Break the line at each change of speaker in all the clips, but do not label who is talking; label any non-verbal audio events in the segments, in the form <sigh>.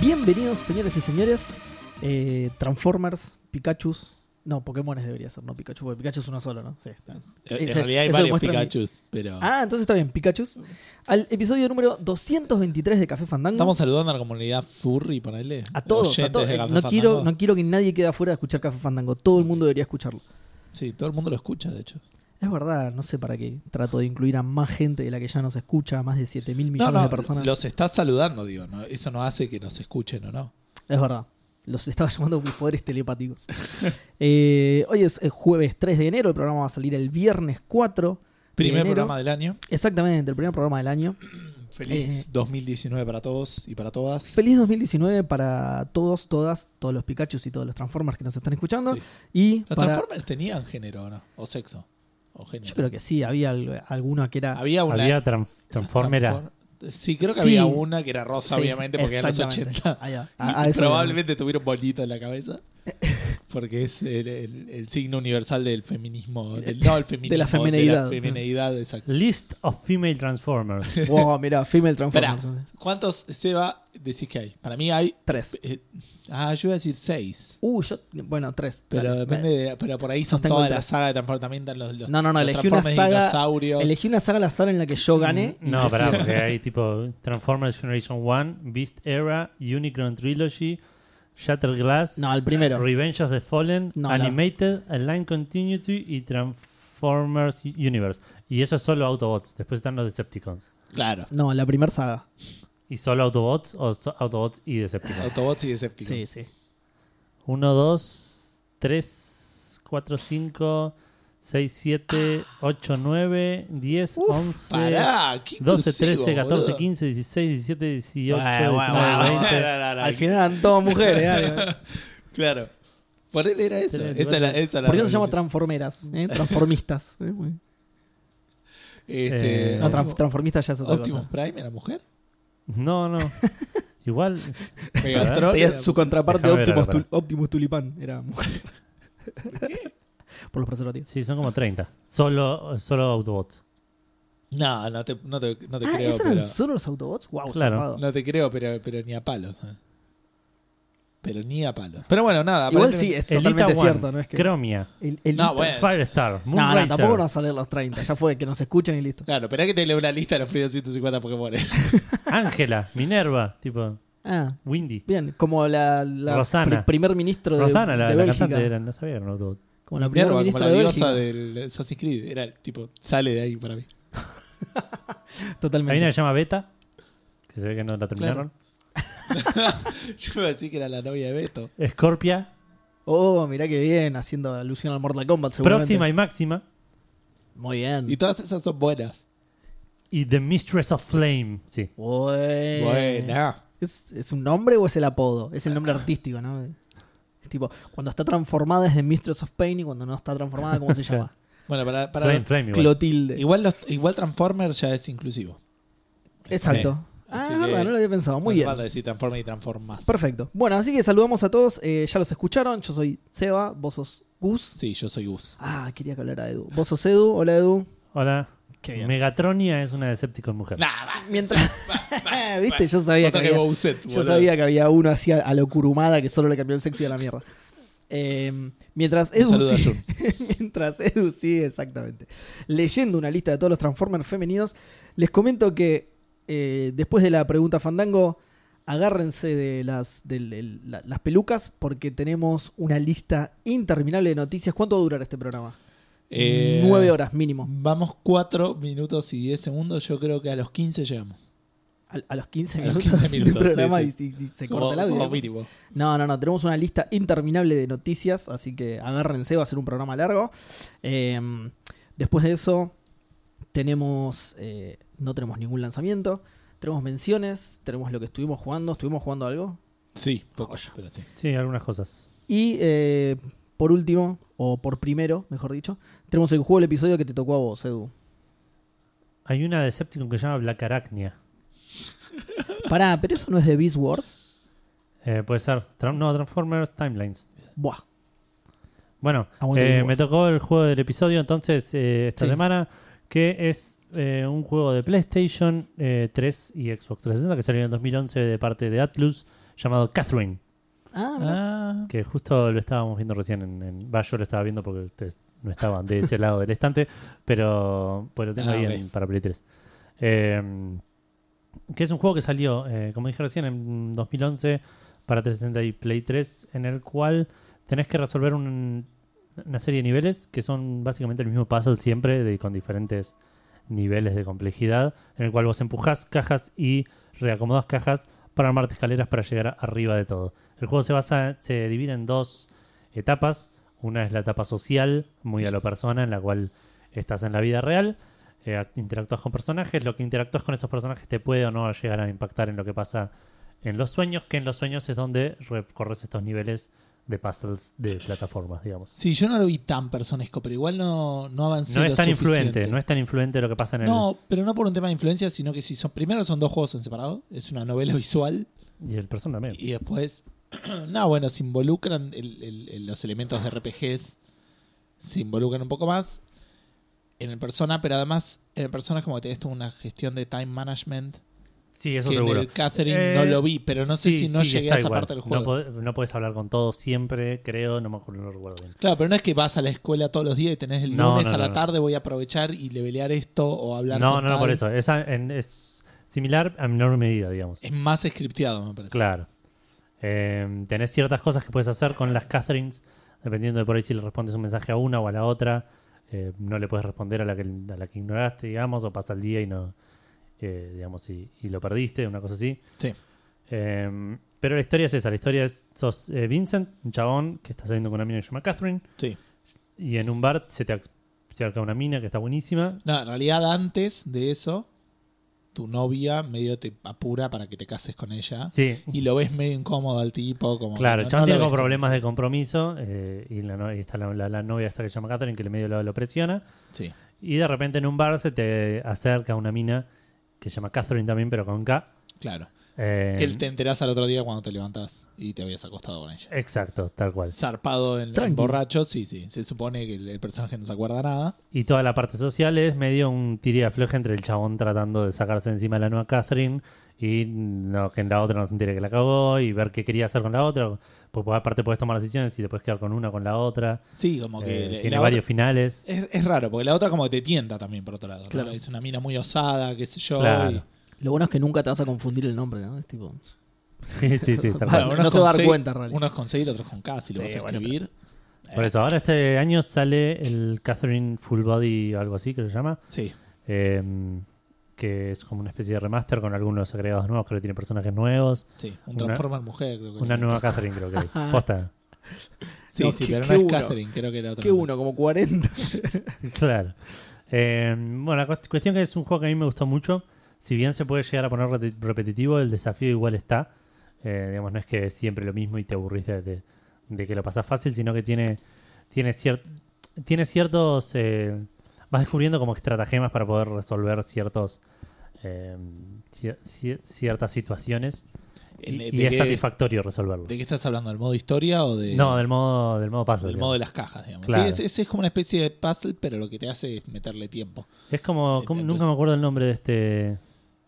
Bienvenidos, señores y señores. eh, Transformers, Pikachu. No, Pokémones debería ser, no Pikachu, porque Pikachu es uno solo, ¿no? Sí, está.
Eh, En
Ese-
realidad hay
eso
varios
demuestra mi-
Pikachus, pero.
Ah, entonces está bien, Pikachu. Al episodio número 223 de Café Fandango.
Estamos saludando a la comunidad furry, ponele.
a todos, a
oyentes
todos.
de
Eh,
Café
No quiero,
Fandango.
no quiero que nadie quede afuera de escuchar Café Fandango. Todo el mundo debería escucharlo.
Sí, todo el mundo lo escucha, de hecho.
Es verdad, no sé para qué. Trato de incluir a más gente de la que ya nos escucha, a más de 7 mil millones
no, no,
de personas.
los estás saludando, digo. ¿no? Eso no hace que nos escuchen o no.
Es verdad. Los estaba <laughs> llamando mis poderes telepáticos. Eh, hoy es eh, jueves 3 de enero, el programa va a salir el viernes 4.
Primer
enero.
programa del año.
Exactamente, el primer programa del año.
Feliz 2019 para todos y para todas.
Eh. Feliz 2019 para todos, todas, todos los Pikachu y todos los Transformers que nos están escuchando.
Sí.
Y
¿Los
para-
Transformers tenían género o no? ¿O sexo? ¿O género?
Yo creo que sí, había al- alguna que era...
Había una.
Había tran- Transformera.
Transform- Sí, creo que
Sí.
había una que era rosa,
Sí,
obviamente, porque era los
exactamente.
80.
Ahí va.
Y
A- a Ah, eso
probablemente tuvieron bolita en
<laughs>
la cabeza. Porque es el, el- el signo universal del feminismo. Del, no, el feminismo.
la femineidad.
De la femineidad, exacto.
List of female transformers.
le- Wow, mira, Female
Pará,
Transformers.
¿cuántos Seba decís que hay? Para mí hay.
Tres.
eh, ah, yo iba a decir seis.
Uh, yo... Bueno, tres.
Pero
Dale.
depende de- Pero por ahí son
Sostengo
toda
el
la
tres.
saga de Transformers. Los, los,
No, no, no,
los
elegí una
Transformers
saga-
dinosaurios.
Elegí una saga al azar en la que yo gané. y
Mm, No,
que
pará,
sí,
porque hay tipo Transformers Generation 1, Beast Era, Unicron Trilogy, Shattered Glass,
No, el primero.
Revenge of the Fallen,
No, no.
Animated, Align Continuity y Transformers Universe. Y eso es solo Autobots. Después están los Decepticons.
Claro.
No, la primera saga.
¿Y solo Autobots o so- Autobots y Decepticons?
Autobots y Decepticons.
Sí, sí.
1, 2, 3, 4, 5, 6, 7, 8, 9, 10, 11.
Pará, qué
12, 13,
inclusivo,
14,
boludo.
15, 16, 17, 18,
Bueno, bueno,
19,
bueno,
20.
No, no, no, no.
Al final eran todas mujeres.
<laughs>
¿eh?
Claro. Por él era eso.
Tres,
Esa
cuatro.
era, esa era
¿Por qué no
la
se llama
religión.
transformeras? eh? Transformistas. ¿eh? Bueno.
Este,
Eh,
No, tran-
Optimus-
transformistas ya es otra
Optimus
cosa.
Prime era mujer.
No, no. Igual.
<laughs>
Megatron
Tenía
era
su contraparte
Déjame ver
Optimus,
ahora,
Tul- Optimus Tulipán. Era mujer. <laughs> Por los preservativos.
Sí, son como 30. Solo, solo Autobots.
No, no te, no te, no te
Ah,
creo,
¿esos
pero.
eran solo los Autobots? Wow,
Claro.
No te creo, pero, pero ni a palos. ¿eh? Pero ni a palos. Pero bueno, nada.
Igual sí,
aparentemente-
es
Elita
totalmente
One,
cierto, ¿no? Es que
Chromia,
el- el-
No, bueno.
Firestar,
No, no,
Moonracer.
tampoco van a salir los 30. Ya fue, que nos escuchen y listo.
Claro, pero que te leo una lista de los primeros 150 Pokémon.
Ángela, Minerva, tipo
Ah,
Windy.
bien. Como la, la
Rosana.
pri- primer ministro de,
Rosana, la,
de
la
Bélgica.
cantante, era, no sabía que era un Autobot.
Como la primera
Minerva, como
ministra
la
de
diosa
Bélgica.
del Assassin's Creed. Era tipo, sale de ahí para mí. <laughs>
Hay una
Totalmente.
que se llama Beta, que se ve que no la terminaron.
Yo iba a decir que era la novia de Beto.
Scorpia,
Oh, mirá que bien, haciendo alusión al Mortal Kombat, seguramente.
Próxima y Máxima.
Muy bien.
Y todas esas son buenas.
Y The Mistress of Flame, sí.
Buen-
Buena.
¿Es, es un nombre o es el apodo? Es el nombre artístico, ¿no? Es tipo, cuando está transformada es de Mistress of Pain y cuando no está transformada, ¿cómo
<laughs>
se llama?
Bueno, para, para
Flame, Flame igual.
Clotilde.
Igual, los, igual Transformers ya es inclusivo.
Exacto. Ah,
Así
es
que
verdad, no lo había pensado.
no
Muy
hace
bien.
falta decir Transformers y Transformas.
Perfecto. Bueno, así que saludamos a todos. eh, ya los escucharon. Yo soy Seba, vos sos Gus.
Sí, yo soy Gus.
Ah, quería que hablara Edu. Vos sos Edu. Hola, Edu.
Hola.
Qué bien.
Megatronia es una Decepticon mujer.
Nah, va.
Mientras... <laughs> Viste, yo sabía que
Otra que
había-
Bowsette,
Yo
boludo.
sabía que había uno así a, a lo curumada que solo le cambió el sexo y a la mierda. Eh, mientras
Un
Edu,
saludo a
sigue, <laughs> mientras Edu sigue, exactamente, leyendo una lista de todos los Transformers femeninos, les comento que eh, después de la pregunta Fandango, agárrense de las, del- del- la- las pelucas porque tenemos una lista interminable de noticias. ¿Cuánto va a durar este programa?
Eh,
Nueve horas mínimo.
Vamos 4 minutos y 10 segundos. Yo creo que a los 15 llegamos.
A, a los 15
A los
minutos,
15
del
minutos, sí,
programa
sí.
y- y- y se
Como-
corta el audio.
como
¿no?
mínimo.
No, no, no. Tenemos una lista interminable de noticias, así que agárrense, va a ser un programa largo. Eh, después de eso, tenemos. eh, no tenemos ningún lanzamiento. Tenemos menciones, tenemos lo que estuvimos jugando. ¿Estuvimos jugando algo?
Sí, poco,
Joya.
pero sí.
Sí, algunas cosas.
Y eh, por último, o por primero, mejor dicho, tenemos el juego del episodio que te tocó a vos, Edu.
Hay una Decepticon que se llama Blacaracnia.
Pará, pero eso no es de Beast Wars.
Eh, puede ser. Tra- no, Transformers Timelines.
Buah.
Bueno,
Aguante
eh,
Beast Wars.
me tocó el juego del episodio entonces eh, esta
Sí.
semana, que es eh, un juego de PlayStation eh, 3 y Xbox 360 que salió en 2011 de parte de Atlus, llamado Catherine,
Ah, mirá.
Ah,
que justo lo estábamos viendo recién en... en- Va, yo lo estaba viendo porque ustedes no estaban de ese lado del estante, pero pues lo tengo
Ah,
ahí
ok.
en- para Play 3. Eh, que es un juego que salió, eh, como dije recién, en 2011 para 360 y Play 3, en el cual tenés que resolver un- una serie de niveles que son básicamente el mismo puzzle siempre, de- con diferentes niveles de complejidad, en el cual vos empujás cajas y reacomodás cajas para armarte escaleras para llegar a- arriba de todo. El juego se basa, se divide en dos etapas. Una es la etapa social, muy a lo persona, en la cual estás en la vida real, eh, act- interactúas con personajes, lo que interactúas con esos personajes te puede o no llegar a impactar en lo que pasa en los sueños, que en los sueños es donde recorres estos niveles de puzzles de plataformas, digamos.
sí, yo no lo vi tan personesco, pero igual no, no avancé.
no
lo
es tan influente,
suficiente.
no es tan influente lo que pasa en el...
No, pero no por un tema de influencia, sino que si son. Primero son dos juegos en separado, es una novela visual.
Y el persona también.
Y después. <clears throat> No, bueno, se involucran el- el- el- los elementos de RPGs. Se involucran un poco más en el persona, pero además en el persona es como que tenés toda una gestión de time management.
Sí, eso
que en
seguro.
el Catherine
Eh,
no lo vi, pero no sé
Sí,
si no
sí,
llegué
está
a esa
igual.
parte del
No,
juego.
pod- no puedes hablar con todos siempre, creo, no me acuerdo, no recuerdo bien.
Claro, pero no es que vas a la escuela todos los días y tenés el
No,
lunes
no,
a
no,
la
no.
tarde, voy a aprovechar y levelear esto o hablar
No,
con
no, no, por
tal.
eso. Es, a- en- es similar a menor medida, digamos.
Es más scripteado, me parece.
Claro. Eh, tenés ciertas cosas que puedes hacer con las Catherines, dependiendo de por ahí si le respondes un mensaje a una o a la otra. eh, no le puedes responder a la, que, a la que ignoraste, digamos, o pasa el día y no, eh, digamos, y, y lo perdiste, una cosa así.
Sí.
Eh, pero la historia es esa, la historia es, sos eh, Vincent, un chabón que está saliendo con una mina que se llama Catherine,
Sí.
y en un bar se te ac- se acerca una mina que está buenísima,
No, en realidad antes de eso, tu novia medio te apura para que te cases con ella.
Sí.
Y lo ves medio incómodo al tipo. Como no-
Claro, el chabón
no lo
tiene como
ves
problemas de compromiso eh, y, la, no- y está la, la- la novia esta que se llama Catherine que le medio lo, lo presiona
Sí.
y de repente en un bar se te acerca una mina que se llama Catherine también pero con K.
Claro.
eh,
Que te enterás al otro día cuando te levantás y te habías acostado con ella.
Exacto, tal cual.
Zarpado en, en
Tranqui.
borracho, sí, sí. Se supone que el, el personaje no se acuerda nada.
Y toda la parte social es medio un tira y afloje entre el chabón tratando de sacarse encima de la nueva Catherine y mm, no, que la otra no se entere que la cagó y ver qué quería hacer con la otra. Porque aparte puedes tomar decisiones y después quedar con una o con la otra.
Sí, como que.
Eh,
la-
tiene
la
varios
otra- <laughs>
finales.
es, es raro, porque la otra como que te tienta también, por otro lado. ¿no?
Claro.
Es una mina muy osada, qué sé yo.
Claro.
y-
Lo bueno es que nunca te vas a confundir el nombre, ¿no? Es tipo.
sí, sí, sí,
Bueno,
tal cual.
no
unos
se va a dar
con C,
cuenta, en realidad.
Unos con C y otros con K, si lo
Sí,
vas a
bueno,
escribir.
Por
Eh,
eso, ahora este año sale el Catherine Full Body o algo así que se llama,
Sí.
eh, que es como una especie de remaster con algunos agregados nuevos, creo que tiene personajes nuevos.
Sí, un
Una-
Transformer mujer, creo que
Una
era.
nueva Catherine
<laughs>
creo que es. Posta,
Sí,
No,
sí,
qué-
pero no
qué
es
uno.
Catherine, creo que era otro.
¿Qué
nombre.
uno? Como 40.
<laughs> claro. Eh, bueno, la cuest- cuestión que es un juego que a mí me gustó mucho. Si bien se puede llegar a poner reti- repetitivo, el desafío igual está. Eh, digamos, no es que siempre lo mismo y te aburrís de, de- de que lo pasas fácil, sino que tiene, tiene, cier- tiene ciertos... eh, vas descubriendo como estratagemas para poder resolver ciertos eh, cier- cier- ciertas situaciones.
En-
Y,
Eh, ¿De,
y es
qué,
satisfactorio resolverlo.
de qué estás hablando? ¿Del modo historia o de,
no, del modo, del modo paso.
del modo de las cajas, digamos?
Claro.
Sí, es- es, es como una especie de puzzle, pero lo que te hace es meterle tiempo.
Es como... como-
eh, Entonces-
nunca me acuerdo el nombre de este...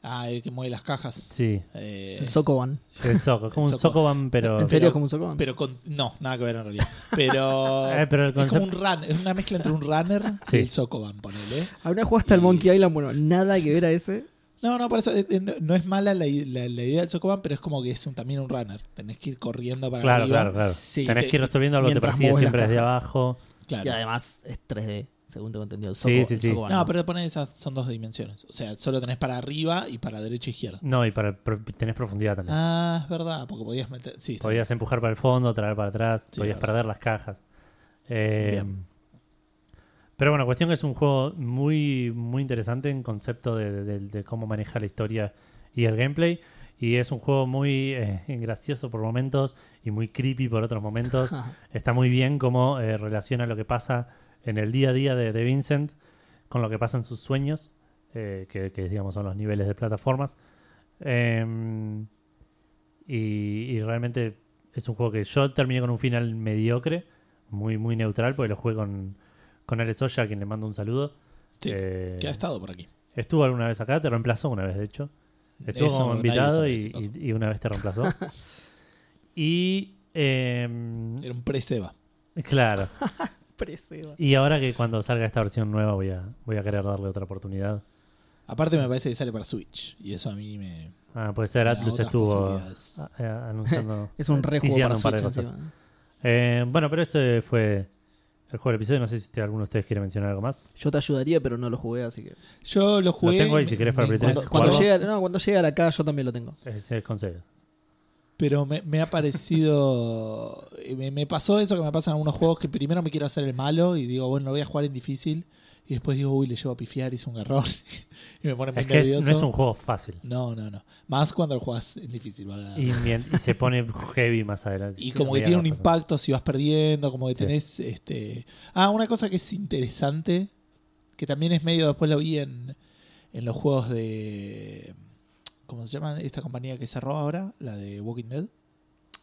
Ah, el que mueve las cajas.
Sí.
Eh,
El Sokoban.
El Soco, es como
El
un
Soco.
Socoban, pero.
¿En serio es como un Sokoban?
Pero con. No, nada que ver en realidad. Pero.
<laughs> Eh, pero el
es como un
concepto.
run, es una mezcla entre un runner
Sí.
y el Sokoban, ponele.
¿Alguna jugaste al Monkey Island? Bueno, nada que ver a ese.
No, no, por eso eh, eh, no- no es mala la, i- la- la idea del Sokoban, pero es como que es un- también un runner. Tenés que ir corriendo para
Claro,
arriba.
claro, claro.
Sí.
Tenés que ir resolviendo algo que te
Mientras
persigue
mueves
siempre
las
desde
cajas.
abajo.
Claro.
Y además es 3D, según tengo entendido. El
Sí,
Soko-
sí,
el
sí.
Sokoban,
No, pero pones esas son dos dimensiones. O sea, solo tenés para arriba y para derecha e izquierda.
No, y para, pro- tenés profundidad también.
Ah, es verdad, porque podías meter. Sí, está
Podías empujar para el fondo, traer para atrás,
Sí,
podías
verdad.
perder las cajas. Eh,
Bien.
pero bueno, cuestión que es un juego muy, muy interesante en concepto de, de- de- de cómo maneja la historia y el gameplay. Y es un juego muy eh, <laughs> gracioso por momentos y muy creepy por otros
<laughs>
momentos.
Ajá.
está muy bien cómo eh, relaciona lo que pasa en el día a día de, de Vincent con lo que pasa en sus sueños, eh, que, que, digamos son los niveles de plataformas. Em, y, y realmente es un juego que yo terminé con un final mediocre, muy, muy neutral, porque lo jugué con, con Alex Oya, a quien le mando un saludo.
Sí,
Eh,
Que ha estado por aquí.
estuvo alguna vez acá, te reemplazó una vez, de hecho. Estuvo
Eso
como
nadie
invitado
sabe
y,
si pasó. <laughs>
y- y una vez te reemplazó. Y. em,
Era un pre-Seba.
claro.
Preseba.
Y ahora que cuando salga esta versión nueva voy a, voy a querer darle otra oportunidad.
Aparte me parece que sale para Switch. Y eso a mí me...
Ah, puede ser,
Ah,
Atlus
otras
estuvo Ah.
posibilidades.
a- a- anunciando. <laughs>
Es un rejuego
teaseando
para
un par de
Switch
cosas.
encima.
Eh, bueno, pero este fue el juego del episodio. No sé si te- alguno de ustedes quiere mencionar algo más.
Yo te ayudaría, pero no lo jugué, así que.
Yo lo jugué...
tengo ahí,
me-
si querés, para
me-
Play
Cuando,
¿Tenés
cuando
juego?
llega, no, cuando llega la acá, yo también lo tengo.
Es el consejo.
Pero me, me ha parecido... eh, me, me pasó eso que me pasan algunos juegos que primero me quiero hacer el malo y digo, bueno, lo voy a jugar en difícil. Y después digo, uy, le llevo a pifiar, hizo un garrón. <laughs> y me pone muy
Es que es-
nervioso.
no es un juego fácil.
No, no, no. Más cuando lo juegas en difícil. valga la
Y, mien- y se pone heavy más adelante.
Ah. Y como que
Mira,
tiene
no
un
pasa nada.
impacto si vas perdiendo, como que
Sí.
tenés este. Ah, una cosa que es interesante, que también es medio, después lo vi en, en los juegos de. ¿Cómo se llama esta compañía que cerró ahora? La de Walking Dead.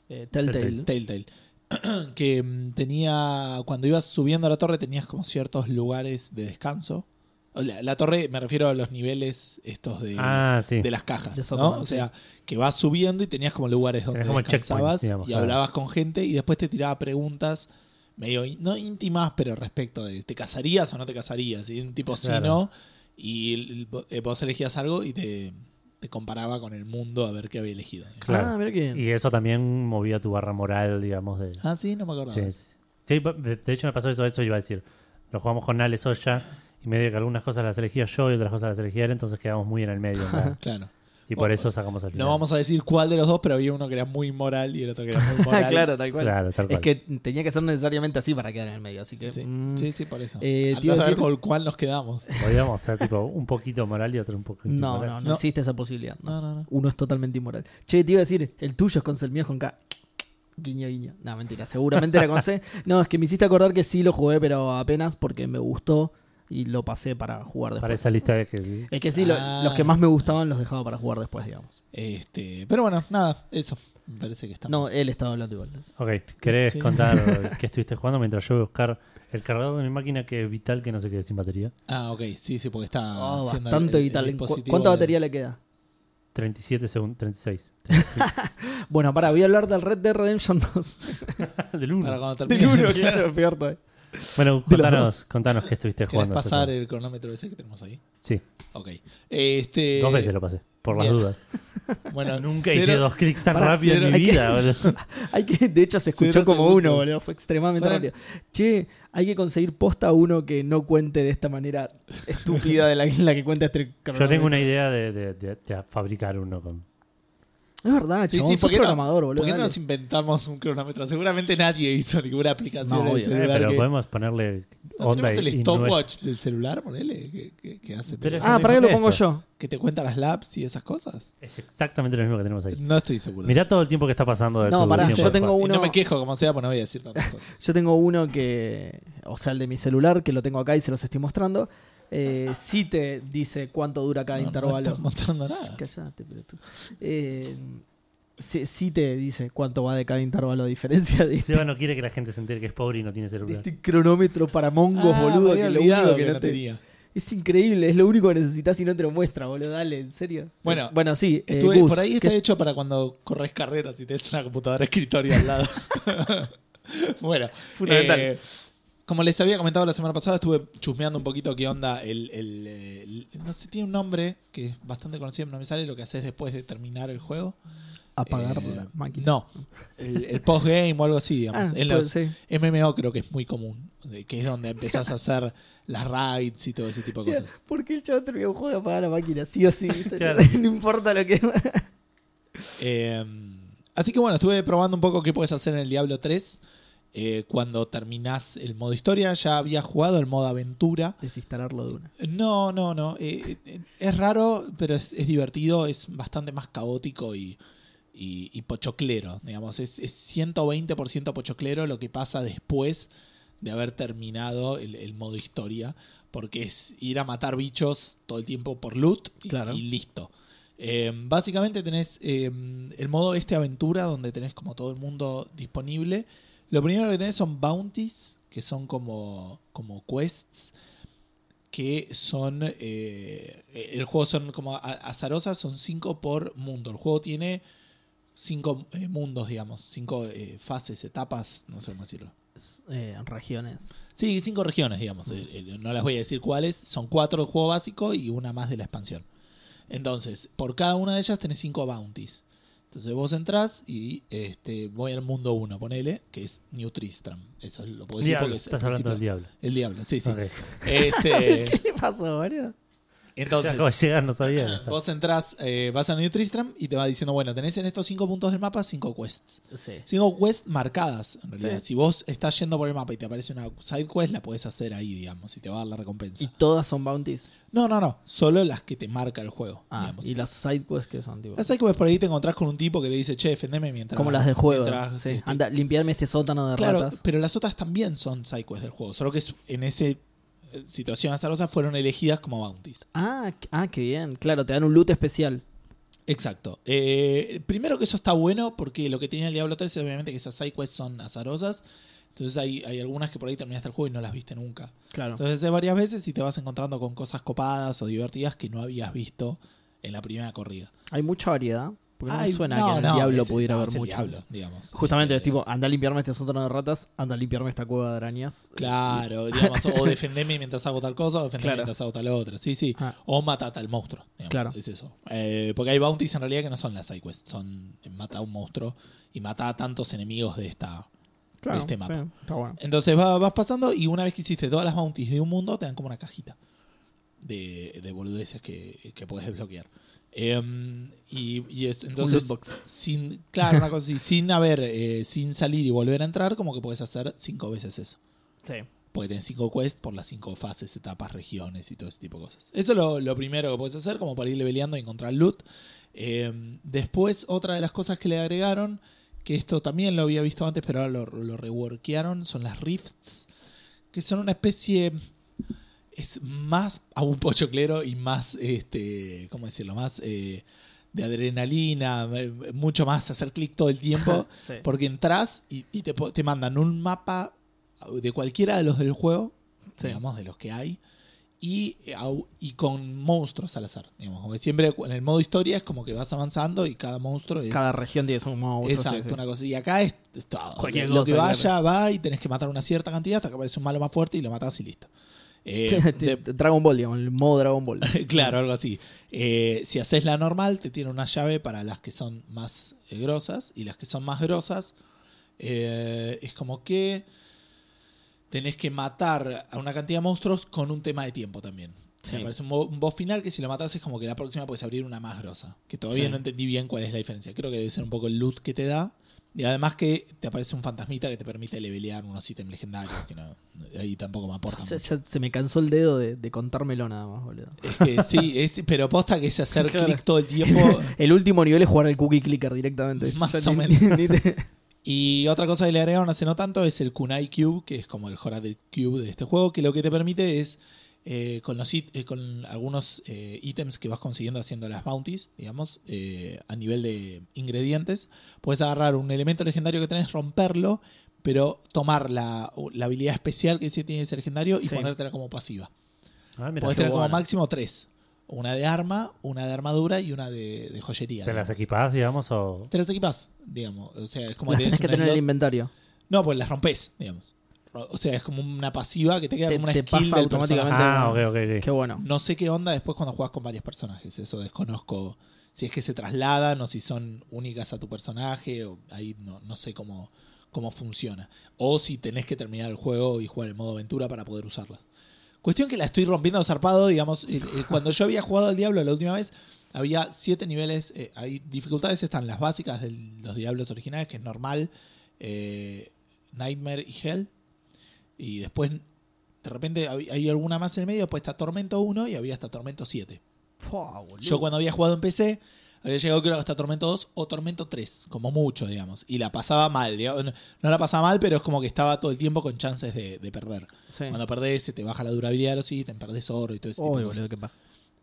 Eh, Telltale.
Telltale.
Telltale. <clears throat> que mm, tenía. Cuando ibas subiendo a la torre tenías como ciertos lugares de descanso. O La, la torre, me refiero a los niveles estos de
Ah, sí.
de las cajas,
De
¿no?
Soccer Man,
O sea, que vas subiendo y tenías como lugares donde
Tenés como
descansabas
checkpoints,
y
digamos, claro.
hablabas con gente y después te tiraba preguntas medio, in- no íntimas, pero respecto de ¿te casarías o no te casarías? Y un tipo sí,
Claro.
no, y el- el- vo- eh, vos elegías algo y te, te comparaba con el mundo a ver qué había elegido.
Claro.
Ah, mira <laughs> que.
Y eso también movía tu barra moral, digamos, de...
Ah, sí, no me acordaba.
Sí, sí, sí. Sí, pa- de de hecho me pasó eso, eso iba a decir. Lo jugamos con Ale Soya y medio que algunas cosas las elegía yo y otras cosas las elegía él, entonces quedamos muy en el medio.
<laughs>
¿no?
Claro.
Y por
Bueno,
eso sacamos al final.
No vamos a decir cuál de los dos, pero había uno que era muy moral y el otro que era muy
<laughs>
moral.
Ah, claro, tal cual.
Claro, tal cual.
Es que tenía que ser necesariamente así para quedar en el medio, así que.
Sí,
mm,
sí, sí, por eso.
Eh,
Al
te iba
no
a
saber
decir-
con cuál nos quedamos.
Podríamos ser tipo un poquito moral y otro un poquito
No,
moral.
no, no,
No.
existe esa posibilidad. no.
No, no, no.
Uno es totalmente inmoral. Che, te iba a decir, el tuyo es con C, el mío es con K. Guiño, guiño. No, mentira, seguramente era con
<laughs>
C. No, es que me hiciste acordar que sí lo jugué, pero apenas porque me gustó y lo pasé para jugar
Para
después.
esa lista de que...
Es que sí, lo-
Ah.
los que más me gustaban los dejaba para jugar después, digamos.
Este, pero bueno, nada, eso. Me parece que está. Ah,
No, él estaba hablando igual.
Ok, ¿querés
Sí.
contar qué estuviste jugando mientras yo voy a buscar el cargador de mi máquina que es vital que no se quede sin batería?
Ah, ok, sí, sí, porque está
Oh,
haciendo el-
bastante
el- el
vital. ¿En cu-
dispositivo
¿Cuánta
de-
batería le queda?
37 segundos, 36. 36.
Bueno, para, voy a hablar del Red Dead Redemption 2.
Del uno.
Para cuando
<laughs> Del
termine. <laughs>
uno, claro, eh. peor todavía.
Bueno,
De los
contanos, contanos qué estuviste
¿Querés
jugando. esta
pasar eh?
semana.
el cronómetro ese que tenemos ahí?
Sí,
Ok. Este,
dos veces lo pasé, por las
bien.
dudas.
Bueno,
Nunca
cero-
hice dos clics tan
Pará,
rápido en
cero-
mi
hay que-
vida,
<laughs>
boludo.
Hay que, de hecho, se escuchó
Cero
como
segundos.
uno, boludo. Fue extremadamente
Fueron-
rápido. Che, hay que conseguir posta uno que no cuente de esta manera estúpida de la, la que cuenta este
Yo
cronómetro.
tengo una idea de, de- de- de fabricar uno con.
Es verdad,
Sí,
chabón,
sí,
sos
¿por qué no?
programador,
¿Por
boludo.
qué no
dale.
nos inventamos un cronómetro? Seguramente nadie hizo ninguna aplicación
No,
en el
obvio.
Eh,
celular.
pero
que-
podemos ponerle
¿No
onda y,
tenemos
y
el
nue-
stopwatch del celular, ponele? Que, que- que hace?
Pero
Ah, para qué lo pongo yo.
¿Que te cuenta las laps y esas cosas?
Es exactamente lo mismo que tenemos ahí.
No estoy seguro. de
Mirá
eso.
todo el tiempo que está pasando de
No,
tu
pará,
tiempo
yo
de
tengo
juego.
Y
uno-
no me quejo, como sea, porque no voy a decir tantas cosas.
Yo tengo uno que, o sea, el de mi celular, que lo tengo acá y se los estoy mostrando. Eh, sí te dice cuánto dura cada
No, No
intervalo.
estás mostrando nada.
Callate, pero tú. Eh, sí, sí te dice cuánto va de cada intervalo a diferencia de este,
Seba no quiere que la gente se entere que es pobre y no tiene
de
celular.
este cronómetro para mongos,
Ah, me
boludo.
había
Que lo
olvidado
único que,
que
no
no
te-
tenía.
Es increíble, es lo único que necesitas y no te lo muestra, boludo. Dale, en serio.
Bueno,
Es- bueno sí. eh,
Estuve-
Gus,
por ahí está
¿qué-
hecho para cuando corres carreras y tenés una computadora de escritorio
<laughs>
al lado. bueno,
Fundamental.
eh, como les había comentado la semana pasada, estuve chusmeando un poquito qué onda el, el, eh, el- No sé, tiene un nombre que es bastante conocido, pero no me sale lo que haces después de terminar el juego.
Apagar
Eh,
la máquina.
No, el, el postgame o algo así,
Ah,
digamos. en
puede-
los
sí. <laughs>
MMO creo que es muy común, de- que es donde empezás a hacer las raids y todo ese tipo
<laughs>
de
Porque
cosas.
¿Por qué el chaval terminó un juego de apagar la máquina? Sí o sí. ¿viste?
Claro.
<laughs> no importa lo que.
Eh, así que bueno, estuve probando un poco qué puedes hacer en el Diablo 3 eh, cuando terminás el modo historia. Ya había jugado el modo aventura.
Desinstalarlo de una.
No, no, no. eh, eh, es raro, pero es, es divertido. Es bastante más caótico y, y- y pochoclero. Digamos, es, es 120% pochoclero lo que pasa después de haber terminado el, el modo historia. Porque es ir a matar bichos todo el tiempo por loot y,
Claro.
y listo. Eh, básicamente tenés eh, el modo este aventura donde tenés como todo el mundo disponible. Lo primero que tenés son bounties, que son como, como quests, que son... eh, el juego son como a- azarosas, son 5 por mundo. El juego tiene cinco eh, mundos, digamos, cinco eh, fases, etapas, no sé cómo decirlo.
Es, eh, regiones.
Sí, cinco regiones, digamos.
Mm.
eh, eh, no las voy a decir cuáles. Son cuatro el juego básico y una más de la expansión. Entonces, por cada una de ellas tenés cinco bounties. Entonces vos entrás y este, voy al mundo 1, ponele, que es New Tristram. Eso lo puedo decir
Diablo,
porque es el
estás hablando del
principal.
diablo.
El diablo, sí, sí.
Ok.
<laughs> ¿Qué
Este,
le pasó, boludo?
entonces,
<laughs> Ya acabo de llegar, no sabía. que
<laughs>
estaba.
vos entrás, eh, vas a New Tristram y te va diciendo, bueno, tenés en estos cinco puntos del mapa cinco quests.
Sí.
Cinco quests marcadas, en realidad.
Sí.
Si vos estás yendo por el mapa y te aparece una side quest, la podés hacer ahí, digamos, y te va a dar la recompensa.
Y todas son bounties.
No, no, no. Solo las que te marca el juego,
Ah,
digamos.
y las sidequests que son, tipo.
Las side quests por ahí te encontrás con un tipo que te dice, che, defendeme mientras...
Como las del juego.
mientras,
sí.
este,
Anda, limpiarme este sótano de
Claro,
ratas.
pero las otras también son side quests del juego. Solo que es- en esa situación azarosa fueron elegidas como bounties.
Ah, qu- ah, qué bien. Claro, te dan un loot especial.
Exacto. Eh, primero que eso está bueno porque lo que tiene el Diablo 3 es obviamente que esas side quests son azarosas. Entonces hay, hay algunas que por ahí terminaste el juego y no las viste nunca.
Claro.
Entonces es varias veces y te vas encontrando con cosas copadas o divertidas que no habías visto en la primera corrida.
Hay mucha variedad. Porque no
Ay,
me suena
no,
que en el
no,
diablo
es el-
pudiera
no,
haber
es el
mucho.
Diablo, digamos.
Justamente,
Eh,
es tipo, anda a limpiarme este sótano de ratas, anda a limpiarme esta cueva de arañas. <laughs>
Claro, digamos, o defendeme mientras hago tal cosa, o defendeme
Claro.
mientras hago tal otra. Sí, sí.
Ah,
O mata a tal monstruo. digamos,
Claro.
Es eso. Eh, porque hay bounties en realidad que no son las side quests, son eh, mata a un monstruo y mata a tantos enemigos de esta.
claro,
este mapa.
sí, está bueno.
Entonces va- vas pasando y una vez que hiciste todas las bounties de un mundo, te dan como una cajita de, de boludeces que, que puedes desbloquear. Em, y, y es- entonces,
loot box.
sin, claro,
<laughs>
una cosa así, sin haber, eh, sin salir y volver a entrar, como que puedes hacer cinco veces eso.
Sí.
Porque tenés pues, cinco quests por las cinco fases, etapas, regiones y todo ese tipo de cosas. Eso es lo, lo primero que puedes hacer, como para ir leveleando y encontrar loot. Eh, después, otra de las cosas que le agregaron, que esto también lo había visto antes, pero ahora lo, lo reworkearon, son las rifts, que son una especie. Es más a un pochoclero y más, este, ¿cómo decirlo? Más eh, de adrenalina, eh, mucho más hacer clic todo el
<laughs>
tiempo.
Sí.
Porque entras y, y te, po- te mandan un mapa de cualquiera de los del juego,
Sí.
digamos, de los que hay, y, eh, au- y con monstruos al azar. Digamos, como que siempre en el modo historia es como que vas avanzando y cada monstruo es.
Cada región tiene su monstruo.
Exacto,
sí, sí. <laughs>
una cosa. Y acá es es todo.
Cualquier
lo que
cosa,
vaya, va y tenés que matar una cierta cantidad hasta que aparece un malo más fuerte y lo matás
<laughs>
y listo. Eh, de-
Dragon Ball, digamos, el modo Dragon
<laughs>
Ball. <laughs>
claro, algo así. Eh, si haces la normal, te tiene una llave para las que son más eh, grosas. Y las que son más grosas, eh, es como que tenés que matar a una cantidad de monstruos con un tema de tiempo también.
Sí.
Me parece un, bo- un boss final que si lo matas es como que la próxima puedes abrir una más grosa. Que todavía
Sí.
no entendí bien cuál es la diferencia. Creo que debe ser un poco el loot que te da. Y además que te aparece un fantasmita que te permite levelear unos ítems legendarios. Que no, ahí tampoco me aporta.
<laughs> Se,
mucho.
se- se me cansó el dedo de, de contármelo nada más, boludo.
Es que Eh, sí, es- pero posta que es hacer
Claro.
clic todo el tiempo.
El último nivel es jugar al cookie clicker directamente.
Más
Ya
o
ni-
menos.
<laughs> ni- ni te-
Y otra cosa que le agregaron hace no tanto es el Kunai Cube, que es como el Horadel Cube de este juego, que lo que te permite es, eh, con, los it- eh, con algunos eh, ítems que vas consiguiendo haciendo las bounties, digamos, eh, a nivel de ingredientes, puedes agarrar un elemento legendario que tenés, romperlo, pero tomar la, la habilidad especial que sí tiene ese legendario y
Sí.
ponértela como pasiva.
Ah, mira,
Puedes
qué
tener como
bueno.
máximo tres. Una de arma, una de armadura y una de, de joyería.
¿Te las
digamos.
equipás, digamos? O...
Te las equipas, digamos. O sea, es como
Las
tenés
<laughs> tenés que
un
tener en el
slot-
inventario.
No, pues las rompes, digamos. O sea, es como una pasiva que te queda
Te-
como una
te
skill
pasa
del
automáticamente.
personaje.
Ah, ok, ok. ok.
Qué bueno.
No sé qué onda después cuando juegas con varios personajes. Eso desconozco. Si es que se trasladan o si son únicas a tu personaje. o- ahí no, no sé cómo, cómo funciona. O si tenés que terminar el juego y jugar en modo aventura para poder usarlas. Cuestión que la estoy rompiendo zarpado, digamos, eh, eh, cuando yo había jugado al Diablo la última vez, había siete niveles, eh, hay dificultades, están las básicas de los Diablos originales, que es normal, eh, Nightmare y Hell, y después, de repente, hab- hay alguna más en el medio, después está Tormento 1 y había hasta Tormento 7. Yo cuando había jugado en PC, había llegado creo hasta Tormento 2 o Tormento 3, como mucho, digamos. Y la pasaba mal, digamos, no, no la pasaba mal, pero es como que estaba todo el tiempo con chances de, de perder.
Sí.
Cuando perdés, se te baja la durabilidad de los ítems, perdés oro y todo ese tipo
Uy,
de
boludo,
cosas.
qué paja.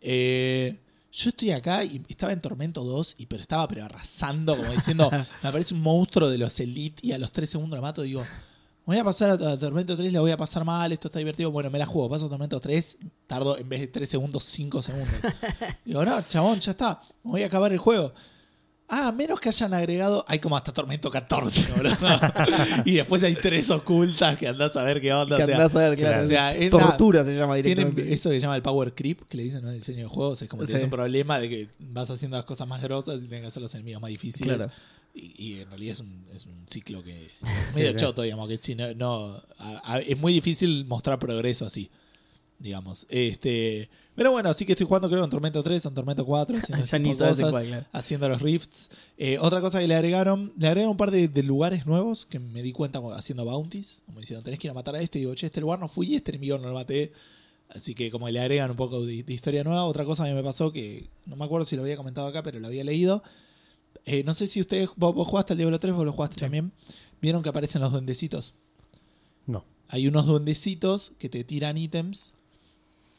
Eh, yo estoy acá y estaba en Tormento 2, y, pero estaba pero arrasando,
<laughs>
como diciendo, me aparece un monstruo de los Elite y a los 3 segundos lo mato y digo, voy a pasar a, a Tormento 3, la voy a pasar mal, esto está divertido, bueno, me la juego, paso a Tormento 3,
<laughs>
tardo en vez de 3 segundos, 5 segundos. digo, no, chabón, ya está, me voy a acabar el juego. Ah, menos que hayan agregado. Hay como hasta Tormento 14,
<laughs>
boludo. <laughs> y después hay tres ocultas que andás a ver qué onda.
Que
o sea,
andás a ver,
claro,
claro.
o sea, es nada.
tortura se llama
Tienen
directamente.
eso que se llama el power creep, que le dicen ¿no? el diseño de juegos. Es como que
Sí.
tienes un problema de que vas haciendo las cosas más grosas y tienes que hacer los enemigos más difíciles.
Claro.
Y, y en realidad es un, es un ciclo que.
<laughs> Sí,
medio
sí.
choto, digamos. Que si no, no- a- a- es muy difícil mostrar progreso así. Digamos. este Pero bueno, así que estoy jugando, creo, en Tormento 3 o en Tormento 4.
<laughs>
haciendo
ya
ese
ni
tipo de
sabes en
cosas
cuál, claro.
haciendo los rifts. Eh, otra cosa que le agregaron, le agregaron un par de, de lugares nuevos que me di cuenta cuando- haciendo bounties. Como diciendo, tenés que ir a matar a este. Y digo, che, este lugar no fui, este enemigo no lo maté. Así que como le agregan un poco de, de historia nueva. Otra cosa que me pasó que no me acuerdo si lo había comentado acá, pero lo había leído. Eh, no sé si ustedes, vos, vos jugaste al Diablo 3, vos lo jugaste también. Vieron que aparecen los duendecitos.
No.
Hay unos duendecitos que te tiran ítems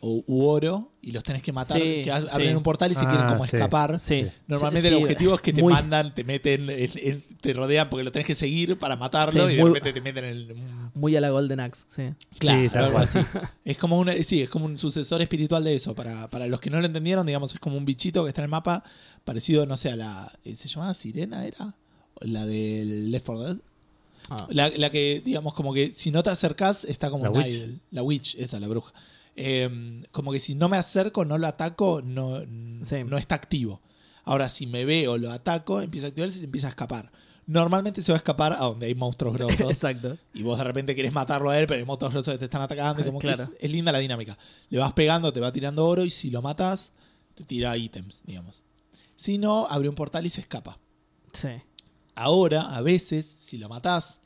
o, u oro y los tenés que matar.
Sí,
que a-
sí.
abren un portal y se
Ah,
quieren como
sí.
escapar.
Sí.
Normalmente
Sí,
el objetivo es que te
muy-
mandan, te meten, es- es- te rodean porque lo tenés que seguir para matarlo
Sí,
y de
muy-
repente te meten en el.
Muy a la Golden Axe, sí.
Claro,
tal
algo
cual.
así. Es como una, sí, es como un sucesor espiritual de eso. Para, para los que no lo entendieron, digamos, es como un bichito que está en el mapa, parecido, no sé, a la. eh, ¿Se llamaba Sirena? ¿Era? La del Left 4 Dead.
Ah.
La, la que, digamos, como que si no te acercás, está como
La
un
witch.
idol. La witch, esa, la bruja. Eh, como que si no me acerco, no lo ataco, no,
Sí.
no está activo. Ahora, si me veo, lo ataco, empieza a activarse y se empieza a escapar. Normalmente se va a escapar a donde
<laughs>
hay monstruos grosos
Exacto.
y vos de repente querés matarlo a él, pero hay monstruos grosos que te están atacando. y como que
Claro.
es, es linda la dinámica. Le vas pegando, te va tirando oro y si lo matas, te tira ítems, digamos. Si no, abre un portal y se escapa.
Sí.
Ahora, a veces, si lo matás,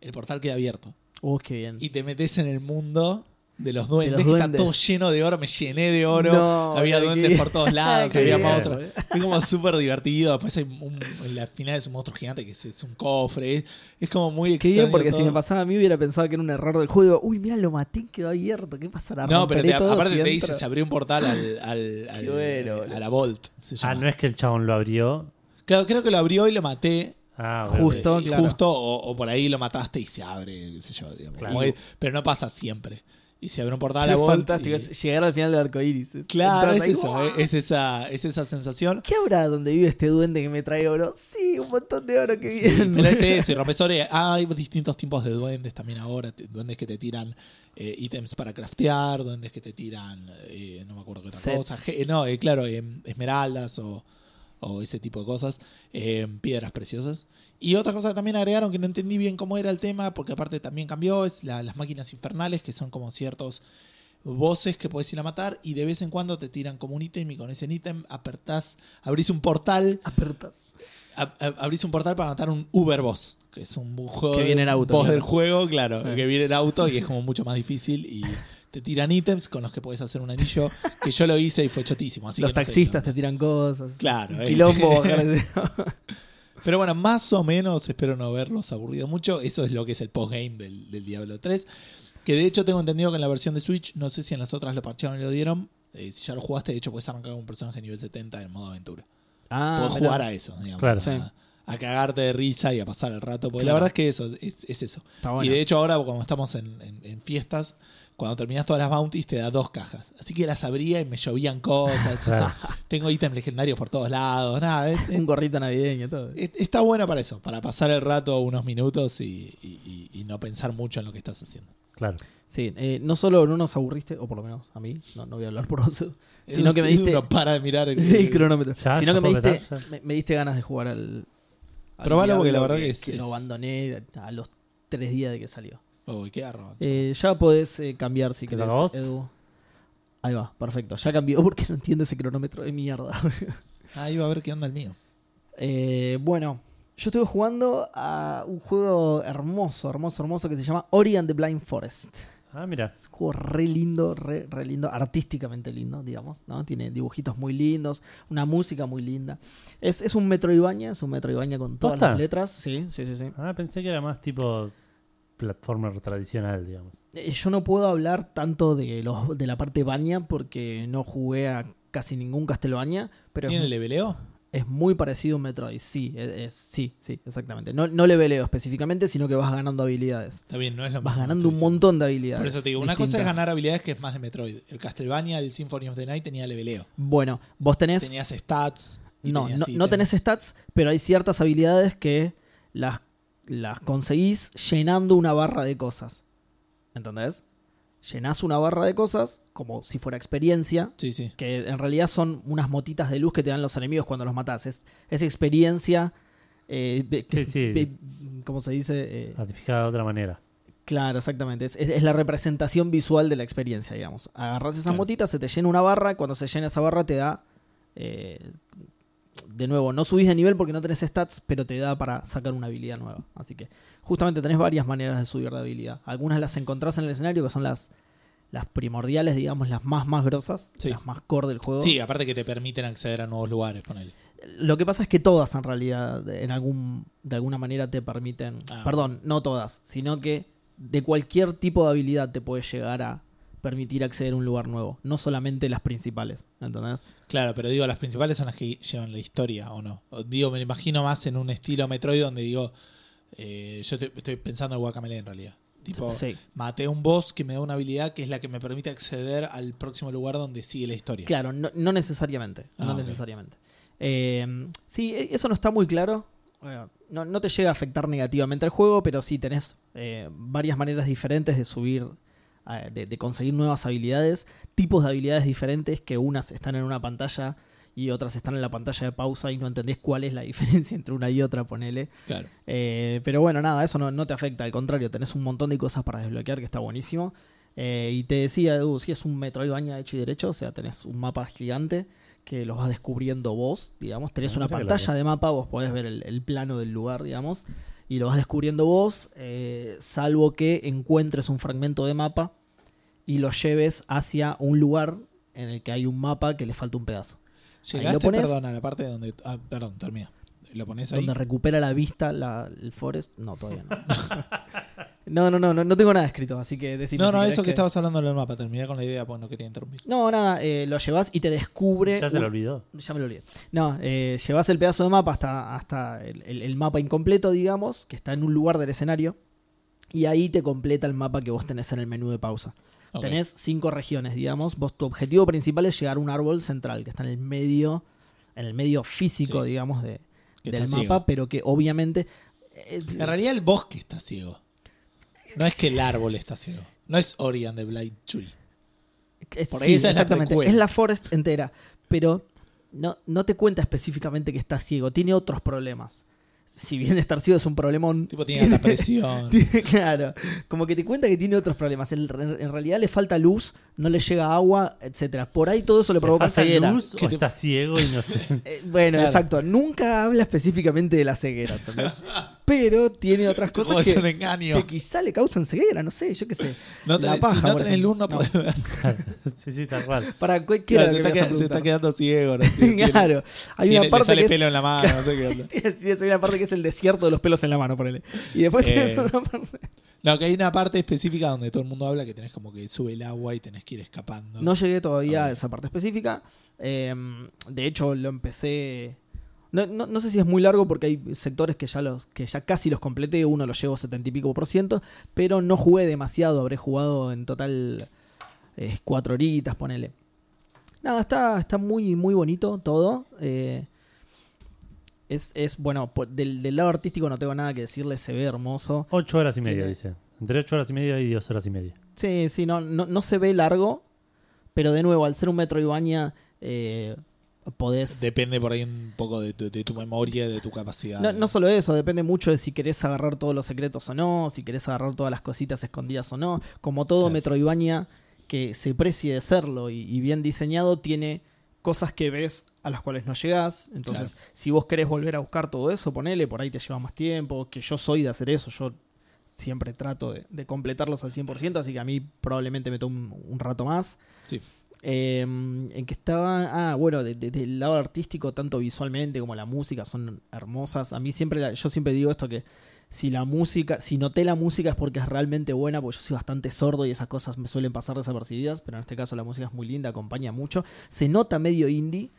el portal queda abierto.
Uh, qué bien.
Y te metes en el mundo de los duendes,
los
que
duendes.
está todo lleno de oro. Me llené de oro.
No,
había
qué
duendes
bien.
por todos
<laughs>
lados,
Qué
había
bien,
monstruos.
boludo.
Es como súper divertido. Después hay un, en la final es un monstruo gigante que es, es un cofre. Es, es como muy
Qué
extraño.
bien, porque si
todo.
me pasaba a mí hubiera pensado que era un error del juego. Uy, mira, lo maté, quedó abierto. ¿Qué pasará?
No, pero
Romperé
te-
todo
aparte
si
te
entro.
dice, se abrió un portal al, al- al-
Qué bueno, boludo.
a la Volt. se
Ah,
llama.
no es que el chabón lo abrió.
Claro, creo que lo abrió y lo maté.
Ah, bueno.
Justo.
Eh,
claro.
justo, o, o por ahí lo mataste y se abre, qué sé yo, digamos.
Claro.
Como que- pero no pasa siempre. Y se abre un portal a la
Es
Volt
fantástico.
y-
es llegar al final del arco iris. Es-
Claro,
entras
es
ahí,
eso,
¡guau!
eh, es esa, es esa sensación.
¿Qué habrá donde vive este duende que me trae oro? Sí, un montón de oro, qué bien.
Pero
<laughs>
es eso, y rompes ore- Hay distintos tipos de duendes también ahora. te- Duendes que te tiran eh, ítems para craftear, duendes que te tiran, eh, no me acuerdo qué otra
Sets.
cosa. ge- No, eh, claro, em, esmeraldas o, o ese tipo de cosas, eh, piedras preciosas. Y otra cosa que también agregaron que no entendí bien cómo era el tema, porque aparte también cambió, es la- las máquinas infernales, que son como ciertos voces que puedes ir a matar y de vez en cuando te tiran como un ítem y con ese ítem apertás, abrís un portal
Apertas.
ab- ab- abrís un portal para matar un Uber Boss, que es un bu- juego
Que viene en auto,
boss
claro.
del juego, claro,
Sí.
que viene en auto y es como mucho más difícil y te tiran ítems con los que puedes hacer un anillo, que yo lo hice y fue chotísimo. Así
Los
que no sé,
taxistas
no-
te tiran cosas.
Claro,
Un
eh. <laughs>
Quilombo, bajar ese-
Pero bueno, más o menos, espero no haberlos aburrido mucho. Eso es lo que es el postgame del, del Diablo 3. Que de hecho tengo entendido que en la versión de Switch, no sé si en las otras lo parchearon y lo dieron. eh, si ya lo jugaste, de hecho puedes arrancar con un personaje nivel 70 en modo aventura.
Ah,
Podés
mirá.
jugar a eso, digamos.
Claro.
a-
Sí.
A cagarte de risa y a pasar el rato. Porque la
Claro.
verdad es que eso, es, es eso.
Está bueno.
Y de hecho, ahora, como estamos en, en- en fiestas, cuando terminas todas las bounties, te da dos cajas. Así que las abría y me llovían cosas. o sea, tengo ítems legendarios por todos lados. Nada, es- es-
Un gorrito navideño, todo.
es- está bueno para eso, para pasar el rato unos minutos y, y- y- y no pensar mucho en lo que estás haciendo.
Claro.
Sí, eh, no solo no nos aburriste, o por lo menos a mí, no, no voy a hablar por vos, sino
Eso
que me
es-
diste.
uno para de mirar el.
<laughs> Sí, el cronómetro.
Ya,
sino
ya
que me
puedo
diste,
petar, ya.
me, me diste ganas de jugar al. al
Probalo, porque la
Diablo,
verdad que es- es-
lo abandoné a los tres días de que salió.
Uy, qué garrón.
Eh, ya podés eh, cambiar si
¿Te
querés,
toca a vos?
Edu. Ahí va, perfecto. Ya cambió <laughs> porque no entiendo ese cronómetro de mierda.
Ah, iba a ver qué onda el mío.
Eh, bueno, yo estuve jugando a un juego hermoso, hermoso, hermoso que se llama Ori and the Blind Forest.
Ah, mira.
Es un juego re lindo, re, re lindo, artísticamente lindo, digamos, ¿no? Tiene dibujitos muy lindos, una música muy linda. Es, es un Metroidvania, es un Metroidvania con todas
¿Posta?
las letras. Sí, sí, sí, sí.
Ah, pensé que era más tipo platformer tradicional, digamos.
Eh, Yo no puedo hablar tanto de los de la parte baña porque no jugué a casi ningún Castlevania, pero
¿Tiene
es,
el leveleo?
es muy parecido a un Metroid. Sí, es- es- sí, sí, exactamente. No, no le veleo específicamente, sino que vas ganando habilidades.
Está bien, no es lo
Vas
mismo,
ganando
estoy
un
diciendo.
montón de habilidades.
Por eso te digo, una cosa es
distintas.
ganar habilidades que es más de Metroid. El Castlevania, el Symphony of the Night tenía leveleo.
Bueno, vos tenés
Tenías stats. Y
No,
tenía
no,
así,
no tenés
tenés-
stats, pero hay ciertas habilidades que las, las conseguís llenando una barra de cosas. ¿Entendés? Llenás una barra de cosas como si fuera experiencia,
Sí, sí.
que en realidad son unas motitas de luz que te dan los enemigos cuando los matás. Es, es experiencia. eh, de-
Sí, sí.
<laughs>
Ah.
de- ¿Cómo se dice? Eh,
Ratificada de otra manera.
Claro, exactamente. Es, es- es la representación visual de la experiencia, digamos. Agarras esas
Claro.
motitas, se te llena una barra. Cuando se llena esa barra, te da. eh, de nuevo, no subís de nivel porque no tenés stats, pero te da para sacar una habilidad nueva. Así que, justamente tenés varias maneras de subir de habilidad. Algunas las encontrás en el escenario, que son las, las primordiales, digamos, las más, más grosas,
Sí.
las más core del juego.
Sí, aparte que te permiten acceder a nuevos lugares con él.
Lo que pasa es que todas en realidad, en algún, de alguna manera te permiten,
Ah.
perdón, no todas, sino que de cualquier tipo de habilidad te puede llegar a permitir acceder a un lugar nuevo, no solamente las principales, ¿entendés?
Claro, pero digo, las principales son las que llevan la historia, ¿o no? O digo, me lo imagino más en un estilo Metroid donde digo, eh, yo te- estoy pensando en Guacamele en realidad. Tipo,
sí.
maté un boss que me da una habilidad que es la que me permite acceder al próximo lugar donde sigue la historia.
Claro, no, no necesariamente,
Ah,
no
ok.
necesariamente. Eh, sí, e- eso no está muy claro. Bueno, No, no te llega a afectar negativamente al juego, pero sí tenés eh, varias maneras diferentes de subir, eh, de, de conseguir nuevas habilidades, tipos de habilidades diferentes que unas están en una pantalla y otras están en la pantalla de pausa y no entendés cuál es la <laughs> diferencia entre una y otra, ponele.
Claro.
Eh, pero bueno, nada, eso no, no te afecta, al contrario, tenés un montón de cosas para desbloquear que está buenísimo. Eh, y te decía, Edu, si es un Metroidvania hecho y derecho, o sea, tenés un mapa gigante que los vas descubriendo vos, digamos, tenés
Ah,
una
mirá qué
pantalla
loco.
de mapa, vos podés ver el, el plano del lugar, digamos, y lo vas descubriendo vos, eh, salvo que encuentres un fragmento de mapa y lo lleves hacia un lugar en el que hay un mapa que le falta un pedazo,
Llegaste,
pones.
perdón, a la parte donde... Ah, perdón, termina. ¿Lo pones ahí?
donde recupera la vista la- el forest. No, todavía no. <laughs> No, no, no, no, no tengo nada escrito, así que decime
no,
si
no,
querés
eso que, estabas hablando del mapa. Terminé con la idea porque no quería interrumpir.
No, nada, eh, lo llevas y te descubre.
Ya se lo
un-
olvidó.
Ya me lo olvidé. No, eh, llevas el pedazo de mapa hasta, hasta el, el- el mapa incompleto, digamos, que está en un lugar del escenario. Y ahí te completa el mapa que vos tenés en el menú de pausa.
Ok.
Tenés cinco regiones, digamos. Vos, tu objetivo principal es llegar a un árbol central, que está en el medio, en el medio físico,
Sí.
digamos, de,
Que
del
está
mapa,
ciego.
pero que obviamente. eh,
En realidad el bosque está ciego. No es que el árbol está ciego. No es Ori and the Blind Tree.
Eh,
Por
sí,
ahí esa es la
exactamente.
precuela.
es la Forest entera. Pero no, no te cuenta específicamente que está ciego. Tiene otros problemas. Si bien estar ciego es un problemón.
Tipo tiene la presión.
<laughs>
<laughs>
tiene- claro. Como que te cuenta que tiene otros problemas. En, en- en realidad le falta luz, no le llega agua, etcétera. Por ahí todo eso le
¿Le
provoca
falta
ceguera.
luz
Que
o
te-
está ciego y no sé?
Eh, bueno,
Claro.
exacto. Nunca habla específicamente de la ceguera,
<laughs>
¿entendés? Pero tiene otras
Oh,
cosas
es un
que,
engaño.
que quizá le causan ceguera, no sé, yo qué sé.
No tenés,
la paja,
si no
por
tenés
ejemplo.
luz, no
No.
podés ver.
<laughs> sí, sí, tal cual.
Para cualquiera
Claro, se, está queda- se está quedando
<laughs>
ciego. ¿no? Sí, tiene-
Claro, hay
tiene-
una parte
le sale
que es-
pelo en la mano. No, sé
<laughs>
qué onda.
Sí, es una parte que es el desierto de los pelos en la mano, ponele. Y después tenés
Eh,
otra parte.
No, que hay una parte específica donde todo el mundo habla que tenés como que sube el agua y tenés que ir escapando.
No llegué todavía
Ah,
a esa parte específica. Eh, de hecho, lo empecé. No, no- no sé si es muy largo porque hay sectores que ya los que ya casi los completé, uno los llevo 70 y pico por ciento, pero no jugué demasiado, habré jugado en total eh, cuatro horitas, ponele. Nada, está, está muy, muy bonito todo. eh, es, es, bueno, po- del, del lado artístico no tengo nada que decirle, se ve hermoso.
Ocho horas y media,
Tiene-
dice. Entre ocho horas y media y diez horas y media.
Sí, sí, no, no, no se ve largo, pero de nuevo, al ser un metro Ibaña, eh, podés...
Depende por ahí un poco de tu, de tu memoria, de tu capacidad.
No, no solo eso, depende mucho de si querés agarrar todos los secretos o no, si querés agarrar todas las cositas escondidas o no. Como todo
Claro.
metro Metroidvania que se precie de serlo y, y bien diseñado, tiene cosas que ves a las cuales no llegás. Entonces, si vos querés volver a buscar todo eso, ponele, por ahí te lleva más tiempo. Que yo soy de hacer eso, yo siempre trato de, de completarlos al 100%, así que a mí probablemente me tome un- un rato más.
Sí.
Eh, en que estaba. Ah, bueno, de- de- del lado artístico, tanto visualmente como la música son hermosas. A mí siempre, la- yo siempre digo esto que si la música, si noté la música es porque es realmente buena, porque yo soy bastante sordo y esas cosas me suelen pasar desapercibidas, pero en este caso la música es muy linda, acompaña mucho. Se nota medio indie.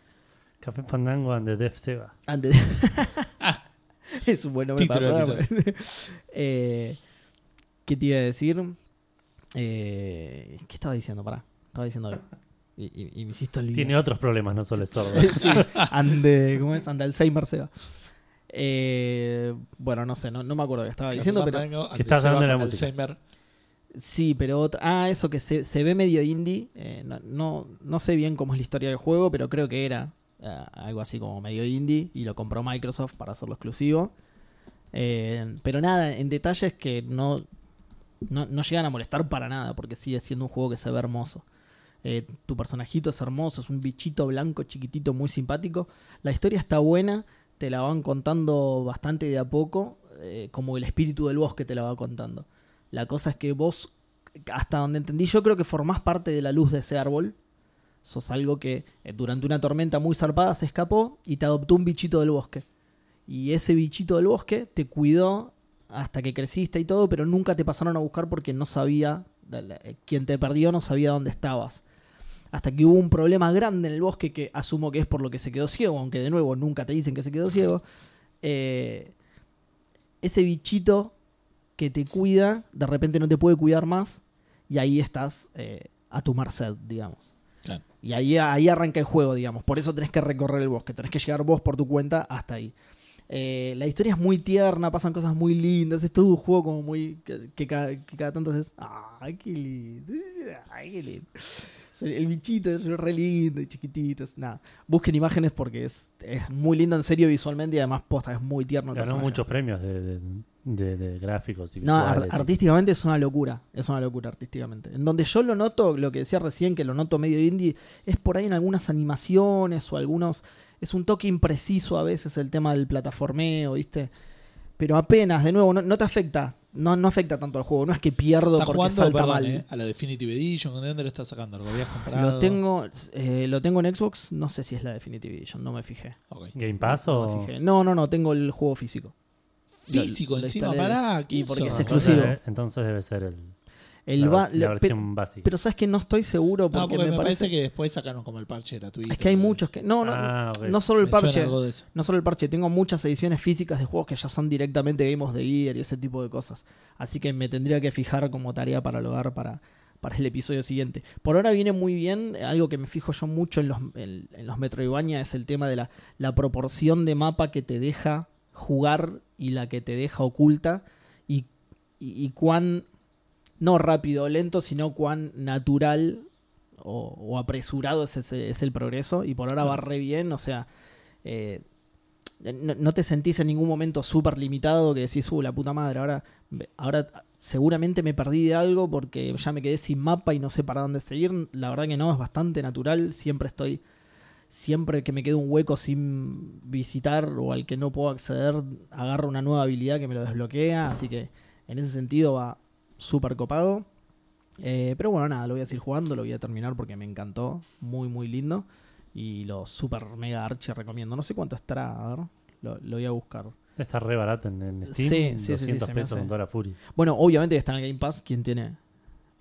Café Fandango and the Def Seba.
Antes
<laughs>
de- <laughs> es un buen nombre para
Ah. Título del
el programa. <laughs> Eh, ¿Qué te iba a decir? Eh, ¿Qué estaba diciendo? Pará, estaba diciendo algo. Y, y- y me hiciste olvidar. <laughs>
Tiene otros problemas, no solo es sordo.
sí, ande, ¿cómo es? Ande Alzheimer se va. Eh, bueno, no sé, no, no me acuerdo que
Ah,
estaba diciendo,
¿eh?
pero
que estás hablando de la música.
Alzheimer.
sí, pero otra. Ah, eso que se, se ve medio indie. eh, no, no, no sé bien cómo es la historia del juego, pero creo que era eh, algo así como medio indie y lo compró Microsoft para hacerlo exclusivo. Eh, pero nada, en detalles que no, no, no llegan a molestar para nada, porque sigue siendo un juego que se ve hermoso. Eh, tu personajito es hermoso, es un bichito blanco chiquitito muy simpático. La historia está buena, te la van contando bastante de a poco, eh, como el espíritu del bosque te la va contando. La cosa es que vos, hasta donde entendí, yo creo que formás parte de la luz de ese árbol. Sos algo que eh, durante una tormenta muy zarpada se escapó y te adoptó un bichito del bosque. Y ese bichito del bosque te cuidó hasta que creciste y todo, pero nunca te pasaron a buscar porque no sabía, la- la- eh, quien te perdió no sabía dónde estabas. Hasta que hubo un problema grande en el bosque que asumo que es por lo que se quedó ciego, aunque de nuevo nunca te dicen que se quedó ciego. Eh, ese bichito que te cuida, de repente no te puede cuidar más y ahí estás eh, a tu merced, digamos.
Claro.
Y ahí, ahí arranca el juego, digamos. Por eso tenés que recorrer el bosque, tenés que llegar vos por tu cuenta hasta ahí. Eh, la historia es muy tierna, pasan cosas muy lindas. Es todo un juego como muy. que, que cada, que cada tanto es. ¡Ay, qué lindo! ¡Ay, qué lindo! Es El el bichito es re lindo y chiquitito. es- Nada. Busquen imágenes porque es, es muy lindo en serio visualmente y además posta, es muy tierno. el
<laughs> Ganó
personaje.
muchos premios de, de- de- de gráficos y
No, ar-
visuales.
artísticamente es una locura. Es una locura artísticamente. En donde yo lo noto, lo que decía recién, que lo noto medio indie, es por ahí en algunas animaciones o algunos. Es un toque impreciso a veces el tema del plataformeo, ¿viste? Pero apenas, de nuevo, no, no te afecta. No, no afecta tanto al juego. No es que pierdo
Estás
porque
jugando
salta
perdón,
mal.
eh, a la Definitive Edition. ¿De dónde lo estás sacando? ¿Lo habías comprado?
Lo tengo, eh, lo tengo en Xbox, no sé si es la Definitive Edition, no me fijé.
Ok.
¿Game Pass
No,
o...?
me fijé. no, no, no, tengo el juego físico. Lo-
Físico,
lo
encima,
instalé.
pará. ¿qué
Y porque
hizo?
es exclusivo.
Ah, Entonces, entonces debe ser el,
El
la,
va-
la
le- pe-
versión básica.
pero sabes que no estoy seguro
No,
porque,
porque me,
parece
parece que después sacaron como el parche gratuito.
Es que hay muchos que. No, no,
Ah, ok.
no solo el
eh, Me suena
parche.
algo de eso.
No solo el parche, tengo muchas ediciones físicas de juegos que ya son directamente Game of the Year y ese tipo de cosas. Así que me tendría que fijar como tarea para el hogar para, para el episodio siguiente. Por ahora viene muy bien, eh, algo que me fijo yo mucho en los, en, en los Metroidvania es el tema de la, la proporción de mapa que te deja jugar y la que te deja oculta y, y- y cuán, no rápido o lento, sino cuán natural o, o apresurado es, ese- es el progreso. Y por ahora va re bien, o sea... eh, no, no te sentís en ningún momento súper limitado que decís, uh, la puta madre, ahora, ahora seguramente me perdí de algo porque ya me quedé sin mapa y no sé para dónde seguir. La verdad que no, es bastante natural, siempre estoy, siempre que me quedo un hueco sin visitar o al que no puedo acceder, agarro una nueva habilidad que me lo desbloquea, así que en ese sentido va súper copado. Eh, pero bueno, nada, lo voy a seguir jugando, lo voy a terminar porque me encantó, muy, muy lindo. Y lo super mega archi recomiendo. No sé cuánto estará, a ver, lo, lo voy a buscar.
Está re barato en, en
Sí,
Steam.
sí, sí, sí,
200
se me
pesos
hace.
con toda la furia.
Bueno, obviamente está en el Game Pass. Quien tiene,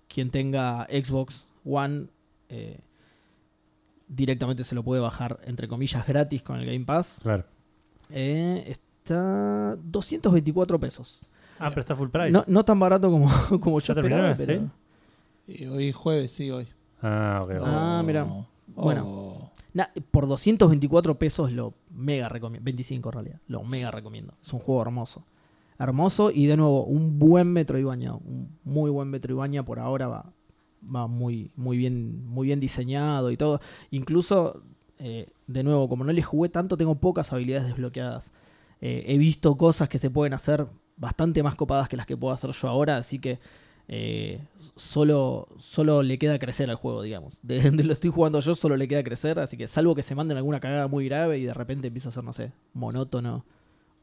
quien tenga Xbox One eh, directamente se lo puede bajar entre comillas gratis con el Game Pass.
Claro.
Eh, está 224 pesos.
Ah, pero está full price.
No, no tan barato como, <laughs> como yo
¿Ya terminaron
esperaba,
la
pero-
sale?
Y hoy es jueves, sí, hoy.
Ah, ok. ok.
Ah,
Oh,
mirá.
oh.
Bueno. Na- por 224 pesos lo mega recomiendo. 25 en realidad. Lo mega recomiendo. Es un juego hermoso. Hermoso y de nuevo, un buen Metroidvania. Un muy buen Metroidvania por ahora va, va muy, muy, bien, muy bien diseñado y todo. Incluso, eh, de nuevo, como no le jugué tanto, tengo pocas habilidades desbloqueadas. Eh, he visto cosas que se pueden hacer bastante más copadas que las que puedo hacer yo ahora, así que eh, solo, solo le queda crecer al juego, digamos. De <laughs> donde lo estoy jugando yo, solo le queda crecer. Así que, salvo que se manden alguna cagada muy grave y de repente empieza a ser, no sé, monótono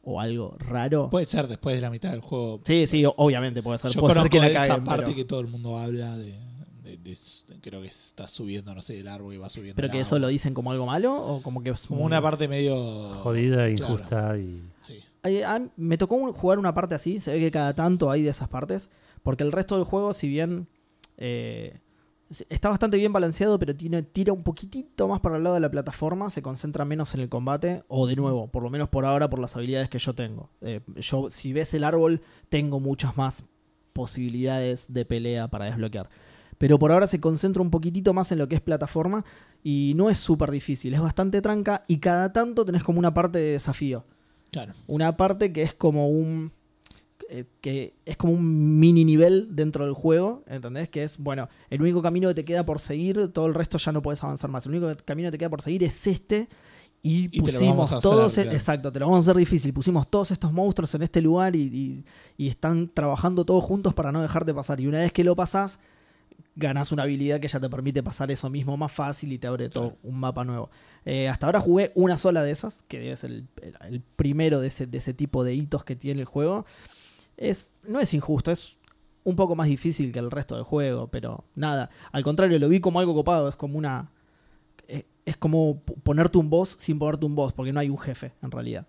o algo raro.
Puede ser después de la mitad del juego.
sí, sí, o- obviamente puede ser.
Yo
puede ser
conozco
que la
esa
caguen,
parte
pero,
que todo el mundo habla de, de- de- Creo que está subiendo, no sé, el árbol y va subiendo.
pero
el
que eso
árbol.
lo dicen como algo malo o como que es
Como
muy-
una parte medio.
Jodida, e
Claro.
injusta y...
Sí.
Eh, ah, me tocó un- jugar una parte así, se ve que cada tanto hay de esas partes, porque el resto del juego, si bien eh, s- está bastante bien balanceado, pero tiene, tira un poquitito más para el lado de la plataforma, se concentra menos en el combate, o de nuevo, por lo menos por ahora, por las habilidades que yo tengo. Eh, yo, si ves el árbol, tengo muchas más posibilidades de pelea para desbloquear. Pero por ahora se concentra un poquitito más en lo que es plataforma y no es súper difícil, es bastante tranca y cada tanto tenés como una parte de desafío.
Claro.
Una parte que es como un eh, que es como un mini nivel dentro del juego, ¿entendés? Que es, bueno, el único camino que te queda por seguir, todo el resto ya no puedes avanzar más. El único camino que te queda por seguir es este y,
Y te lo
pusimos
vamos a hacer,
todos, e-
claro.
exacto, te lo vamos a hacer difícil, pusimos todos estos monstruos en este lugar y, y- y están trabajando todos juntos para no dejarte pasar. Y una vez que lo pasás, ganás una habilidad que ya te permite pasar eso mismo más fácil y te abre todo
Claro.
un mapa nuevo. Eh, hasta ahora jugué una sola de esas, que debe ser el, el- el primero de ese, de ese tipo de hitos que tiene el juego. Es, no es injusto, es un poco más difícil que el resto del juego, pero nada. Al contrario, lo vi como algo copado, es como una... eh, Es como p- ponerte un boss sin ponerte un boss, porque no hay un jefe en realidad.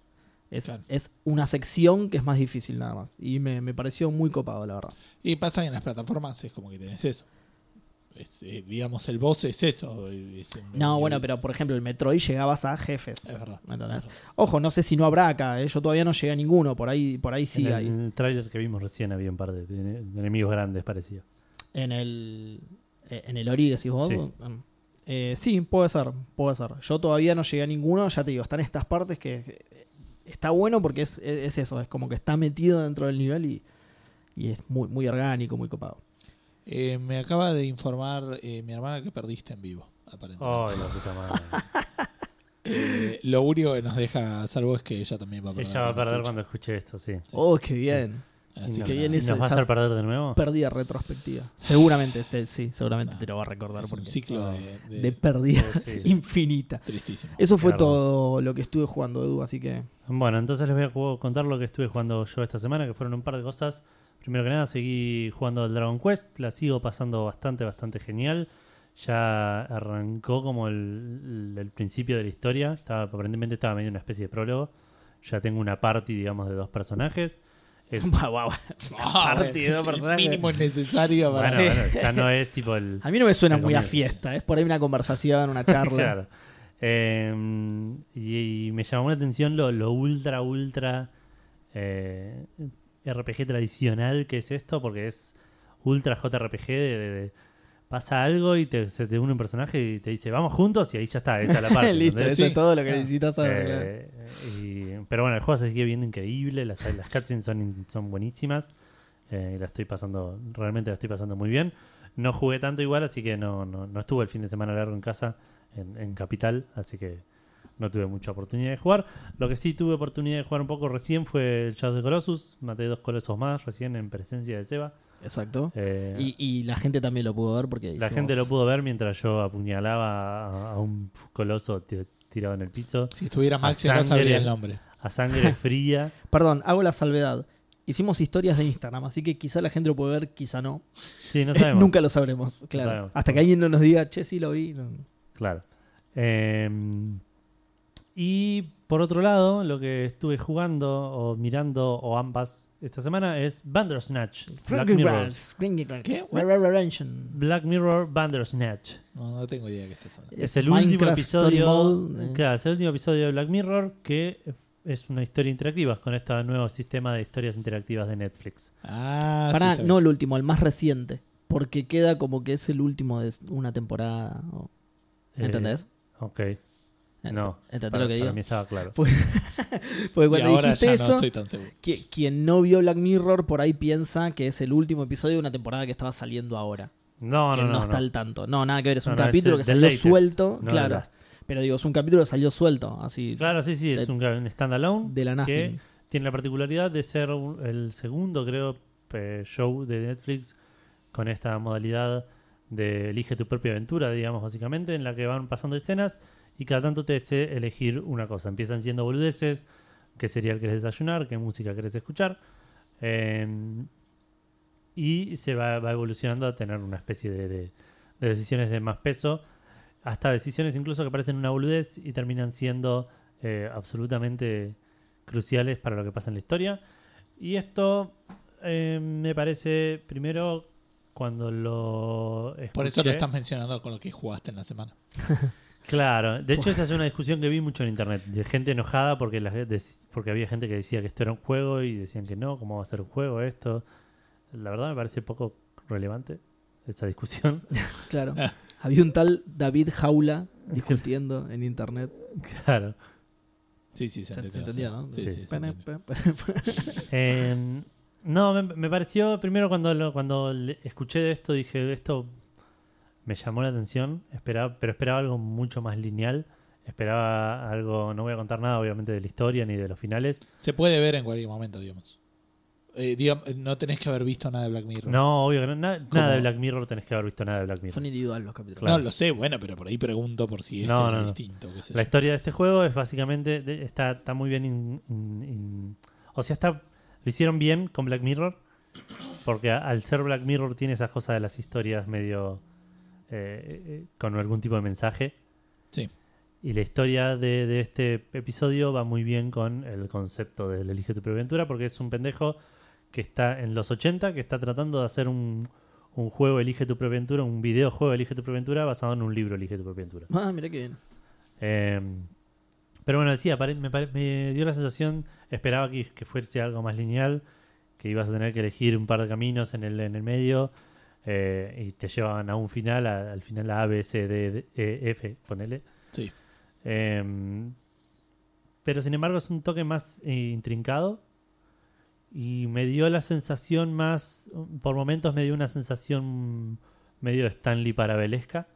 Es,
Claro.
es una sección que es más difícil nada más. Y me, me pareció muy copado, la verdad.
Y pasa que en las plataformas es como que tenés eso. Es, eh, digamos, el boss es eso. es un-
No,
un-
bueno, pero por ejemplo, el Metroid llegabas a jefes.
Es verdad.
¿Me entendés?
es verdad.
Ojo, no sé si no habrá acá, ¿eh? yo todavía no llegué a ninguno, por ahí, por ahí sí
en
hay.
el tráiler que vimos recién había un par de, de enemigos grandes, parecía.
En el. eh, En el Ori, decís vos.
Sí.
Mm. Eh, sí, puede ser, puede ser. Yo todavía no llegué a ninguno, ya te digo, están estas partes que. eh, Está bueno porque es, e-, es- es eso, es como que está metido dentro del nivel y, y es muy, muy orgánico, muy copado.
Eh, me acaba de informar eh, mi hermana que perdiste en vivo, aparentemente.
Ay, la puta <laughs> madre.
Eh, lo único que nos deja a salvo es que ella también va a perder.
Ella va a perder
escuche.
cuando escuche esto, sí.
Oh, qué bien.
Así
que
Y
que
nos-
viene
y
ese-
¿Nos va a
esa-
hacer perder de nuevo?
Pérdida retrospectiva. Seguramente, este- sí, seguramente
Ah,
te lo va a recordar
es un
porque.
ciclo
ah,
de, de-
De
<laughs>
pérdida
Sí.
<laughs> infinita.
tristísimo.
Eso fue
Claro.
todo lo que estuve jugando, Edu, así que.
Bueno, entonces les voy a ju- contar lo que estuve jugando yo esta semana, que fueron un par de cosas. Primero que nada, seguí jugando al Dragon Quest, la sigo pasando bastante, bastante genial. Ya arrancó como el, el principio de la historia, estaba, aparentemente estaba medio una especie de prólogo. Ya tengo una party, digamos, de dos personajes.
<laughs>
Es-
Buah, buah, buah.
<laughs> Ah, bueno,
Partido,
el
personaje.
mínimo es necesario para.
bueno, bueno, ya no es tipo el...
A mí no me suena
El
muy a
comienzo.
fiesta, es por ahí una conversación,
<laughs>
una charla.
Claro. Eh, y, y me llamó la atención lo, lo ultra, ultra eh, RPG tradicional que es esto, porque es ultra JRPG de... de- de- pasa algo y te, se te une un personaje y te dice, vamos juntos, y ahí ya está, esa es la
<laughs>
parte.
Listo,
¿entendés?
eso
Sí.
es todo lo que
Ah.
necesitas saber. claro.
Eh, y- pero bueno, el juego se sigue viendo increíble, las, las cutscenes son, in- son buenísimas, eh, y la estoy pasando, realmente la estoy pasando muy bien. No jugué tanto igual, así que no, no, no estuve el fin de semana largo en casa, en, en Capital, así que no tuve mucha oportunidad de jugar. Lo que sí tuve oportunidad de jugar un poco recién fue el Shadow of the Colossus, maté dos colosos más recién en presencia de Seba.
Exacto.
Eh,
Y, y la gente también lo pudo ver porque
la
hicimos-
gente lo pudo ver mientras yo apuñalaba a, a un coloso ti- tirado en el piso,
Si estuviera Maxi
A
acá sabría
sangre.
el nombre.
<laughs>
a sangre fría.
Perdón, hago la salvedad. Hicimos historias de Instagram, así que quizá la gente lo puede ver, quizá no.
Sí, no sabemos.
Eh, <laughs> Nunca lo sabremos, claro.
sabemos.
Hasta que alguien no nos diga, che, sí lo vi. no.
Claro. Em, y por otro lado, lo que estuve jugando o mirando o ambas esta semana es Bandersnatch. Black
Frankie
Mirror.
Grants, Frankie Grants,
¿Qué?
Red Red Redemption.
Black Mirror Bandersnatch.
No, no tengo idea que estés hablando.
Es,
Es
el
Minecraft
último
Story
episodio.
Mode, eh.
Claro, es el último episodio de Black Mirror que es una historia interactiva con este nuevo sistema de historias interactivas de Netflix.
Ah, sí,
Pará,
está bien.
no el último, el más reciente. Porque queda como que es el último de una temporada. o-
Eh,
¿Entendés?
ok. No.
¿Entendés
para,
lo que
para
digo?
mí estaba claro.
Porque
Y
cuando
ahora
dijiste
ya
eso,
no estoy tan seguro.
qui- quien no vio Black Mirror por ahí piensa que es el último episodio de una temporada que estaba saliendo ahora.
No, no,
quien
no.
no, está
no.
al tanto. No, nada que ver, es
No,
un
no, es
capítulo
el-
que
the
salió
latest,
suelto.
No,
claro.
las-
Pero digo, es un capítulo que salió suelto, así
Claro, sí, sí, es
De-
un, un standalone.
de la nada.
que tiene la particularidad de ser un- el segundo, creo, eh, show de Netflix con esta modalidad de elige tu propia aventura, digamos, básicamente, en la que van pasando escenas y cada tanto te hace elegir una cosa. Empiezan siendo boludeces, qué cereal querés desayunar, qué música querés escuchar. eh, y se va, va evolucionando a tener una especie de, de- de decisiones de más peso, hasta decisiones incluso que parecen una boludez y terminan siendo eh, absolutamente cruciales para lo que pasa en la historia. Y esto eh, me parece, primero, cuando lo.
Por eso lo
escuché-
estás mencionando con lo que jugaste en la semana.
Claro, de hecho esa es una discusión que vi mucho en internet, de gente enojada porque, la, ge- dec- porque había gente que decía que esto era un juego y decían que no, ¿cómo va a ser un juego esto? La verdad me parece poco relevante, esa discusión.
Claro. Había un tal David Jaula discutiendo en internet.
Claro.
Sí, sí, se
Se,
entendió.
se entendía, ¿no?
Sí, sí, se
Pene, <laughs>
entendió.
pe- pe-
Eh, no, me, me pareció, primero cuando, lo- cuando le- escuché de esto, dije, esto me llamó la atención, esperaba, pero esperaba algo mucho más lineal. Esperaba algo, no voy a contar nada obviamente de la historia ni de los finales.
Se puede ver en cualquier momento, digamos. Eh, digam- no tenés que haber visto nada de Black Mirror.
No, obvio que no, na- nada de
¿Cómo?
Black Mirror tenés que haber visto nada de Black Mirror.
Son individuales los capítulos.
Claro.
No, lo sé, bueno, pero por ahí pregunto por si este
No,
es
no, no.
distinto. qué sé
La
yo.
historia de este juego es básicamente, de- está, está muy bien, in- in- in- o sea, está, lo hicieron bien con Black Mirror, porque a- al ser Black Mirror tiene esa cosa de las historias medio eh, eh, con algún tipo de mensaje.
Sí.
Y la historia de, de este episodio va muy bien con el concepto del Elige tu Preventura, porque es un pendejo que está en los 80, que está tratando de hacer un, un juego Elige tu Preventura, un videojuego Elige tu Preventura basado en un libro Elige tu Preventura.
Ah, mirá que bien.
Eh, pero bueno, decía, pare- me, pare- me dio la sensación, esperaba que, que fuese algo más lineal, que ibas a tener que elegir un par de caminos en el, en el medio eh, y te llevaban a un final, a- al final a, B, C, D, D, E, F, ponele.
Sí.
Eh, pero sin embargo es un toque más eh, intrincado y me dio la sensación más, por momentos me dio una sensación medio Stanley parabelesca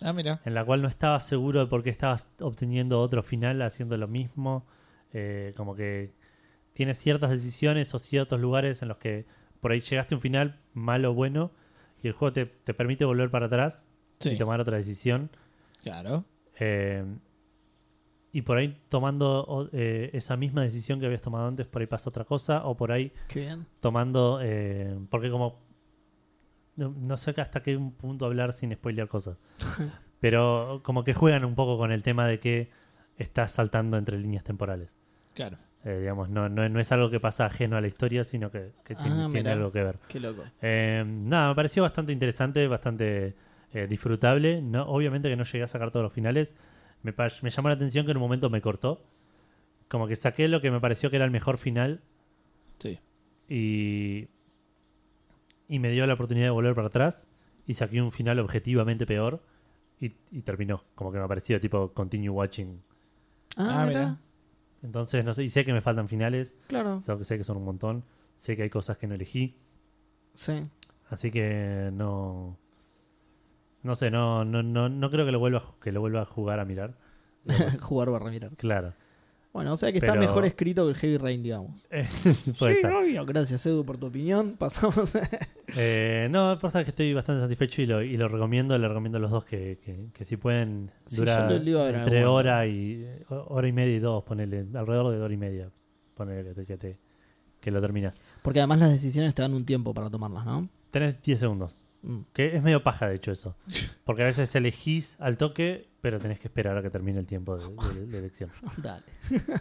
Ah, mira.
en la cual no estaba seguro de por qué estabas obteniendo otro final haciendo lo mismo. Eh, como que tienes ciertas decisiones o ciertos lugares en los que por ahí llegaste a un final malo o bueno y el juego te, te permite volver para atrás
Sí,
y tomar otra decisión.
claro.
Eh, y por ahí tomando o- eh, esa misma decisión que habías tomado antes, por ahí pasa otra cosa o por ahí
Qué bien.
tomando... eh, porque como... No, no sé hasta qué punto hablar sin
<laughs>
spoilear cosas. Pero como que juegan un poco con el tema de que estás saltando entre líneas temporales.
Claro.
Eh, digamos, no, no, no es algo que pasa ajeno a la historia, sino que, que
Ah,
tiene, tiene
mirá.
algo que ver.
Qué loco.
Eh, nada, me pareció bastante interesante, bastante eh, disfrutable. No, obviamente que no llegué a sacar todos los finales. Me, pa- me llamó la atención que en un momento me cortó. Como que saqué lo que me pareció que era el mejor final
Sí.
y, y me dio la oportunidad de volver para atrás y saqué un final objetivamente peor y, y terminó. Como que me pareció tipo continue watching.
Ah,
Ah,
mirá.
mirá.
Entonces, no sé, y sé que me faltan finales,
Claro.
sé que- sé que son un montón, sé que hay cosas que no elegí,
Sí.
así que no... No sé, no, no, no, no creo que lo vuelva a, ju- que lo vuelva a jugar a mirar.
<laughs> Jugar barra mirar.
Claro. <laughs>
Bueno, o sea que
Pero-
está mejor escrito que el Heavy Rain, digamos.
Puede
sí,
ser.
obvio. Gracias, Edu, por tu opinión. <laughs> Pasamos a...
Eh, no, pasa que estoy bastante satisfecho y lo, y lo recomiendo, le recomiendo a los dos que, que- que si pueden
Sí,
dura
yo lo- lo iba a ver en
entre
algún
hora y eh, hora y media y dos, ponele, alrededor de hora y media, ponele que te- que, te- que lo terminas.
Porque además las decisiones te dan un tiempo para tomarlas, ¿no?
Tenés 10 segundos,
Mm.
que es medio paja de hecho eso, porque a veces elegís al toque, pero tenés que esperar a que termine el tiempo de, de- de elección.
<laughs> Dale.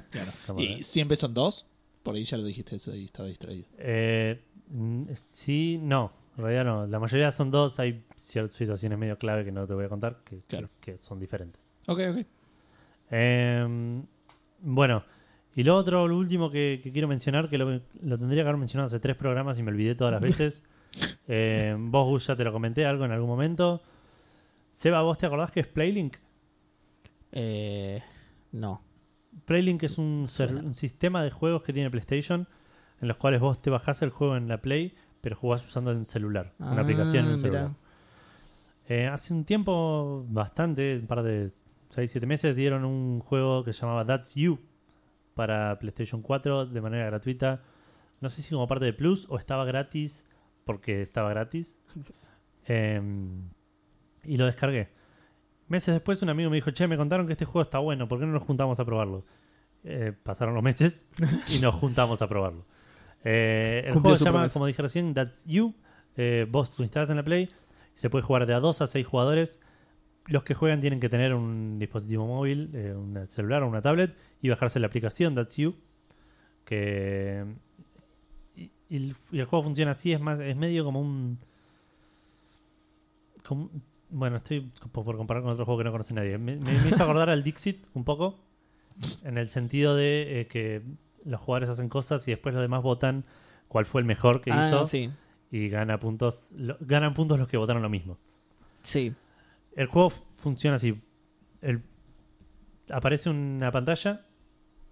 claro.
Como
Y
de-
siempre son dos. Por ahí ya lo dijiste eso y estaba distraído.
Eh, mm, es- sí, no, en realidad no, la mayoría son dos, hay ciertas situaciones medio clave que no te voy a contar que-
Claro.
que- que son diferentes.
Ok, ok.
Eh, bueno, y lo otro, lo último que, que quiero mencionar, que lo, lo tendría que haber mencionado hace tres programas y me olvidé
<laughs>
todas las veces. Eh, vos, Gus, ya te lo comenté algo en algún momento. Seba, ¿vos te acordás que es Playlink?
Eh, no.
Playlink es un, ser-
Suena.
un sistema de juegos que tiene PlayStation, en los cuales vos te bajás el juego en la Play, pero jugás usando un celular, una
Ah,
aplicación en un
mirá.
celular. Eh, hace un tiempo, bastante, un par de 6-7 meses, dieron un juego que se llamaba That's You para PlayStation 4 de manera gratuita. No sé si como parte de Plus o estaba gratis porque
<laughs>
estaba gratis. Eh, y lo descargué. Meses después un amigo me dijo, che, me contaron que este juego está bueno, ¿por qué no nos juntamos a probarlo? Eh, pasaron los meses y nos juntamos a probarlo. Eh, el
Cumplió
juego
su
se llama,
promesa.
como dije recién, That's You. Eh, vos lo instalás en la Play. Se puede jugar de a 2 a 6 jugadores. Los que juegan tienen que tener un dispositivo móvil, eh, un celular o una tablet, y bajarse la aplicación That's You. Que. Y, y el, y el juego funciona así, es más, es medio como un. como- bueno, estoy por, por comparar con otro juego que no conoce nadie. Me, me- me hizo acordar al Dixit un poco, en el sentido de eh, que los jugadores hacen cosas y después los demás votan cuál fue el mejor que
Ah,
hizo
sí.
y gana puntos, lo- ganan puntos los que votaron lo mismo.
Sí.
El juego f- funciona así. El- aparece una pantalla,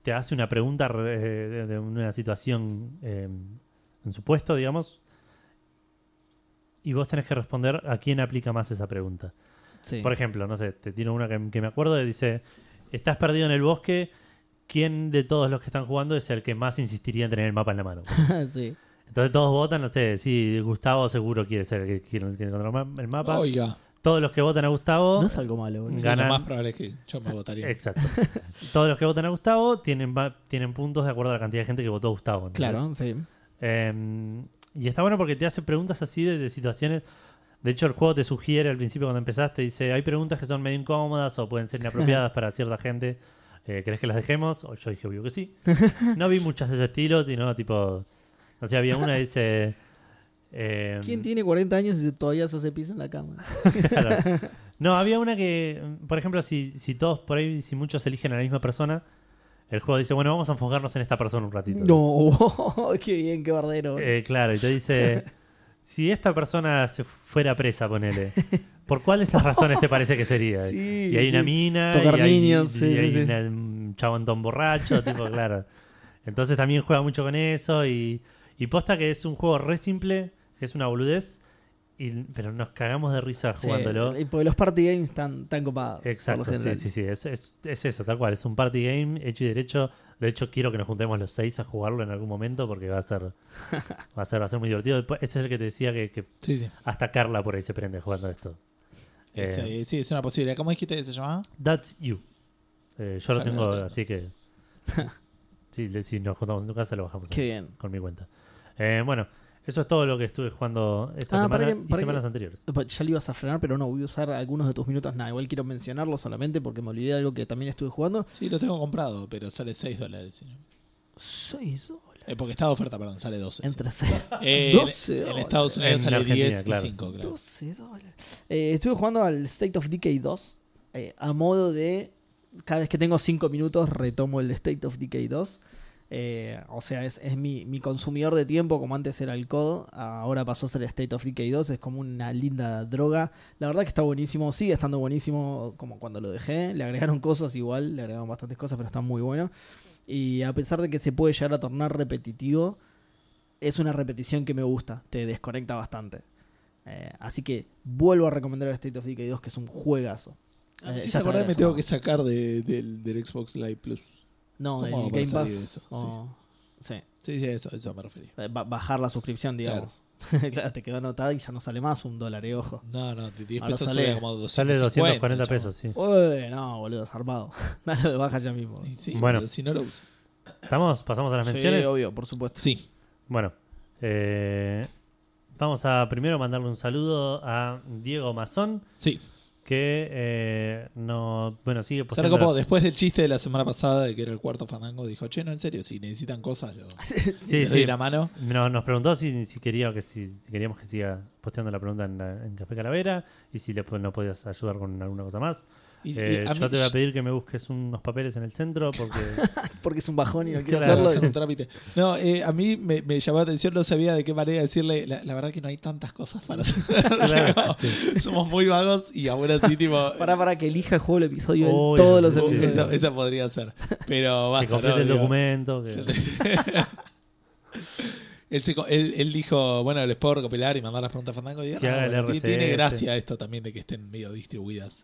te hace una pregunta re- de, de una situación eh, en su puesto, digamos, y vos tenés que responder a quién aplica más esa pregunta.
sí. <laughs>
Por ejemplo, no sé, te tiro una que, que me acuerdo y dice, estás perdido en el bosque, ¿quién de todos los que están jugando es el que más insistiría en tener el mapa en la mano?
sí.
Entonces todos votan, no sé, sí, Gustavo seguro quiere ser el que quiere quiere encontrar ma- el mapa.
Oiga,
Todos los que votan a Gustavo...
No es algo malo, boludo.
sí,
Ganan.
lo más probable es que yo me votaría.
<laughs>
Exacto. Todos los que votan a Gustavo tienen, va- tienen puntos de acuerdo a la cantidad de gente que votó a Gustavo. ¿entendés?
Claro, sí.
Eh, y está bueno porque te hace preguntas así de, de situaciones. De hecho, el juego te sugiere al principio cuando empezaste, dice, hay preguntas que son medio incómodas o pueden
<laughs>
ser inapropiadas para cierta gente. Eh, ¿Querés que las dejemos? O yo dije, obvio
<laughs>
que sí. No vi muchas de ese estilo, sino tipo... No sé, había una que dice... eh,
¿Quién tiene 40 años y todavía se hace piso en la cama?
Claro. No, había una que, mm, por ejemplo, si, si todos por ahí, si muchos eligen a la misma persona, el juego dice, bueno, vamos a enfocarnos en esta persona un ratito.
No, <laughs> qué bien, qué bardero.
Eh, claro, y te
<laughs>
dice, si esta persona se fuera presa, ponele, ¿por cuál de estas razones te parece que sería?
<laughs> Sí,
y hay una
sí.
mina,
Tocar
y hay,
niños, sí,
y
sí,
hay
sí.
una- un chabón tan borracho, tipo, claro. Entonces también juega mucho con eso y, y posta que es un juego re simple, que es una boludez, y, pero nos cagamos de risa
Sí,
jugándolo.
y porque los party games están tan copados. por lo
Exacto, sí,
general.
sí, sí, es, es- es eso, tal cual, es un party game hecho y derecho. De hecho, quiero que nos juntemos los seis a jugarlo en algún momento porque va
<laughs>
a ser, va a ser, va a ser muy divertido. Este es el que te decía que, que
Sí, sí.
hasta Carla por ahí se prende jugando esto. Eh,
Sí, sí, es una posibilidad. ¿Cómo dijiste que se llamaba?
That's you. Eh, yo lo
Ojalá
tengo,
lo tenga.
<laughs>
así que sí, le- si nos juntamos en tu casa lo bajamos
Qué
ahí,
bien.
con mi cuenta. Eh, bueno, eso es todo lo que estuve jugando esta
Ah,
semana
para que-
y
para que-
semanas anteriores.
Ya lo ibas a frenar, pero no, voy a usar algunos de tus minutos. Nada, igual quiero mencionarlo solamente porque me olvidé de algo que también estuve jugando.
Sí, lo tengo comprado, pero sale 6 dólares. si no.
6 dólares.
Eh, porque está de oferta, perdón, sale 12. sí.
Entre 6
Eh,
12
en- en
dólares.
Estados Unidos
En
sale
Argentina,
10
claro.
y 5, claro.
12 dólares. Eh, estuve jugando al State of Decay 2 eh, a modo de. Cada vez que tengo 5 minutos retomo el State of Decay 2. Eh, o sea, es, es mi, mi consumidor de tiempo, como antes era el COD, ahora pasó a ser el State of Decay 2, es como una linda droga. La verdad que está buenísimo, sigue estando buenísimo como cuando lo dejé. Le agregaron cosas igual, le agregaron bastantes cosas, pero está muy bueno. Y a pesar de que se puede llegar a tornar repetitivo, es una repetición que me gusta, te desconecta bastante. Eh, así que vuelvo a recomendar el State of Decay 2, que es un juegazo. Eh, ya
Ah, sí, te
está
acordás, me
grabado.
tengo que sacar de- del, del Xbox Live Plus.
No,
¿Cómo
el
hago para
Game Pass.
salir de eso?
o- sí.
Sí, sí, eso, eso me refería.
Eh, ba- bajar la suscripción, digamos. <laughs> Claro. te quedó anotada y ya no sale más un dólar, eh, ojo.
No, no, de 10
Ahora
pesos
sale-
sale como 250.
Sale 240
chabón.
pesos, sí.
Uy, no, boludo, zarpado. <laughs> Dale de baja ya mismo.
Y Sí,
Bueno.
bueno. Si no lo uso.
¿Estamos? ¿Pasamos a las
Sí,
menciones?
obvio, por supuesto. <laughs>
Sí.
Bueno, eh, vamos a primero mandarle un saludo a Diego Mazón,
Sí,
Pues que eh, no, bueno, sigue
se
posteando
recopó. Después del chiste de la semana pasada de que era el cuarto fandango, dijo, che, no, en serio, si necesitan cosas, yo
Sí,
les
sí.
doy la mano.
No- nos preguntó si, si quería que si, si queríamos que siga posteando la pregunta en, la- en Café Calavera y si le po- nos podías ayudar con alguna cosa más.
Y, y
Eh,
a
yo
mí-
te voy a pedir que me busques unos papeles en el centro
<laughs>
porque
Porque es un bajón y no quiero
Claro.
Hacerlo
<laughs>
hacerlo.
en un trámite. No, eh, a mí me, me llamó la atención, no sabía de qué manera decirle. La, la verdad que no hay tantas cosas para hacer. <laughs>
Claro,
Somos muy vagos y aún así,
<laughs>
tipo. uh,
Para, para que elija el juego el episodio
Uy,
en todos
no
los
sé, sí,
episodios.
esa, esa podría ser. Pero
que
basta.
complete
¿no?
el
Digo,
documento. que-
Él, se co- él- él dijo, bueno, les puedo recopilar y mandar las preguntas a Fandango. Y digo,
Que
ah,
haga el
bueno, ti-
RSS.
tiene gracia esto también de que estén medio distribuidas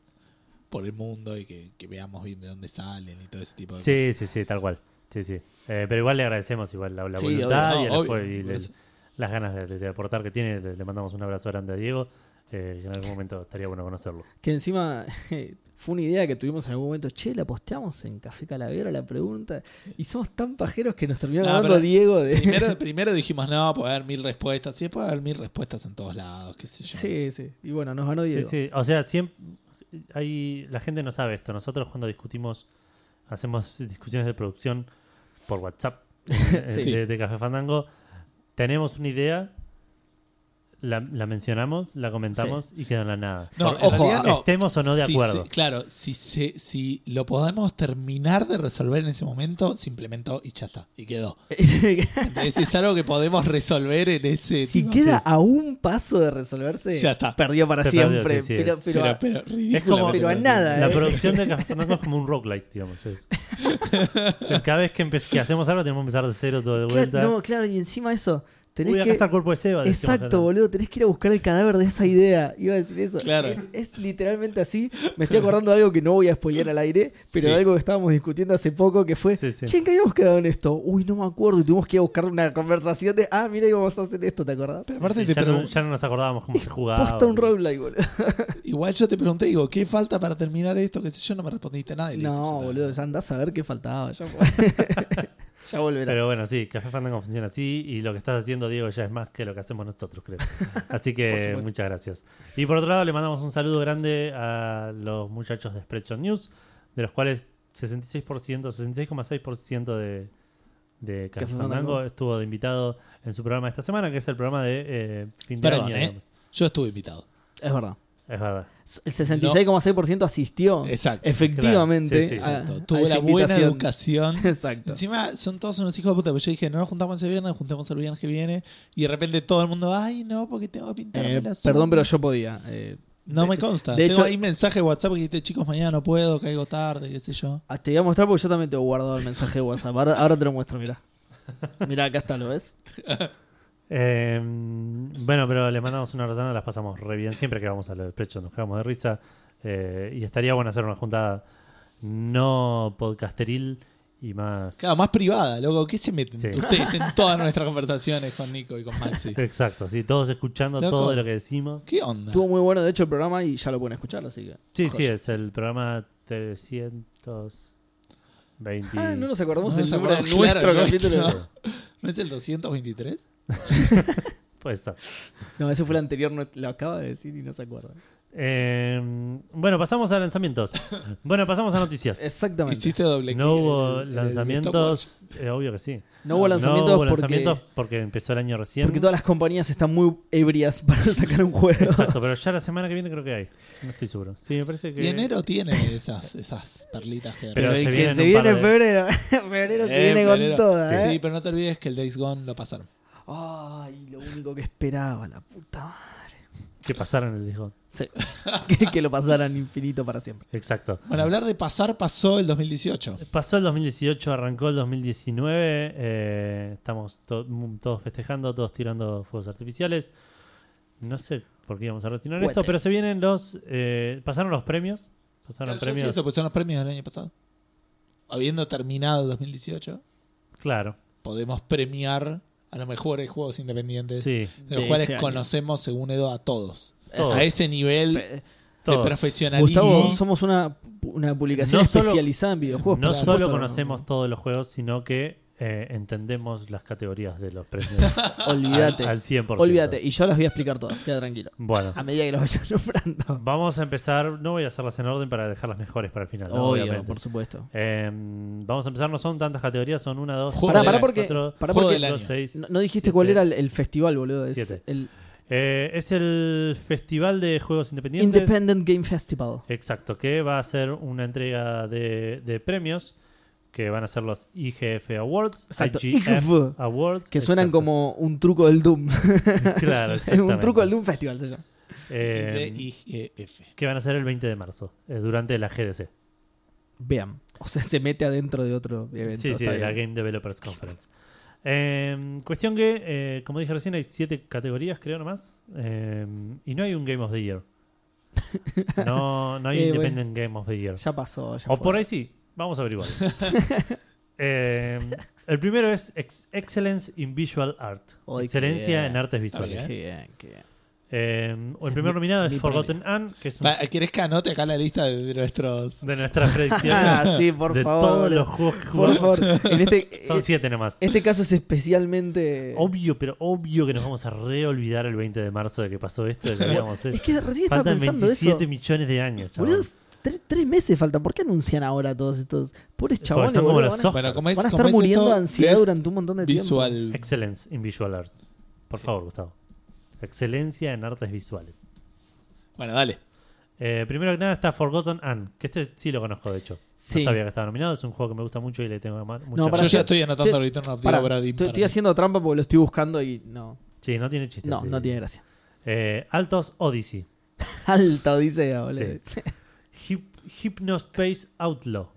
por el mundo y que, que veamos bien de dónde salen y todo ese tipo de
Sí, sí, sí, tal cual. Sí, sí. Eh, pero igual le agradecemos igual la, la
Sí,
voluntad
obvio.
y, el
No,
esfuerzo
obvio,
y
por
le-
eso.
las ganas de, de- de aportar que tiene. Le, le mandamos un abrazo grande a Diego. eh, que en algún momento estaría bueno conocerlo.
Que encima <laughs> fue una idea que tuvimos en algún momento. Che, la posteamos en Café Calavera la pregunta. Y somos tan pajeros que nos terminó
No,
hablando
pero-
Diego de. <laughs>
cosas. Primero, primero dijimos, no, puede haber mil respuestas. Sí, puede haber mil respuestas en todos lados, qué sé yo. no sé.
Sí, sí. Y bueno, nos ganó <laughs>
Sí,
Diego.
sí. O sea, siempre hay, la gente no sabe esto. Nosotros cuando discutimos, hacemos discusiones de producción por WhatsApp eh,
<laughs> Sí.
de, de Café Fandango, tenemos una idea, la, la mencionamos, la comentamos y queda en la nada.
No,
Por-
ojo,
en realidad
a-
no.
Estemos o no de
si
acuerdo.
se- claro, si, se- si lo podemos terminar de resolver en ese momento, se implementó y ya está. Y quedó. Entonces, es algo que podemos resolver en ese.
si
tipo-
queda a un paso de resolverse,
Ya está.
perdió para
Se perdió,
siempre.
sí, sí,
pero,
es.
pero-
pero, pero ridículamente
como-
pero a
parecido.
nada,
La
eh.
producción de Cafandango es como un roguelike,
<laughs>
digamos. es. O sea, cada vez que, empe- que hacemos algo tenemos que empezar de cero todo de
Claro,
vuelta.
no, claro, y encima eso. Tenés
Uy, acá
que,
está el cuerpo de Seba. decimos
Exacto,
acá.
boludo. Tenés que ir a buscar el cadáver de esa idea. Iba a decir eso.
Claro.
Es, es literalmente así. Me estoy acordando de algo que no voy a spoilear al aire, pero
Sí.
de algo que estábamos discutiendo hace poco que fue.
Sí, sí.
Che, ¿en qué habíamos quedado en esto? Uy, no me acuerdo. Y tuvimos que ir a buscar una conversación de. Ah, mira, íbamos a hacer esto, ¿te acordás?
Pero aparte
Y
te
ya, no,
pregun-
ya no nos
<laughs>
acordábamos cómo se jugaba.
Posta un
boludo.
roguelike, boludo.
Igual yo te pregunté, digo, ¿qué falta para terminar esto? Que sé yo, no me respondiste nada. y listo, ya
No,
está.
boludo, ya andás a ver qué faltaba. Ya, ya volverá.
Pero bueno, sí, Café Fandango funciona así y lo que estás haciendo, Diego, ya es más que lo que hacemos nosotros,
<laughs>
creo. Así
Por
que
supuesto.
muchas gracias. Y por otro lado, le mandamos un saludo grande a los muchachos de Spreadshot News, de los cuales 66%, 66,6% de, de Café,
Café
Fandango,
Fandango.
estuvo de invitado en su programa esta semana, que es el programa de eh, fin de
Perdón,
año.
¿eh?
digamos.
Yo estuve invitado.
Es verdad.
Es verdad.
El 66,6% asistió.
Exacto.
Efectivamente.
Claro, sí, sí,
a-
Exacto.
a
Tuve
esa
la buena
invitación.
educación.
<laughs> Exacto.
Encima son todos unos hijos de puta, porque yo dije, no nos juntamos ese viernes, nos juntamos el viernes que viene, y de repente todo el mundo, ay no, porque tengo que pintar
Eh, perdón, pero yo podía. eh,
No me consta.
de
De
hecho-
hecho, hay mensaje de WhatsApp que dijiste, chicos, mañana no puedo, caigo tarde, qué sé yo.
Ah, Te voy a mostrar porque yo también tengo guardado el mensaje de WhatsApp. Ahora, ahora te lo muestro, mirá. Mirá, acá está, ¿lo ves?
Eh, bueno, pero les mandamos una rozana, las pasamos re bien. Siempre que vamos a los despechos nos cagamos de risa. Eh, y estaría bueno hacer una juntada no podcasteril y más.
Claro, más privada, loco, ¿qué se meten
Sí.
<laughs>
ustedes en todas nuestras conversaciones con Nico y con Maxi?
Exacto, sí, todos escuchando
Loco.
todo de lo que decimos.
¿Qué onda?
Estuvo muy bueno, de hecho, el programa y ya lo pueden escuchar, así que.
Sí, sí,
Joya.
es el programa 320.
Ah, no nos acordamos
No
el
nos
número de
acordamos, claro,
nuestro
no,
capítulo. No.
no. <laughs> ¿No es el 223?
Pues está.
ese fue el anterior, no- lo acaba de decir y no se acuerda.
Eh, bueno, pasamos
<laughs>
a lanzamientos. Bueno, pasamos a noticias.
Exactamente.
Hiciste doble clic
No
en
hubo
el- en el
lanzamientos, eh, obvio que sí.
no hubo lanzamientos,
no hubo
porque,
lanzamientos porque empezó el año recién.
porque todas las compañías están muy ebrias para <laughs> sacar un juego.
Exacto, pero ya la semana que viene creo que hay. No estoy seguro. Sí, me parece que.
Y enero tiene esas, esas perlitas que de
Pero
Pero, el
se
que
vienen
se
un
viene
par
en
de-
febrero. <laughs> febrero se
Eh,
viene
febrero.
con toda,
Sí,
¿eh?
sí, pero no te olvides que el Days Gone lo pasaron.
Ay, lo único que esperaba, la puta madre.
Que pasaron el disco.
Sí. <laughs> que, que lo pasaran infinito para siempre.
Exacto.
Bueno, hablar de pasar pasó el 2018.
Pasó el 2018, arrancó el 2019. eh, estamos to- mm, todos festejando, todos tirando fuegos artificiales. No sé por qué íbamos a retirar esto,
Cohetes.
pero se vienen los. eh, pasaron los premios. Pasaron
Claro, yo
premios.
sí, eso, pues son los premios del año pasado. Habiendo terminado el 2018,
Claro.
podemos premiar a los mejores juegos independientes,
Sí.
de los
De
cuales
ese año.
conocemos, según Edo, a todos.
Todos.
A ese nivel
Pe-
Todos.
de profesionalismo.
Gustavo, somos una, una publicación
No solo-
especializada en videojuegos.
No
por
solo
supuesto,
conocemos todos los juegos, sino que eh, entendemos las categorías de los premios.
<laughs> Olvídate.
al, al 100%.
Olvídate. Y yo las voy a explicar todas, queda tranquilo.
Bueno.
A medida que los vaya <laughs> nombrando.
Vamos a empezar, no voy a hacerlas en orden para dejar las mejores para el final, ¿no?
Obvio,
obviamente.
por supuesto.
Em, vamos a empezar, no son tantas categorías, son una, dos,
Juego
tres,
del año.
Pará, porque-
cuatro,
pará,
Juego
porque
del año.
dos, seis,
No, no dijiste
siete.
cuál era el, el festival, boludo. Es
Siete.
el
Eh, es el Festival de Juegos Independientes.
Independent Game Festival.
Exacto, que va a ser una entrega de, de premios que van a ser los IGF Awards,
Exacto,
IGF
IGF,
Awards.
Que suenan
exacto.
como un truco del Doom.
<laughs>
<laughs>
Claro,
Es <laughs> un
exactamente.
truco del Doom Festival, se llama.
Eh,
IDIGF.
que van a ser el 20 de marzo, eh, durante la GDC.
Vean. O sea, se mete adentro de otro evento.
Sí, sí,
está
de la
bien.
Game Developers Conference. Eh, cuestión que, eh, como dije recién, hay siete categorías, creo nomás. eh, y no hay un Game of the Year.
<laughs>
No, no hay
Eh,
Independent Game of the Year.
Ya pasó. Ya
O
fue.
por ahí sí, vamos a
<laughs>
averiguar. Eh, el primero es Ex- Excellence in Visual Art.
Ay, qué
Excelencia
bien.
en artes
bien,
visuales.
Qué bien, qué bien.
Eh, o
Ese
el
es
primer
mi-
nominado es
mi
Forgotten Anne, que es un-
Va, ¿Querés que anote acá la lista de nuestros.
de nuestras
<laughs>
predicciones.
Ah, sí, <laughs> por
de
favor.
todos los juegos que
Por
jugamos.
favor. En
<laughs>
este,
Son
eh,
siete nomás.
este caso es especialmente.
Obvio, pero obvio que nos vamos a reolvidar el 20 de marzo de que pasó
<laughs>
esto, de que habíamos
Es
hecho.
que recién estaba
Faltan
pensando
27
eso.
millones de años, chabón.
Boludo, tre- tres meses faltan. ¿Por qué anuncian ahora todos estos pobres chabones?
son como
boludo?
los
van, a,
Oscars.
Bueno, como es,
van a
como
estar
es
muriendo
esto,
de ansiedad
es
durante un montón de tiempo.
Visual.
Excellence in Visual Art. Por favor, Gustavo. Excelencia en artes visuales.
Bueno, dale.
Eh, primero que nada está Forgotten Anne, que este sí lo conozco, de hecho.
Sí.
No sabía que estaba nominado, es un juego que me gusta mucho y le tengo ama- mucha
No, Pará,
Yo ya
te-
estoy anotando
te-
el Return of the
Pará,
Obra Dinn
estoy,
para
estoy
mí.
haciendo trampa porque lo estoy buscando y no.
Sí, no tiene chiste.
No,
sí.
no tiene gracia.
Eh, Altos Odyssey.
Alta odisea, boludo.
Hip- Hypnospace Outlaw.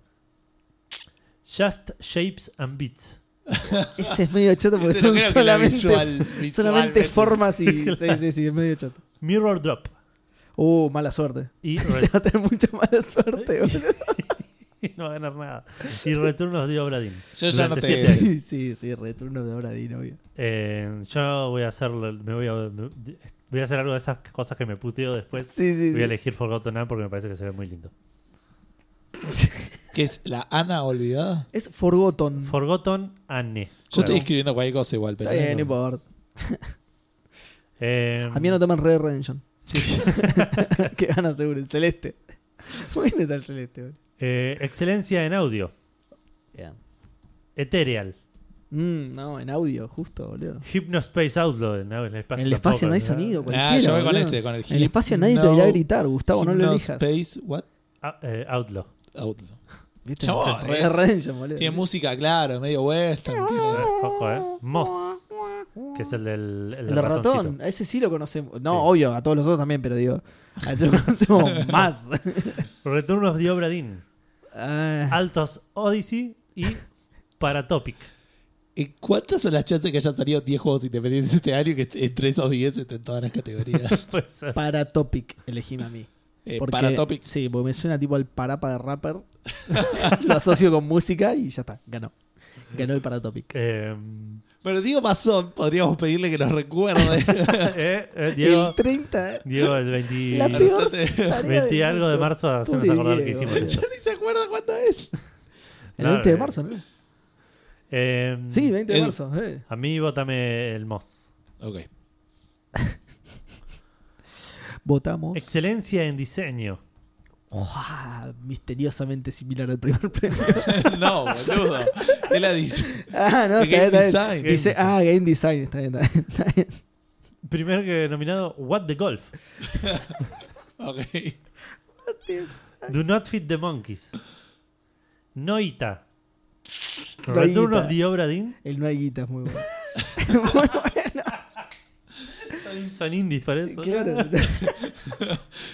Just Shapes and Beats.
<laughs> Ese es medio choto porque
Ese no
son
creo que la
solamente,
<laughs> visual-
<laughs> solamente
visualmente.
<laughs>
formas y. Sí, sí, sí, es medio choto.
Mirror Drop.
Uh, mala suerte. <laughs>
Y
Se va a tener mucha mala suerte, boludo.
<laughs> no va a ganar nada. Y Returnos de Obradín.
Yo ya
Durante
no te-
siete años.
Sí, sí, sí, retorno de hora de novio.
Eh, yo voy a hacerlo. Me voy a, me- voy a hacer algo de esas cosas que me puteo después.
Sí, sí,
Voy
sí.
a elegir Forgotten Land porque me parece que se ve muy lindo.
¿Qué es la Ana olvidada?
Es Forgotten.
Forgotten Anne.
Yo estoy
Claro.
escribiendo cualquier cosa igual, pero.
Está bien, no
no.
importa.
Eh,
A mí no toman Red Redemption.
sí.
<laughs> que gana seguro. El celeste. <laughs> Bueno está el celeste, boludo.
Eh, excelencia en audio. Ethereal.
Mm, no, en audio, justo, boludo.
Hypnospace Outlaw. No, en el espacio,
En el espacio
tampoco,
no hay sonido,
Nah,
cualquiera.
Ah, yo voy con
boludo.
ese, con el
En el espacio nadie te
Hypno-
irá a gritar, Gustavo, no lo elijas.
Hypnospace, what?
Ah, eh, Outlaw.
Outlaw.
¿Viste?
Chabón,
Red
es-
Redemption, boludo.
Tiene música, claro, medio western.
Eh,
tiene-
ojo, eh. Moss. Que es el del el
Uh, El,
del
de
ratoncito.
ratón, a ese sí lo conocemos. No,
Sí.
obvio, a todos los otros también, pero digo, a ese lo <laughs> conocemos más.
Returnos de Obradín.
Ah,
Altos Odyssey y Paratopic. <laughs>
¿Y ¿Cuántas son las chances que hayan salido 10 juegos independientes este año y que est- entre esos 10 estén todas las
<laughs>
categorías?
Puede ser.
para Topic, elegime a mí.
Eh,
Porque-
para Topic.
Sí, porque me suena tipo al parapa de rapper. <laughs> lo asocio con música y ya está, ganó. Ganó el para Topic.
Eh,
Pero Diego Mazón, podríamos pedirle que nos recuerde.
<laughs> eh, eh, Diego,
El 30, eh,
Diego, el 20,
la <laughs>
<laughs>
peor
Anótate.
tarea del
20 algo de
mundo.
marzo, hacernos
Pobre
acordar que
Diego,
hicimos
boludo.
eso.
Ni se acuerda cuándo es.
El
No,
20 de
eh,
marzo, ¿no?
Eh,
Sí, 20 de
el-
marzo. eh.
A mí votame el Moss.
Ok.
Votamos.
Excelencia en diseño.
Uah, misteriosamente similar al primer <laughs>
<laughs>
premio.
<laughs> no, boludo. Él la dice.
ah, no, está
Game
bien, está bien.
design.
Dice, ah, game design, está bien, está bien. está bien.
Primero que nominado What the Golf.
Ok.
Do not fit the monkeys. Noita.
Noita.
Return of the Obra Dinn.
El no hay guita es muy bueno. <laughs> Muy
<laughs>
bueno,
Son indies para eso.
claro.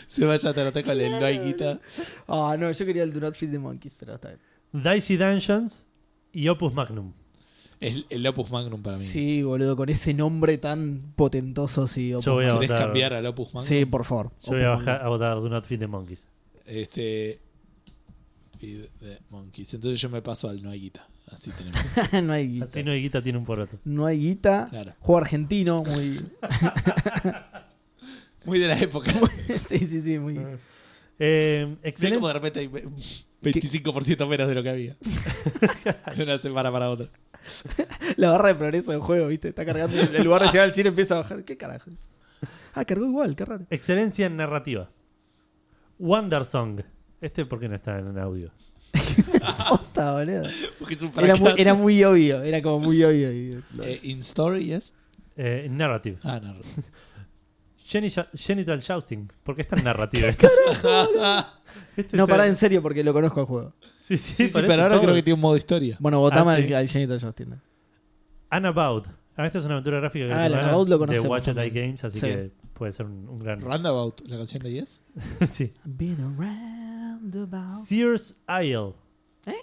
Se vaya a tratar con el no hay guita.
Ah, no, yo quería el Do Not Feed the Monkeys, pero está bien.
Dicey Dungeons y Opus Magnum.
Es el Opus Magnum para mí.
Sí, boludo, con ese nombre tan potentoso, sí. Opus
Yo voy a
Magnum.
¿Querés
votar-
cambiar al Opus Magnum?
Sí, por favor.
Yo voy a,
Opus
bajar, a votar Do Not Feed the Monkeys.
Este. Feed the Monkeys. Entonces yo me paso al no hay guita. Así tenemos.
Magnum. <laughs> no hay guita.
Así no hay guita, tiene un poroto.
No hay guita.
Claro.
Juego argentino, muy.
<laughs> Muy de la época.
sí, sí, sí, muy. <laughs>
Sí,
Eh,
como de
excelencia,
repente hay ve- 25% menos de lo que <laughs> había. de una semana para otra.
La barra de progreso del juego, ¿viste? Está cargando. En lugar de llegar al cine empieza a bajar. ¿Qué carajo? es? Ah, cargó igual, qué
<laughs>
raro.
excelencia en narrativa. Wandersong. Este, ¿por qué no está en audio?
Posta, boludo.
Porque es un
Era muy,
fracaso.
era muy obvio, era como muy obvio. y-
Eh, in Story, ¿es?
Eh, narrative.
Ah, <laughs> no.
Geni- genital Jousting. ¿Por qué está en narrativa?
<laughs>
este? Este
No,
está-
pará, en serio, porque lo conozco al juego.
<laughs> Sí, sí,
Sí, sí,
parece
pero ahora
todo.
creo que tiene un modo historia.
Bueno, votame
Ah,
al,
sí.
al Genital Justin.
Unabout. Ah, esta es una aventura gráfica que
Ah, el
van a-
Unabout lo
de
conocemos
Watch It
también.
Games, así
Sí.
que puede ser un, un gran.
Roundabout, la canción de Yes.
<laughs> sí.
Been around about.
Sears Isle.
Ah. ¿Eh?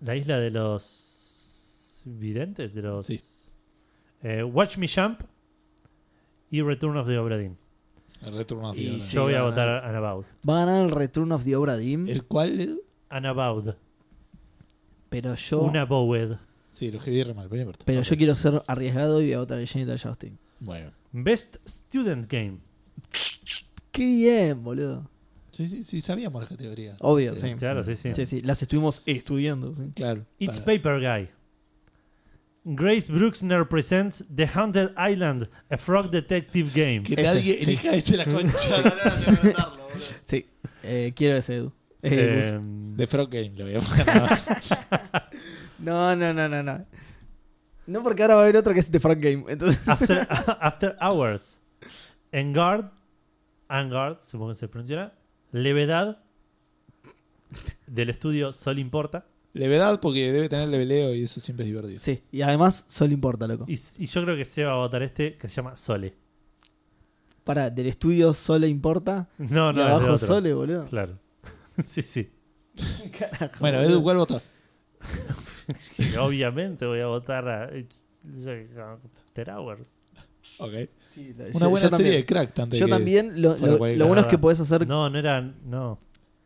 La isla de los videntes, de los.
Sí.
Eh, Watch Me Jump y Return of the Obra Dinn.
El retorno a
Y
Fiona.
sí.
Yo voy a
va a
votar a Anabaud.
Va a ganar el Return of the Obra Dim,
¿El cual? Edu?
Anabaud.
pero yo.
Una Bowed.
Sí, lo escribí re mal, pero no importa.
Pero
Ok.
yo quiero ser arriesgado y voy a votar el Genital Justin.
Bueno.
Best Student Game.
Qué bien, boludo.
Sí, sí, sí, sabíamos las categorías.
Obvio,
Eh,
sí.
Claro, sí, sí.
Sí, sí, las estuvimos estudiando. sí.
<laughs> Claro.
It's
Para-
Paper Guy. Grace Bruxner presents The Haunted Island, a frog detective
<laughs>
game.
Que
Ese,
nadie
sí.
elija ese la concha.
<laughs>
No, no, no, no, no, no.
Sí, eh, quiero ese Edu. Eh,
Eh,
The Frog Game, lo voy a poner.
Gus. No, no, no, no, no. No, porque ahora va a haber otro que es The Frog Game. Entonces,
<laughs> After, <laughs> After Hours. Engard. Engard, supongo que se pronunciará. Levedad. Del estudio Sol Importa.
Levedad porque debe tener leveleo y eso siempre es divertido.
sí, y además solo importa, loco.
Y, y yo creo que se va a votar este que se llama Sole.
Para, del estudio solo importa.
No,
y
no, es de
abajo
otro.
sole,
<laughs>
boludo.
Claro. <laughs> sí, sí.
Carajo,
Bueno,
boludo.
Edu, ¿cuál votas?
Es que <laughs> obviamente voy a votar a After Hours.
Sí, lo- yo-
Una
yo
buena serie
también.
de crack tanto
Yo
que-
también, lo,
fuera
lo-
cualquier
lo bueno es
cosa.
que podés hacer.
No, no era. No.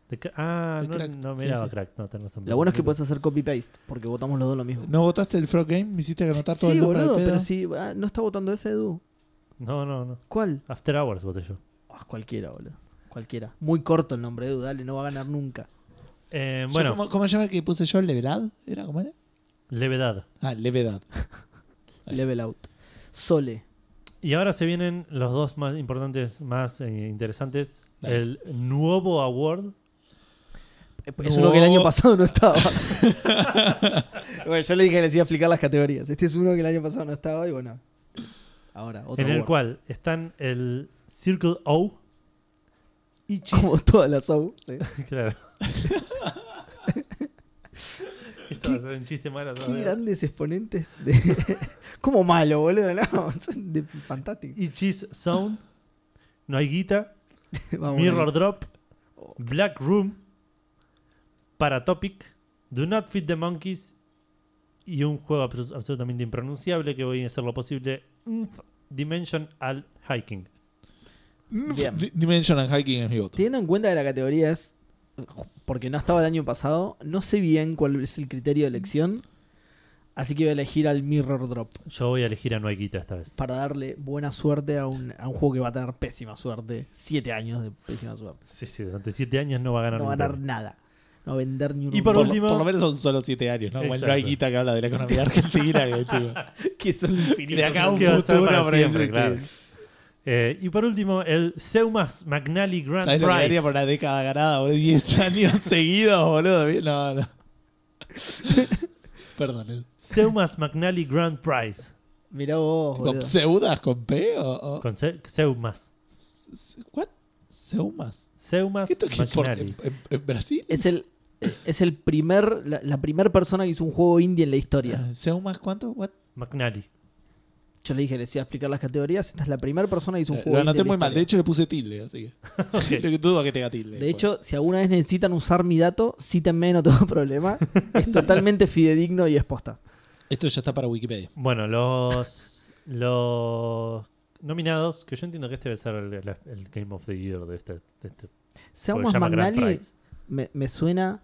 De ca- ah,
De
no,
crack.
no me
Sí,
daba
sí.
crack. No, tenés razón.
Lo bueno es que podés hacer copy-paste, porque votamos los dos lo mismo.
¿No votaste el Frog Game? ¿Me hiciste anotar todo
sí,
el nombre
boludo,
al pedo?
pero sí. ah, ¿No está votando ese, Edu?
No, no, no.
¿Cuál?
After Hours voté yo.
Ah, cualquiera, boludo. Cualquiera. Muy corto el nombre, Edu, dale, no va a ganar nunca.
Eh,
Yo,
bueno,
¿cómo, ¿Cómo se llama el que puse yo? ¿Levedad? ¿Era cómo era?
levedad.
Ah, Levedad. Ahí.
Level out. Sole.
Y ahora se vienen los dos más importantes, más eh, interesantes.
Dale.
El nuevo award.
Eh, Es uno que el
No.
año pasado no
<laughs>
estaba. bueno, yo le dije que les iba a explicar las categorías. Este es uno que el año pasado no estaba y bueno. es Ahora, otro.
en el
Word.
cual están el Circle O. Ichis.
Como todas las OU. sí.
<laughs>
<laughs>
Claro. Esto va a ser un chiste malo
Qué
todavía.
grandes exponentes de. <laughs> Como malo, boludo. No, <laughs> son de fantástico.
Ichis Zone. No hay guita.
Vamos,
Mirror Drop.
Oh.
Black Room. Paratopic. Do Not Fit the Monkeys. Y un juego abs- absolutamente impronunciable que voy a hacer lo posible. Nth Dimension al Hiking.
Bien.
D- Dimension and Hiking es mi voto.
Teniendo en cuenta que la categoría es. Porque no estaba el año pasado, no sé bien cuál es el criterio de elección. Así que voy a elegir al Mirror Drop.
Yo voy a elegir a No hay guita esta vez.
Para darle buena suerte a un, a un juego que va a tener pésima suerte. Siete años de pésima suerte.
Sí, sí, durante siete años no va a ganar
No va a
ningún
ganar
premio.
nada. No va a vender ni un
Y por
dólar.
lo-
último-
por lo menos son solo 7 años, ¿no? Como el
Exacto.
no hay guita que habla de la economía argentina. que,
<laughs>
tipo,
<laughs> que son infinitos.
de acá a un
que va a ser
futuro,
para
pero
siempre,
sí,
claro.
sí.
Eh, y por último, el Seumas McNally Grand
¿Sabés lo que
Prize.
daría por la década ganada, boludo? 10 <laughs> años seguidos, boludo. Bien, No,
<laughs>
no. Perdón. ¿eh? Edu.
Seumas McNally Grand Prize.
Mirá vos,
Tipo,
Oh, boludo.
¿Pseudas con P o...? o-
Con Se- Seumas.
se- ¿What? ¿Seumas?
Seumas
¿Qué esto que importa?
McNally.
¿En, en- en Brasil?
Ah, Es el, eh, es el primer, la, la primer persona que hizo un juego indie en la historia.
Ah, ¿Seumas cuánto? ¿What?
McNally.
Yo le dije, les iba a explicar las categorías. Esta es la primera persona que hizo un
Eh,
juego
Lo
indie
anoté
en la
muy mal. De
historia.
hecho, le puse tilde, así que...
<laughs>
Lo que <laughs> dudo que tenga tilde.
pues.
De hecho, si alguna vez necesitan usar mi dato, cítenme, no tengo <laughs> problema. Es totalmente fidedigno y es posta.
Esto ya está para Wikipedia.
Bueno, los, <laughs> los nominados, que yo entiendo que este debe ser el, el- el Game of the Year de este. de este- porque
Seamos
se llama Grand
Magnali,
Prize.
me, me suena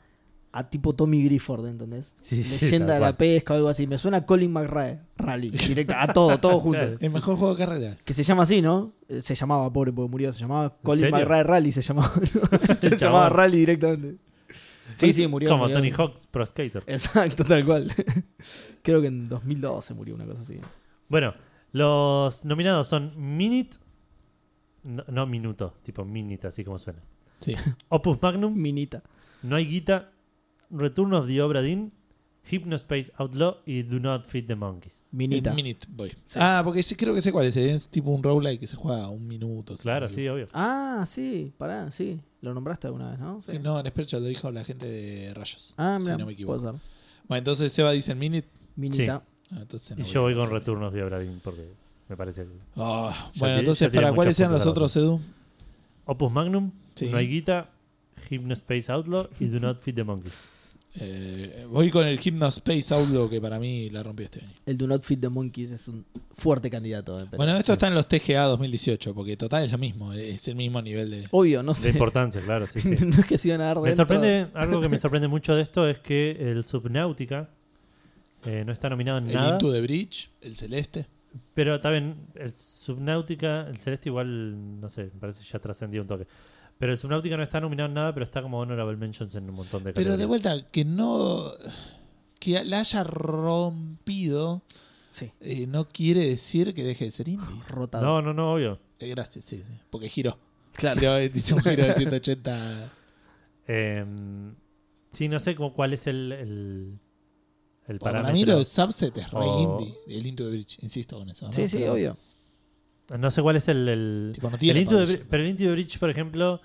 a tipo Tommy Grifford, ¿entendés?
<laughs> Sí, sí,
Leyenda
tal
de la
cual.
pesca o algo así. Me suena a Colin McRae,
<laughs>
Rally, directa, a todo, todo junto.
Claro.
El mejor juego de carrera.
Que se llama así, ¿no? Eh, Se llamaba, pobre, porque murió, se llamaba Colin
serio? Este
McRae Rally, se llamaba. <laughs>
<laughs>
se
Chabón. Pues,
llamaba Rally directamente. Sí, sí, murió.
Como
murió. Eh.
Tony Hawk's Pro Skater.
Exacto, tal cual. <laughs> Creo que en 2012 murió una cosa así.
Bueno, los nominados son Minute. No, no minuto, tipo Minute, así como suena.
Sí.
Opus Magnum,
Minita.
No hay guita, Return of the Obra Dinn, Hypnospace Outlaw y Do Not Feed the Monkeys.
Minita.
El Minute Boy.
Sí.
Ah, porque sí, creo que sé cuál es. Es tipo un roguelike que se juega un minuto. así
Claro,
como
sí, obvio.
Ah, sí, pará, sí. Lo nombraste alguna vez, ¿no?
que-
Sí.
No, en Spreadshot lo dijo la gente de Rayos.
Ah, mira,
si no me equivoco.
puede ser.
Bueno, entonces Seba dice el Minute.
Minita.
Ah, entonces no
Y yo voy
a-
con Return of the Obra Dinn porque me parece. que-
Ah, bueno,
Ya tiene-
entonces,
ya tiene
¿para
muchos
cuáles sean
puntos
los
de
otros, Edu?
Opus Magnum,
Sí.
No hay guita, Hypnospace Outlaw y Do Not Feed the Monkeys.
<laughs> Eh, voy con el Hypnospace Outlaw, que para mí la rompió este año.
El Do Not Fit the Monkeys es un fuerte candidato. eh, pero-
Bueno, esto está en los TGA 2018, porque total es lo mismo. Es el mismo nivel de.
Obvio, no
De
sé. <laughs>
importancia,
<laughs>
claro, sí, sí.
no es que se iban a dar
Me
dentro.
sorprende, algo que me sorprende mucho de esto es que el Subnautica eh, no está nominado en
El
nada.
Into the Bridge, el Celeste.
Pero también el Subnautica, el Celeste igual, no sé, me parece que ya trascendió un toque. Pero el Subnautica no está nominado en nada, pero está como honorable mentions en un montón de
Pero de
categorías.
vuelta, que no. Que la haya rompido
Sí,
eh, no quiere decir que deje de ser indie.
rotado.
No, no, no, obvio.
Eh, gracias, sí, sí, porque giró.
claro.
Giró, eh, hizo un giro
<laughs>
de 180.
Em, Eh, sí, no sé cómo- cuál es el, el, el
Porque Para
parámetro.
mí lo de Subset es re
O-
indie, el Into the Bridge, insisto con eso. ¿no?
sí, sí,
Pero,
obvio.
No sé cuál es el. el-
tipo, no
el
tiene
Into the
publishing.
Bri- pero el Into the Bridge, por ejemplo,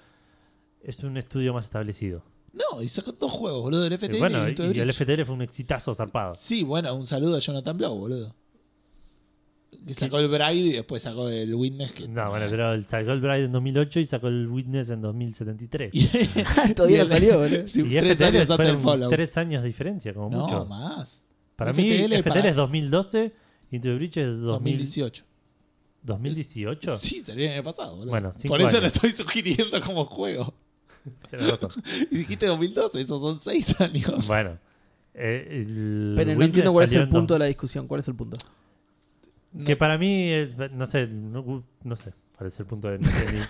es un estudio más establecido.
No, y sacó dos juegos, boludo, el FTL
Y bueno,
y
y,
Into the
y el
Bridge.
FTL fue un exitazo zarpado.
Sí, bueno, un saludo a Jonathan Blow, boludo. Que sacó el Bride y después sacó el Witness. Que,
No, bueno, pero el- sacó el Bride en 2008 y sacó el Witness en 2073.
<laughs>
<laughs>
Y-
Todavía
y
no
el-
salió, boludo.
<laughs> Sí,
y
tres
FTL
años hasta el
fueron
Fallout.
tres años de diferencia, como
no,
mucho.
más.
Para
FTL
mí, FTL
para-
es 2012, Into the Breach es 2000,
2018.
2018.
Sí, salió el año pasado, boludo.
Bueno, cinco
Por eso
años.
lo estoy sugiriendo como juego. <laughs>
Tenés razón.
Y dijiste 2012, esos son seis
<laughs>
años.
bueno. eh, el
Pero no
Witness
entiendo cuál es
salió
el
en
punto de la discusión. ¿Cuál es el punto?
No,
Que para mí, eh, no sé, no, no sé, parece el punto de... no
<laughs>
sé ni-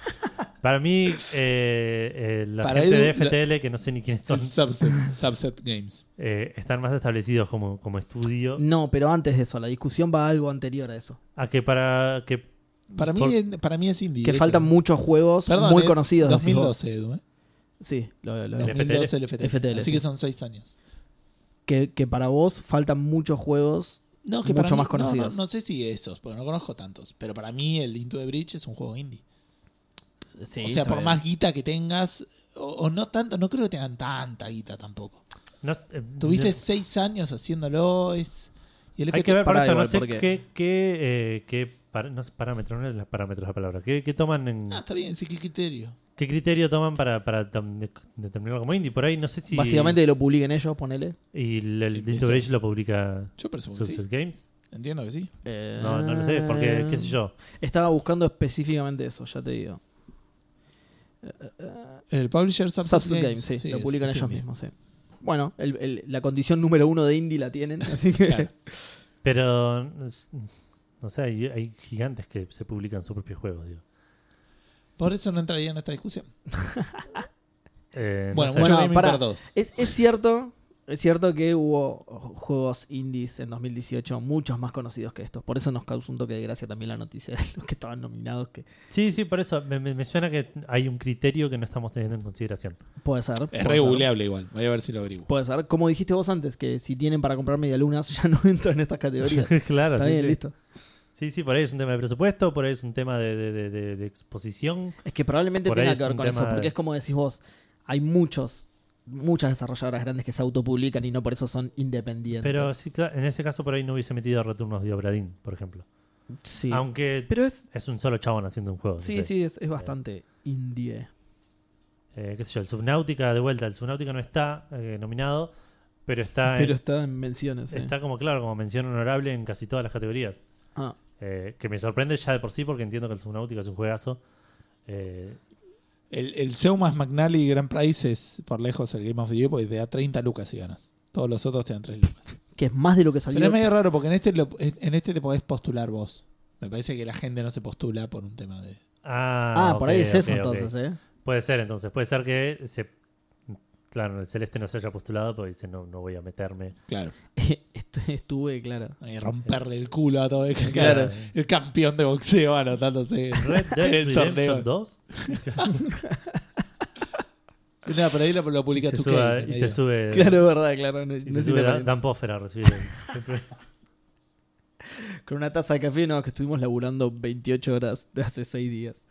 para mí, eh, eh, la
Para
gente de
Edu, la-
FTL, que no sé ni quiénes son,
son subset, subset Games.
eh, están más establecidos como, como estudio.
No, pero antes de eso, la discusión va a algo anterior a eso.
A que para... que
Para mí,
Por-
es- para mí es indie.
Que
eso.
faltan muchos juegos
Perdón,
muy
eh,
conocidos. decís vos.
2012, Edu, ¿eh?
Sí, lo- lo-
El
2012 el FTL.
FTL,
Así
sí.
que son seis años.
que, que para vos faltan muchos juegos.
No,
que
que
para Mucho mí- más
más
conocidos.
conocidos. No, no sé si esos, porque no conozco tantos. Pero para mí el Into the Bridge es un juego indie.
Sí,
o sea,
está
por
bien.
más guita que tengas, o, o no tanto, no creo que tengan tanta guita tampoco.
no- eh,
Tuviste seis años haciéndolo, es... Y el
Hay
FT
que ver, por
Pará,
eso, no
igual,
sé
porque-
qué, qué, eh, qué par- no sé, parámetros, no es la- parámetros la palabra. ¿Qué, qué toman en,
Ah, está bien, sí, qué criterio.
qué criterio toman para, para tam- de- determinarlo como indie? Por ahí no sé si
Básicamente lo publiquen ellos, ponele.
y el, el
Eso.
Into Bridge lo publica
Yo presumo que sí.
Subset Games.
Entiendo que sí.
Eh,
No, no lo sé, porque
Ah.
qué sé yo.
Estaba buscando específicamente eso, ya te digo.
El publisher Subset,
Subset Games,
Games,
sí, lo
es-
publican
es
ellos
indie. <laughs>
mismos, sí. Bueno, el- el- la condición número uno de indie la <laughs> tienen, así que...
Claro.
Pero no sé, hay, hay gigantes que se publican sus propios juegos, digo.
Por eso no entraría en esta discusión.
Eh, no
Bueno,
sé.
mucho
Bueno,
Gaming
pará.
Part 2.
Es, es cierto, es cierto que hubo juegos indies en 2018 muchos más conocidos que estos. Por eso nos causó un toque de gracia también la noticia de los que estaban nominados, que
Sí, sí, por eso me, me- me suena que hay un criterio que no estamos teniendo en consideración.
puede ser. puede
Es
ser.
regulable igual, voy a ver si lo averiguo.
Puede ser. Como dijiste vos antes, que si tienen para comprar medialunas <laughs> ya no entran en estas categorías.
<laughs> claro,
Está
sí,
bien,
sí.
listo.
Sí, sí, por ahí es un tema de presupuesto, por ahí es un tema de, de- de- de- de exposición.
Es que probablemente
Por ahí
tenga
es
que ver
un
con eso,
tema de-
porque es como decís vos, hay muchos, muchas desarrolladoras grandes que se autopublican y no por eso son independientes.
Pero sí, claro, en ese caso por ahí no hubiese metido retornos de Obradín, por ejemplo.
sí.
Aunque
Pero es.
es un solo chabón haciendo un juego. no
Sí,
sé.
sí, es, es bastante indie.
Eh, qué sé yo, el Subnautica, de vuelta, el Subnautica no está eh, nominado, pero está, en-
Pero está en menciones. eh.
Ah, está como claro, como mención honorable en casi todas las categorías.
Ah,
Eh, que me sorprende ya de por sí porque entiendo que el Subnautica es un juegazo. Eh,
El, el Seumas McNally Grand Prize es por lejos el Game of the Year porque te da 30 lucas si ganas. Todos los otros te dan 3 lucas.
que es más de lo que salió.
Pero es medio raro porque en este, lo- en este te podés postular vos. Me parece que la gente no se postula por un tema de...
ah,
Ah, por
ok,
ahí es eso
ok, ok.
entonces, ¿eh? <laughs>
Puede ser entonces, puede ser que se... Claro, el Celeste no se haya postulado porque dice no, no voy a
<laughs>
meterme.
Claro.
Estu- Estuve, claro.
Y romperle el culo a todo el,
Claro.
el campeón de
<laughs>
boxeo anotándose.
Red
En
Dead
el
Redemption
torneo.
2
No, pero ahí lo, lo
y
publica
se,
tu
suba- ¿eh? y se sube,
Claro, es verdad, claro. No,
y
no
se
es
sube Dan,
independiente.
Dan Poffer
<laughs>
a recibir el-
Con una taza de café, no, que estuvimos laburando 28 horas de hace 6 días.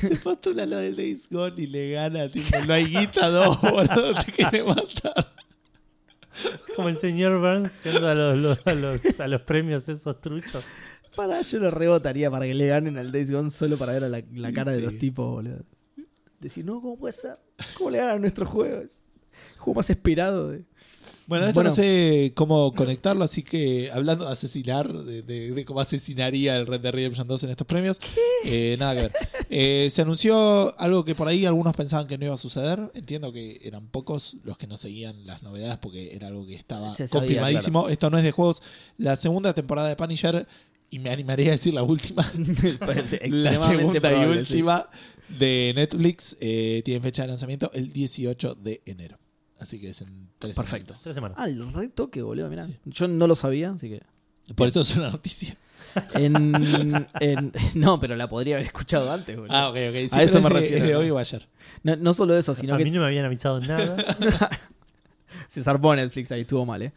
Se postula lo del Days Gone y le gana. Tipo, no hay guita, no, <laughs> boludo, te quiere matar.
Como el señor Burns yendo a los, los- a los- a los premios esos truchos.
Para, yo lo rebotaría para que le ganen al Days Gone solo para ver a la, la cara de
Sí.
los tipos, boludo. Decir, no, ¿cómo puede ser? ¿Cómo le ganan a nuestros juegos? El juego más esperado. de-
Bueno, esto
Bueno.
no sé cómo conectarlo, así que hablando de asesinar, de, de- de cómo asesinaría el Red Dead Redemption 2 en estos premios, eh, nada que ver. Eh, se anunció algo que por ahí algunos pensaban que no iba a suceder. Entiendo que eran pocos los que no seguían las novedades porque era algo que estaba
Se sabía,
confirmadísimo. Esto no es de juegos. La segunda temporada de Punisher, y me animaría a decir la última,
<laughs> Parece
la segunda
extremadamente probable,
y
sí.
última de Netflix, eh, tiene fecha de lanzamiento el 18 de enero. Así que es en tres
Perfecto.
semanitas.
Tres semanas.
Ah, el retoque, boludo, mirá.
Sí.
Yo no lo sabía, así que.
Por eso es una noticia.
En- <laughs> en- no, pero la podría haber escuchado antes, boludo.
Ah, ok, ok.
A eso me
pero es de-
refiero,
Es de
¿no?
hoy o ayer.
no, no solo eso, sino
a
que
mí no me habían avisado nada.
<laughs> se zarpó Netflix, ahí estuvo mal, ¿eh?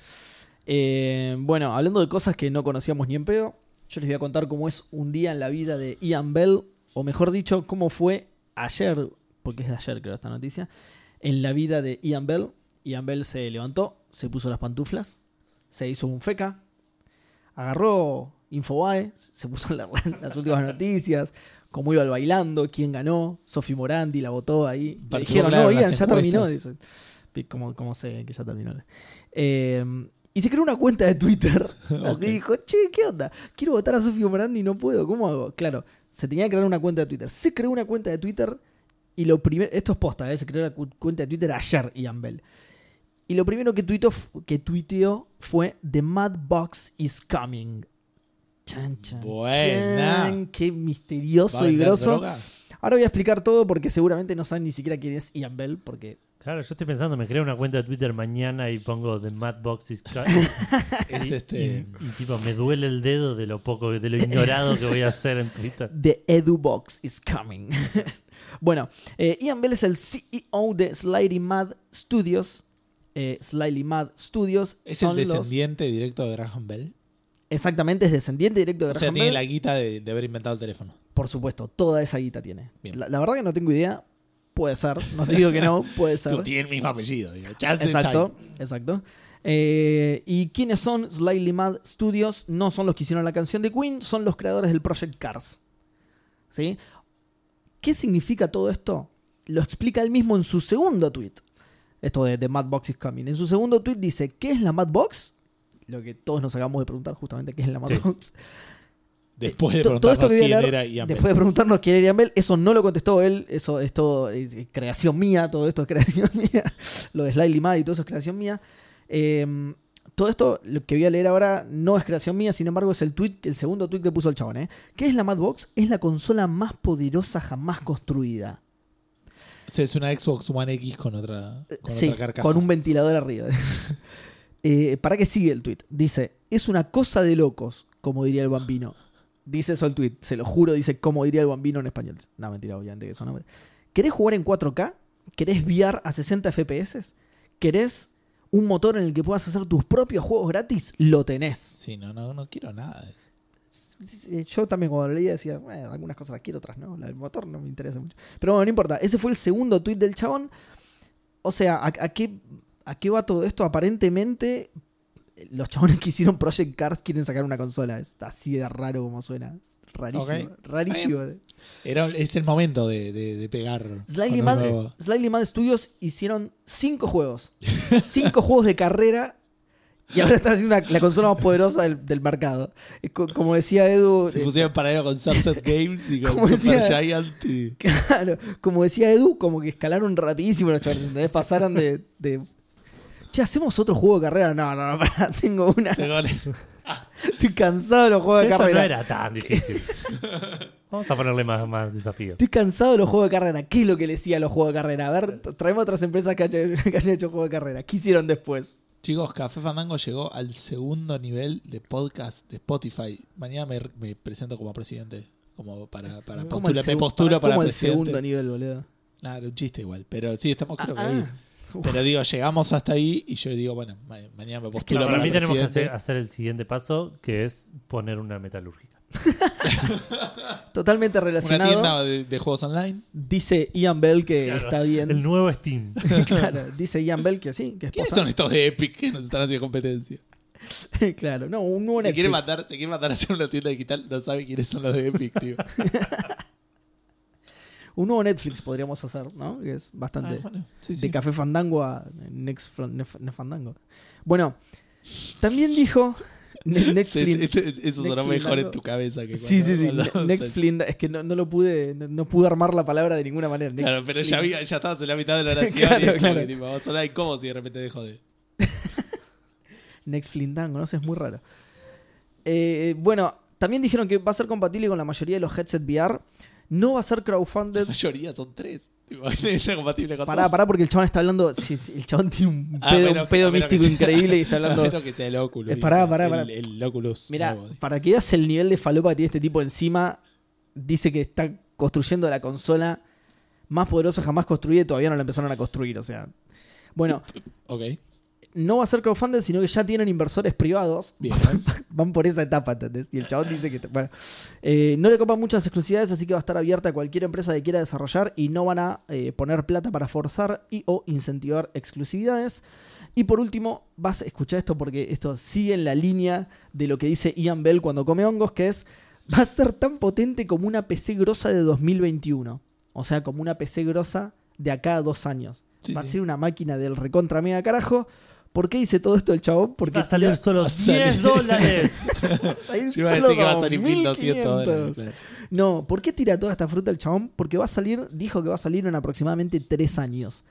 Eh, bueno, hablando de cosas que no conocíamos ni en pedo, yo les voy a contar cómo es un día en la vida de Ian Bell, o mejor dicho, cómo fue ayer, porque es de ayer creo esta noticia, en la vida de Ian Bell. Ian Bell se levantó, se puso las pantuflas, se hizo un feca, agarró Infobae, se puso <laughs> la- las últimas noticias, cómo iba el bailando, quién ganó, Sofi Morandi la votó ahí. Le
Participó
dijeron,
en la-
no,
en
Ian,
las
ya terminó.
encuestas.
dice. Como, como sé que ya terminó. Eh, y se creó una cuenta de
<laughs>
Twitter. Así
Ok.
dijo, che, ¿qué onda? Quiero votar a Sofía Morandi y no puedo. ¿Cómo hago? Claro, se tenía que crear una cuenta de Twitter. Se creó una cuenta de Twitter y lo primero... Esto es posta, ¿eh? Se creó la cu- cuenta de Twitter ayer, Ian Bell. Y lo primero que tuiteó, fu- que tuiteó fue The Mad Box is coming. Chan, chan,
Buena.
chan. Qué
¿Va a
misterioso y
vender
groso. <laughs>
droga?
Ahora voy a explicar todo porque seguramente no saben ni siquiera quién es Ian Bell porque
Claro, yo estoy pensando, me creo una cuenta de Twitter mañana y pongo The Mad Box is cut.
Es
y,
este.
y- y tipo, me duele el dedo de lo poco, de lo ignorado que voy a hacer
<laughs>
en Twitter.
The EduBox is coming. <laughs> bueno, eh, Ian Bell es el CEO de Slightly Mad Studios. Eh, Slightly Mad Studios
Es
son
el
los-
descendiente directo de Graham Bell.
Exactamente, es descendiente directo de
O sea,
Graham
tiene
Bell.
la guita de, de haber inventado el teléfono.
Por supuesto, toda esa guita tiene.
Bien.
La, la verdad que no tengo idea. Puede ser. No te digo que
<laughs>
no, puede ser.
Digo, Tiene el mismo apellido. digo, chances
Exacto, exacto. Eh, ¿Y quiénes son Slightly Mad Studios? No son los que hicieron la canción de Queen, son los creadores del Project Cars. ¿Sí? ¿Qué significa todo esto? Lo explica él mismo en su segundo tweet. Esto de, de Mad Box is Coming. En su segundo tweet dice: ¿Qué es la Mad Box? Lo que todos nos acabamos de preguntar justamente: ¿qué es la Mad
Sí.
Box?
hay. Después de
To- todo esto
preguntarnos
que voy a
quién
leer,
era Ian Bell.
después de preguntarnos quién era Ian Bell, eso no lo contestó él, eso es todo es- es creación mía, todo esto es creación <laughs> mía, lo de Slightly Mad y todo eso es creación mía. Eh, todo esto lo que voy a leer ahora no es creación mía, sin embargo es el tweet, el segundo tweet que puso el chabón, ¿eh? ¿Qué es la Madbox? Es la consola más poderosa jamás construida.
O sea, es una Xbox One X con otra, con
sí,
otra carcasa.
con un ventilador arriba. <laughs> Eh, ¿Para qué sigue el tweet? Dice, es una cosa de locos, como diría el bambino. Dice eso el tweet, se lo juro, dice como diría el bambino en español. No, mentira, obviamente que eso no. ¿Querés jugar en 4K? ¿Querés VR a 60 FPS? ¿Querés un motor en el que puedas hacer tus propios juegos gratis? Lo tenés.
Sí, no, no, no quiero nada de eso.
Eh, Yo también cuando leía decía, "Bueno, algunas cosas las quiero, otras no. La del motor no me interesa mucho. Pero bueno, no importa. Ese fue el segundo tweet del chabón. O sea, ¿a, a qué, ¿a qué va todo esto? Aparentemente, eh, los chabones que hicieron Project Cars quieren sacar una consola. Es así de raro como suena. Es Rarísimo.
Ok.
Rarísimo.
Era, es el momento de, de, de pegar.
Slightly
con
Mad,
el nuevo-
Slightly Mad Studios hicieron cinco juegos. Cinco juegos de carrera. Y ahora están haciendo una- la consola más poderosa del, del mercado. Es co- Como decía Edu,
Se
eh,
pusieron en paralelo con
<laughs>
Sunset Games y
Como
con
decía-
Super Giant. Y...
Claro, como decía Edu, como que escalaron rapidísimo los chavales, ¿entendés? Pasaron de, de- Che, ¿hacemos otro juego de carrera? No, no, no, pará, <laughs> tengo una... Estoy cansado de los juegos de
Esto no
carrera.
era tan difícil. Vamos a ponerle más, más desafíos.
Estoy cansado de los juegos de carrera. ¿Qué es lo que le decía a los juegos de carrera? A ver, t- traemos otras empresas que hayan, <laughs> que hayan hecho juegos de carrera. ¿Qué hicieron después?
<laughs> Chicos, Café Fandango llegó al segundo nivel de podcast de Spotify. Mañana me, me presento como presidente. Como para, para
¿Cómo
postula,
el
me
segu-
postulo para
¿cómo el
presidente.
segundo nivel, boludo?
Nada, era un chiste igual. Pero sí, estamos creo que
Ah,
ahí.
ah.
Pero digo, llegamos hasta ahí y yo digo, bueno, ma- mañana me postulo
No, para
para
mí tenemos que
presidente.
hacer, hacer el siguiente paso, que es poner una metalúrgica.
Totalmente
Una
relacionado.
tienda de, de juegos online.
Dice Ian Bell que
Claro,
Eh, está bien.
El nuevo Steam.
<laughs> Claro, dice Ian Bell que sí, que es
¿Quiénes
posta.
son estos de Epic que nos están haciendo competencia?
<laughs> claro, no, un nuevo
Se quiere,
Netflix.
matar, se quiere matar a hacer una tienda digital, no sabe quiénes son los de Epic, tío.
Un nuevo Netflix podríamos hacer, ¿no? Que es <laughs> bastante.
Ah, bueno, sí,
De
sí.
Café Fandango a Next, Fran- Nef- Nef- Fandango. Bueno, también dijo Ne- Next
Sí,
Flynn.
sí, sí, Eso
Next
sonó
Flynn
mejor
algo.
en tu cabeza que
Sí,
cuando-
sí, sí.
cuando-
Ne- Next Flynn. Es que no, no lo pude, no, no pude armar la palabra de ninguna manera. Next
Claro, pero ya,
Flynn.
había- ya estabas en la mitad de
<laughs>
la oración
Claro,
y es como
claro.
que, tipo, va a sonar incómodo si de repente dejo de.
Next Flindango, no sé, es muy raro. Eh, bueno, también dijeron que va a ser compatible con la mayoría de los headset VR. No va a ser
La
crowdfunded.
mayoría son tres. Tipo, <laughs> Debe ser compatible con
Pará,
todos.
pará, porque el chabón está hablando. sí, sí, el chabón tiene un
A
pedo,
menos
un
que-
pedo
a menos que
místico
sea-
increíble y está hablando.
<laughs> A menos que sea el Oculus.
Eh, pará,
digo,
pará,
el-
pará.
El, Oculus.
Mira,
nuevo, digo.
para que veas el nivel de falopa que tiene este tipo encima, dice que está construyendo la consola más poderosa jamás construida y todavía no la empezaron a construir. O sea, bueno,
Ok.
no va a ser crowdfunding, sino que ya tienen inversores privados.
Bien.
Van por esa etapa, ¿entendés? Y el chabón dice que. Bueno, Eh, no le copan muchas exclusividades, así que va a estar abierta a cualquier empresa que quiera desarrollar y no van a eh, poner plata para forzar y o incentivar exclusividades. Y por último, vas a escuchar esto porque esto sigue en la línea de lo que dice Ian Bell cuando come hongos, que es, va a ser tan potente como una PC grosa de 2021. O sea, como una PC grosa de acá a dos años.
Sí,
va a
sí.
ser una máquina del recontra mega carajo. ¿Por qué dice todo esto el chabón? Porque
Ah,
Va a salir
tira-
solo
va a salir.
10 dólares.
va a salir
Yo iba a
solo
decir que va a salir 1200
2.500.
dólares.
No, ¿por qué tira toda esta fruta el chabón? Porque va a salir, dijo que va a salir en aproximadamente tres años.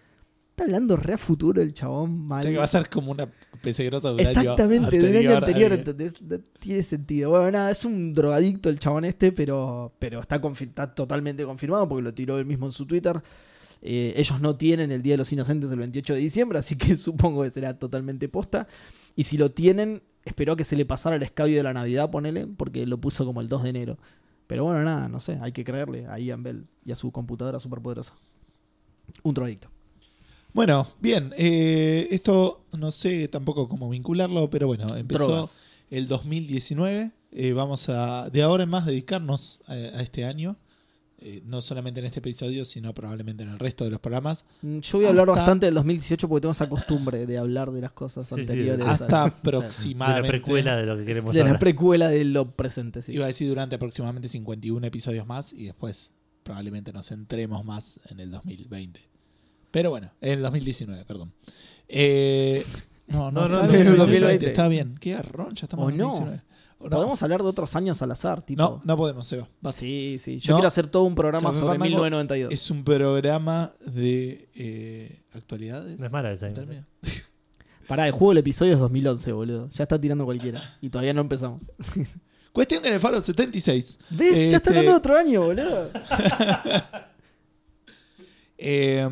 Está hablando re a futuro el chabón,
O
mal.
sea que va a ser como una PC grosa de un año
Exactamente, del año anterior,
al-
¿entendés? No tiene sentido. Bueno, nada, es un drogadicto el chabón este, pero, pero está, confir- está totalmente confirmado porque lo tiró él mismo en su Twitter. Eh, ellos no tienen el Día de los Inocentes el 28 de diciembre, así que <laughs> supongo que será totalmente posta. Y si lo tienen, esperó que se le pasara el escabio de la Navidad, ponele, porque lo puso como el 2 de enero. Pero bueno, nada, no sé, hay que creerle a Ian Bell y a su computadora superpoderosa. Un drogadicto.
Bueno, bien. eh, esto no sé tampoco cómo vincularlo, pero bueno, empezó
Drogas.
el 2019. eh, vamos a de ahora en más dedicarnos a, a este año. eh, no solamente en este episodio, sino probablemente en el resto de los programas.
Mm, Yo voy a hablar
Hasta-
bastante del 2018 porque tengo esa costumbre de hablar de las cosas
Sí, sí,
anteriores. a-
Hasta
o sea,
De la
aproximadamente.
precuela de lo que queremos
de la
hablar.
precuela de lo presente, sí.
Iba a decir durante aproximadamente 51 episodios más y después probablemente nos centremos más en el 2020. Pero bueno, en el 2019, perdón. Eh, no, no,
No, no,
está
no,
bien,
no,
el
2020.
2020, Está bien. Qué garrón, ya estamos
O
en
no.
2019. O no.
Podemos hablar de otros años al azar, tipo.
no, no podemos, Seba. Vas.
Sí, sí. Yo
No.
quiero hacer todo un programa
Café
sobre
Fandango
1992.
Es un programa de eh, actualidades.
No es mala esa. ¿eh?
Término.
Pará, el juego del episodio es 2011, boludo. Ya está tirando cualquiera. Y todavía no empezamos.
Cuestión que en el Faro 76
¿Ves? Ya está
Este-
hablando de otro año, boludo.
Eh,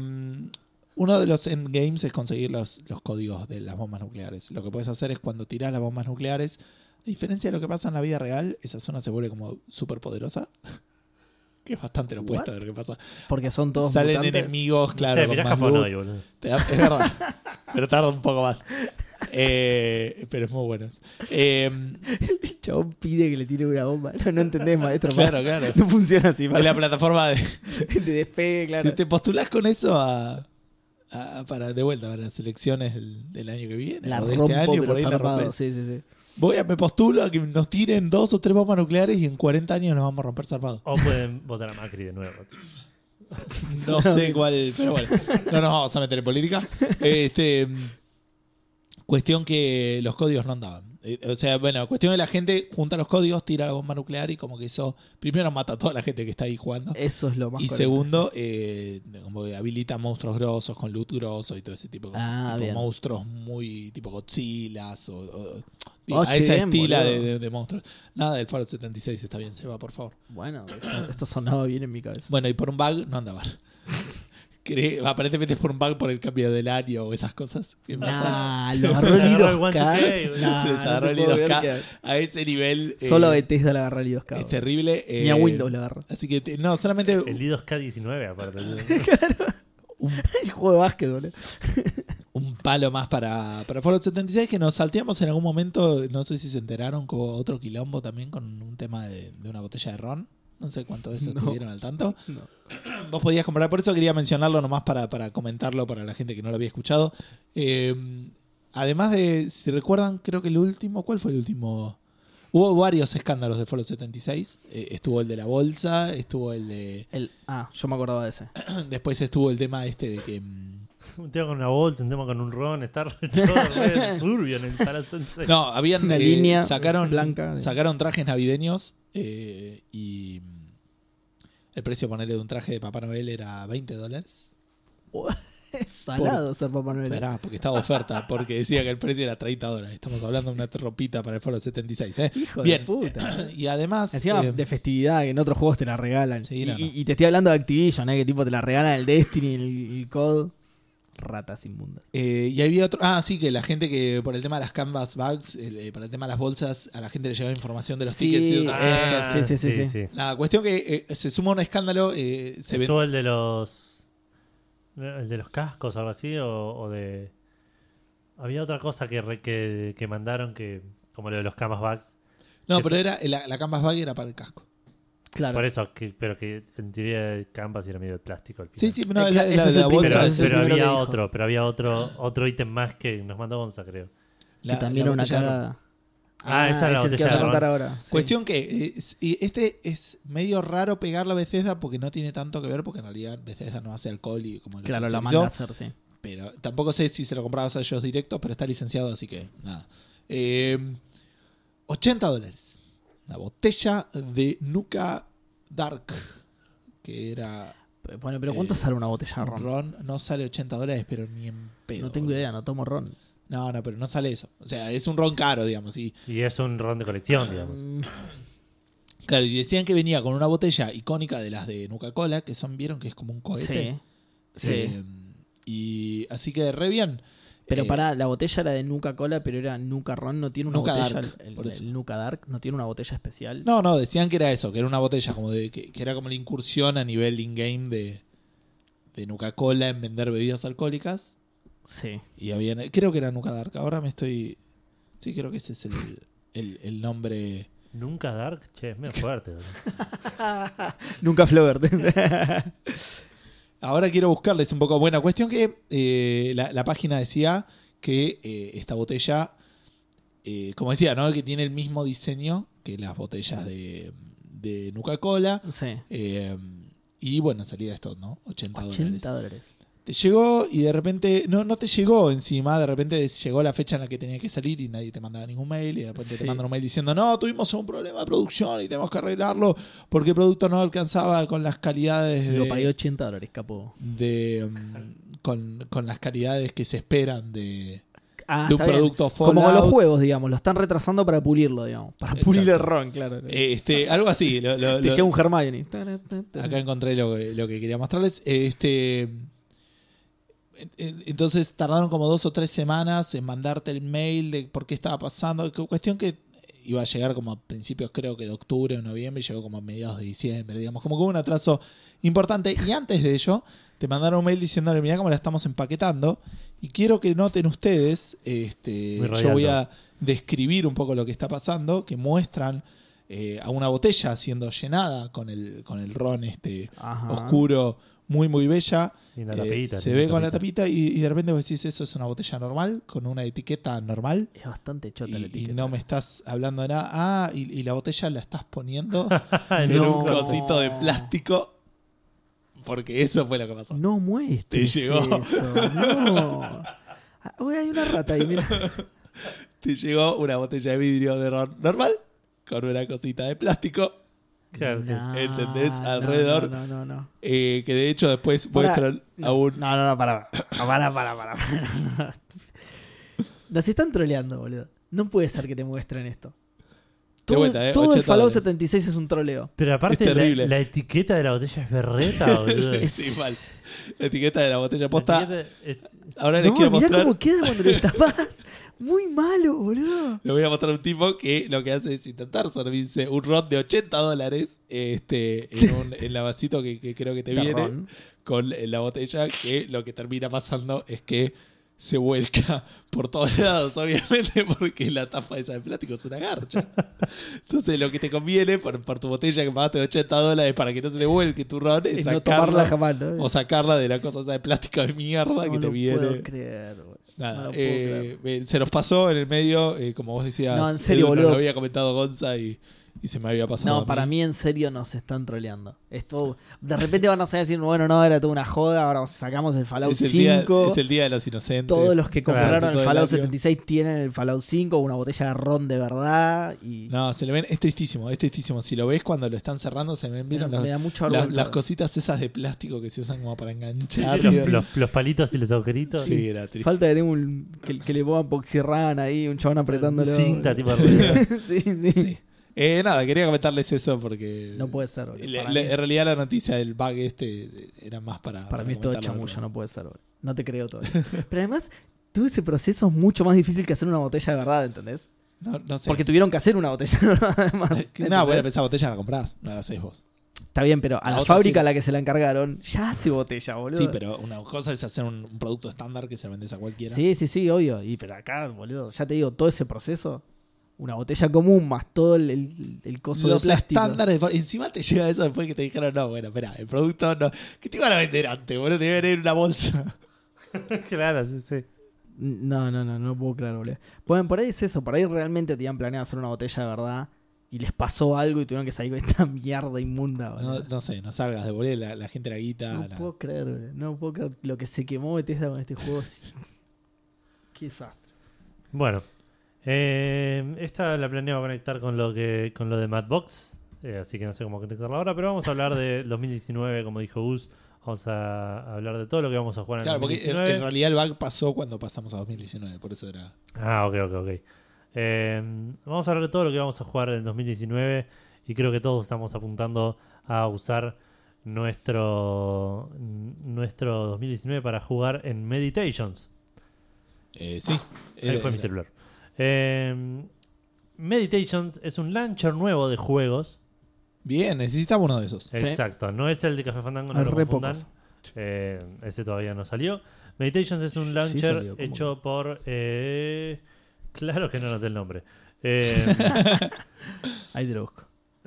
uno de los endgames es conseguir los, los códigos de las bombas nucleares. Lo que puedes hacer es cuando tiras las bombas nucleares, a diferencia de lo que pasa en la vida real, esa zona se vuelve como súper poderosa. <laughs> Que es bastante lo opuesto de lo que pasa.
Porque son todos
Salen
mutantes.
enemigos, claro.
Claro,
con
mirá
más
Japón
loot.
hoy, boludo.
Te da- es verdad. pero tarda un poco más. Eh, pero es muy bueno. Eh,
El chabón pide que le tire una bomba. No, no entendés, maestro.
claro, claro.
No funciona así,
Es
para.
<laughs> la plataforma de,
Te despegue, claro.
Te- Te postulás con eso a, a- para de vuelta para las elecciones del, del año que viene.
La
o de
rompo,
este año,
pero
por ahí la
zarpado.
rompes.
Sí, sí, sí.
Voy a, me postulo a que nos tiren dos o tres bombas nucleares y en 40 años nos vamos a
<laughs>
romper zarpados.
O pueden votar a Macri de nuevo.
No sé cuál, pero bueno, no nos vamos a meter en política. Este, cuestión que los códigos no andaban. Eh, O sea, bueno, cuestión de la gente junta los códigos, tira la bomba nuclear y como que eso, primero mata a toda la gente que está ahí jugando.
Eso es lo más
Y
correcto.
segundo, eh, como que habilita monstruos grosos con loot grosso y todo ese tipo de cosas.
Ah,
Tipo
bien.
monstruos muy tipo Godzilla o, o- digo,
Ah,
a
qué
esa
bien,
estila de,
boludo.
de- de monstruos. Nada del Fallout 76 está bien, Seba, por favor.
Bueno, <clears throat> esto, esto sonaba bien en mi cabeza.
Bueno, y por un bug no andaba. <laughs> Cre- Aparentemente es por un bug por el cambio del área o esas cosas. que pasan.
Nah, lo agarró el
Agarró
2K.
el 1K, boludo.
Nah,
Les agarró
te
el Eh,
puedo
1K.
creer
A ese nivel
que- Solo a
eh,
Bethesda le agarró el 2K.
es
boludo.
terrible.
Ni a
eh,
Windows le agarró. <laughs>
Así que te- no, solamente
El I2K19, aparte.
un
El juego de básquet, boludo.
un palo más para, para Fallout 76 que nos salteamos en algún momento, no sé si se enteraron, con otro quilombo también con un tema de, de una botella de ron. No sé cuánto de eso
No.
estuvieron al tanto.
No.
Vos podías comprar, por eso quería mencionarlo nomás para, para comentarlo para la gente que no lo había escuchado. Eh, además de, si recuerdan, creo que el último, ¿cuál fue el último? Hubo varios escándalos de Fallout 76. Eh, estuvo el de la bolsa, estuvo el de... <clears throat>
El, ah, yo me acordaba de ese.
Después estuvo el tema este de que... mm,
Un tema con una bolsa, un tema con un ron, está re- <laughs> todo re turbio en el Palazón seis.
No, habían
Una
eh,
línea
sacaron,
blanca de-
sacaron trajes navideños eh, y el precio ponerle de un traje de Papá Noel era 20 dólares.
Salado ser Papá Noel.
Esperá, porque estaba oferta, porque decía que el precio era 30 dólares. Estamos hablando de una ropita para el Foro 76, ¿eh?
Hijo
Bien.
de
<coughs>
puta.
<clears throat> Y además...
Encima
eh,
de festividad, que en otros juegos te la regalan.
Sí,
y,
no, no.
y- y te estoy hablando de Activision, ¿eh? que tipo te la regalan el Destiny, el, el COD. Ratas inmundas.
Eh, y había otro. Ah, sí, que la gente que por el tema de las canvas bags, el- eh, para el tema de las bolsas, a la gente le llegaba información de los
Sí,
tickets y otras
eso,
cosas.
sí, sí, sí, sí.
Nada, cuestión que eh, se suma un escándalo. eh, se ven-
Estuvo el de los. El de los cascos, algo así, o, o de. Había otra cosa que, re- que, que mandaron que, como lo de los camas backs,
No, pero era la, la Canvas Bag era para el casco.
Claro.
por eso, que- pero que en teoría el canvas era medio de plástico al final.
Sí, sí, pero no,
Eh,
la,
claro,
la-
ese es
la
el
bolsa
primero,
Pero,
es el
pero
primero que
había
dijo.
otro, pero había otro otro ítem más que nos mandó Gonza, creo.
Que
la-
también era
la
una
botella de ron.
cagada.
Ah, esa era la
es el que vas
botella de
a
ron.
contar ahora. sí.
Cuestión que es- y este es medio raro pegarlo a Bethesda porque no tiene tanto que ver porque en realidad Bethesda no hace alcohol y como lo
Claro, la
comercializó,
manda a hacer, sí.
Pero tampoco sé si se lo comprabas a ellos directos, pero está licenciado, así que nada. Eh, 80 dólares. Una botella de Nuka Dark. Que era
Bueno, pero ¿cuánto
Eh,
sale una botella de
ron. eh.
ron?
No sale 80 dólares, pero ni en pedo.
no tengo idea, no tomo ron.
No, no, pero no sale eso. O sea, es un ron caro, digamos. Y
Y es un ron de colección, digamos.
Mm,
Claro, y decían que venía con una botella icónica de las de Nuca-Cola, que son, vieron que es como un cohete.
Sí. Sí.
Eh, y así que re bien.
Pero
Eh,
pará, la botella era de Nuca Cola, pero era Nuca Ron, no tiene una
Nuka
botella.
Dark,
el,
por eso.
el Nuka Dark no tiene una botella especial.
No, no, decían que era eso, que era una botella, como de, que, que era como la incursión a nivel in-game de, de Nuca-Cola en vender bebidas alcohólicas. <laughs>
Sí.
Y habían, creo que era Nuca Dark, ahora me estoy... Sí, creo que ese es el, el- el nombre...
Nunca Dark, che, es medio fuerte. boludo.
Nunca <laughs> Flover.
Ahora quiero buscarles un poco. Buena cuestión que eh, la, la página decía que eh, esta botella, eh, como decía, ¿no? que tiene el mismo diseño que las botellas de, de Nuca-Cola.
sí.
eh, y bueno, salía esto, ¿no? 80,
80
dólares.
dólares.
Te llegó y de repente, no, no te llegó encima, de repente llegó la fecha en la que tenía que salir y nadie te mandaba ningún mail y de repente
Sí.
te mandan un mail diciendo, no, tuvimos un problema de producción y tenemos que arreglarlo porque el producto no alcanzaba con las calidades de
Lo pagué 80 dólares, capo.
de mm, con, con las calidades que se esperan de,
Ah,
de un
está bien.
producto Fallout.
Como con los juegos, digamos. Lo están retrasando para pulirlo, digamos. Para
Exacto.
pulir el ron, claro.
Este, algo así. lo- lo-
Te
lo-
llega un Hermione.
acá encontré lo, que- lo que quería mostrarles. Este, en- en- entonces tardaron como dos o tres semanas en mandarte el mail de por qué estaba pasando. Cu- Cuestión que iba a llegar como a principios creo que de octubre o noviembre y llegó como a mediados de diciembre, digamos, como que hubo un atraso importante. Y antes de ello, te mandaron un mail diciéndole, mirá cómo la estamos empaquetando y quiero que noten ustedes, este,
Muy
yo voy
radial,
a describir un poco lo que está pasando, que muestran eh, a una botella siendo llenada con el, con el ron este
Ajá.
oscuro, muy muy bella.
Linda
Eh,
tapita,
se
linda
ve con la tapita y, y de repente vos decís, eso es una botella normal, con una etiqueta normal.
Es bastante chota la
Y, y
etiqueta.
no me estás hablando de nada. Ah, y, y la botella la estás poniendo
En
en
No.
un cosito de plástico. Porque eso fue lo que pasó.
No muestres.
Te llegó.
eso, No. Ah, uy, hay una rata ahí, mira.
Te llegó una botella de vidrio de ron normal con una cosita de plástico.
Claro que-
No,
¿Entendés?
no,
Alrededor.
No, no, no. no.
eh, que de hecho después
Pará,
muestran a un.
No, no, no, para. Para, para, para. Nos están troleando, boludo. No puede ser que te muestren esto. Todo,
vuelta, eh,
todo el
80
Fallout
dólares.
76 es un troleo.
Pero aparte,
Es
la-
terrible.
La, etiqueta de la botella
<laughs>
es berreta, boludo.
Sí, mal. La etiqueta de la botella
La
posta.
etiqueta es-
Ahora les
No,
quiero
mirá
mostrar.
cómo queda cuando lo destapas. Muy malo, boludo.
Le voy a mostrar un tipo que lo que hace es intentar servirse un ron de 80 dólares este,
<laughs>
en, un, en la vasito que, que creo que te viene
Garrón.
con la botella que lo que termina pasando es que se vuelca por todos lados, obviamente, <laughs> porque la tapa esa de plástico es una garcha. Entonces lo que te conviene por, por tu botella que pagaste 80 dólares para que no se le vuelque tu ron es,
Es no
sacarla
tomarla jamás, ¿no?
o sacarla de la cosa esa de plástico de mierda
no
que te
lo
viene.
puedo creer, boludo.
Nada,
No lo puedo
eh, eh, se nos pasó en el medio, eh, como vos decías,
No, en serio,
Edu nos
boludo.
lo había comentado Gonza y, y se me había pasado. a
No, para mí en serio nos están troleando. Esto, de repente van a salir diciendo, bueno, no, era toda una joda, ahora sacamos el Fallout
es el,
5.
día, es el día de los inocentes.
Todos los que
Claro,
compraron
todo
el
el
Fallout
labio.
76 tienen el Fallout 5, una botella de ron de verdad. Y
No, se le ven, es tristísimo, es tristísimo. Si lo ves cuando lo están cerrando, se ven,
me,
vieron los-
me da mucha
la-
vergüenza.
las cositas esas de plástico que se usan como para enganchar.
Sí, sí,
los,
sí.
los- los palitos y los agujeritos.
Sí, era triste.
Falta que tenga un. que, que le pongan Poxirran ahí, un chabón apretándolo.
Cinta, tipo
<laughs> sí, sí,
Sí. Eh, nada, quería comentarles eso porque.
No puede ser, boludo.
Le-
para,
le-
mí,
en realidad la noticia del bug este era más para.
para mí es todo
comentarlo.
chamuyo, no puede ser, boludo. No te creo
<laughs>
todavía. Pero además, todo ese proceso es mucho más difícil que hacer una botella de verdad, ¿entendés?
No, no sé.
Porque tuvieron que hacer una botella <laughs> de verdad, además.
<laughs> Eh, No, bueno,
¿entendés?
esa botella la comprás, no la haces vos.
Está bien, pero a
La
la,
otra
fábrica
sí.
a la que se la encargaron ya hace botella, boludo.
Sí, pero una cosa es hacer un, un producto estándar que se lo vendes a cualquiera.
Sí, sí, sí, obvio. Y pero acá, boludo, ya te digo, todo ese proceso. Una botella común más todo el, el, el coso
Los
de plástico.
estándares. de- Encima te llega eso después que te dijeron, no, bueno, espera, el producto no. ¿Qué te iban a vender antes? Bueno, te iban a vender una bolsa.
<laughs> claro, sí, sí.
No, no, no, no lo puedo creer, boludo. Bueno, por ahí es eso, por ahí realmente tenían planeado hacer una botella de verdad y les pasó algo y tuvieron que salir con esta <laughs> mierda inmunda,
No,
boludo. No,
no sé, no salgas, devolver la, la gente la guita. la-
puedo creer, boludo. No puedo creer lo que se quemó Bethesda con este
<laughs>
juego. es- Qué desastre.
Bueno, eh, esta la planeaba conectar con lo que con lo de Madbox, eh, así que no sé cómo conectarla ahora, pero vamos a hablar de 2019, como dijo Gus. Vamos a hablar de todo lo que vamos a jugar en
Claro, porque en,
2019.
en realidad el bug pasó cuando pasamos a 2019, por eso era.
Ah, ok, ok, ok. Eh, vamos a hablar de todo lo que vamos a jugar en 2019 y creo que todos estamos apuntando a usar nuestro, nuestro 2019 para jugar en Meditations.
Eh, sí.
Ah, Ahí
era-
fue mi
era-
celular. Eh, Meditations es un launcher nuevo de juegos.
Bien, necesitamos uno de esos.
Sí.
Exacto, no es el de Café Fandango, no
Hay
lo
re
confundan.
pocos.
Eh, ese todavía no salió. Meditations es un launcher
salió, ¿cómo
hecho por... eh, claro que no noté el nombre.
<laughs>
Eh,
Ahí te lo busco.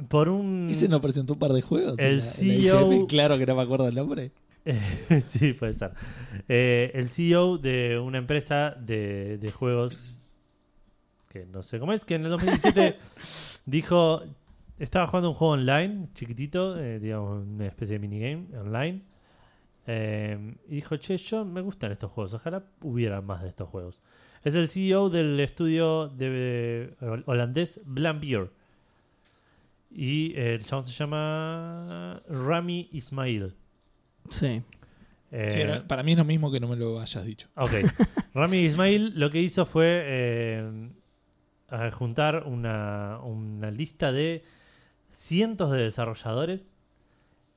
por um un...
¿Y se nos presentó un par de juegos?
El E
en la- en la
CEO.
IGF? claro que no me acuerdo el nombre.
Eh, <laughs> sí, puede estar. el CEO de una empresa de, de juegos que no sé cómo es, que en el 2017
<laughs>
dijo, estaba jugando un juego online, chiquitito, eh, digamos, una especie de minigame online. eh, y dijo, che, yo me gustan estos juegos, ojalá hubiera más de estos juegos. Es el CEO del estudio de, hol- holandés Blambeer. Y eh, el chabón se llama Rami Ismail.
Sí.
Eh,
Sí, era- para mí es lo mismo que no me lo hayas dicho.
Ok. Rami Ismail lo que hizo fue eh, a juntar una, una lista de cientos de desarrolladores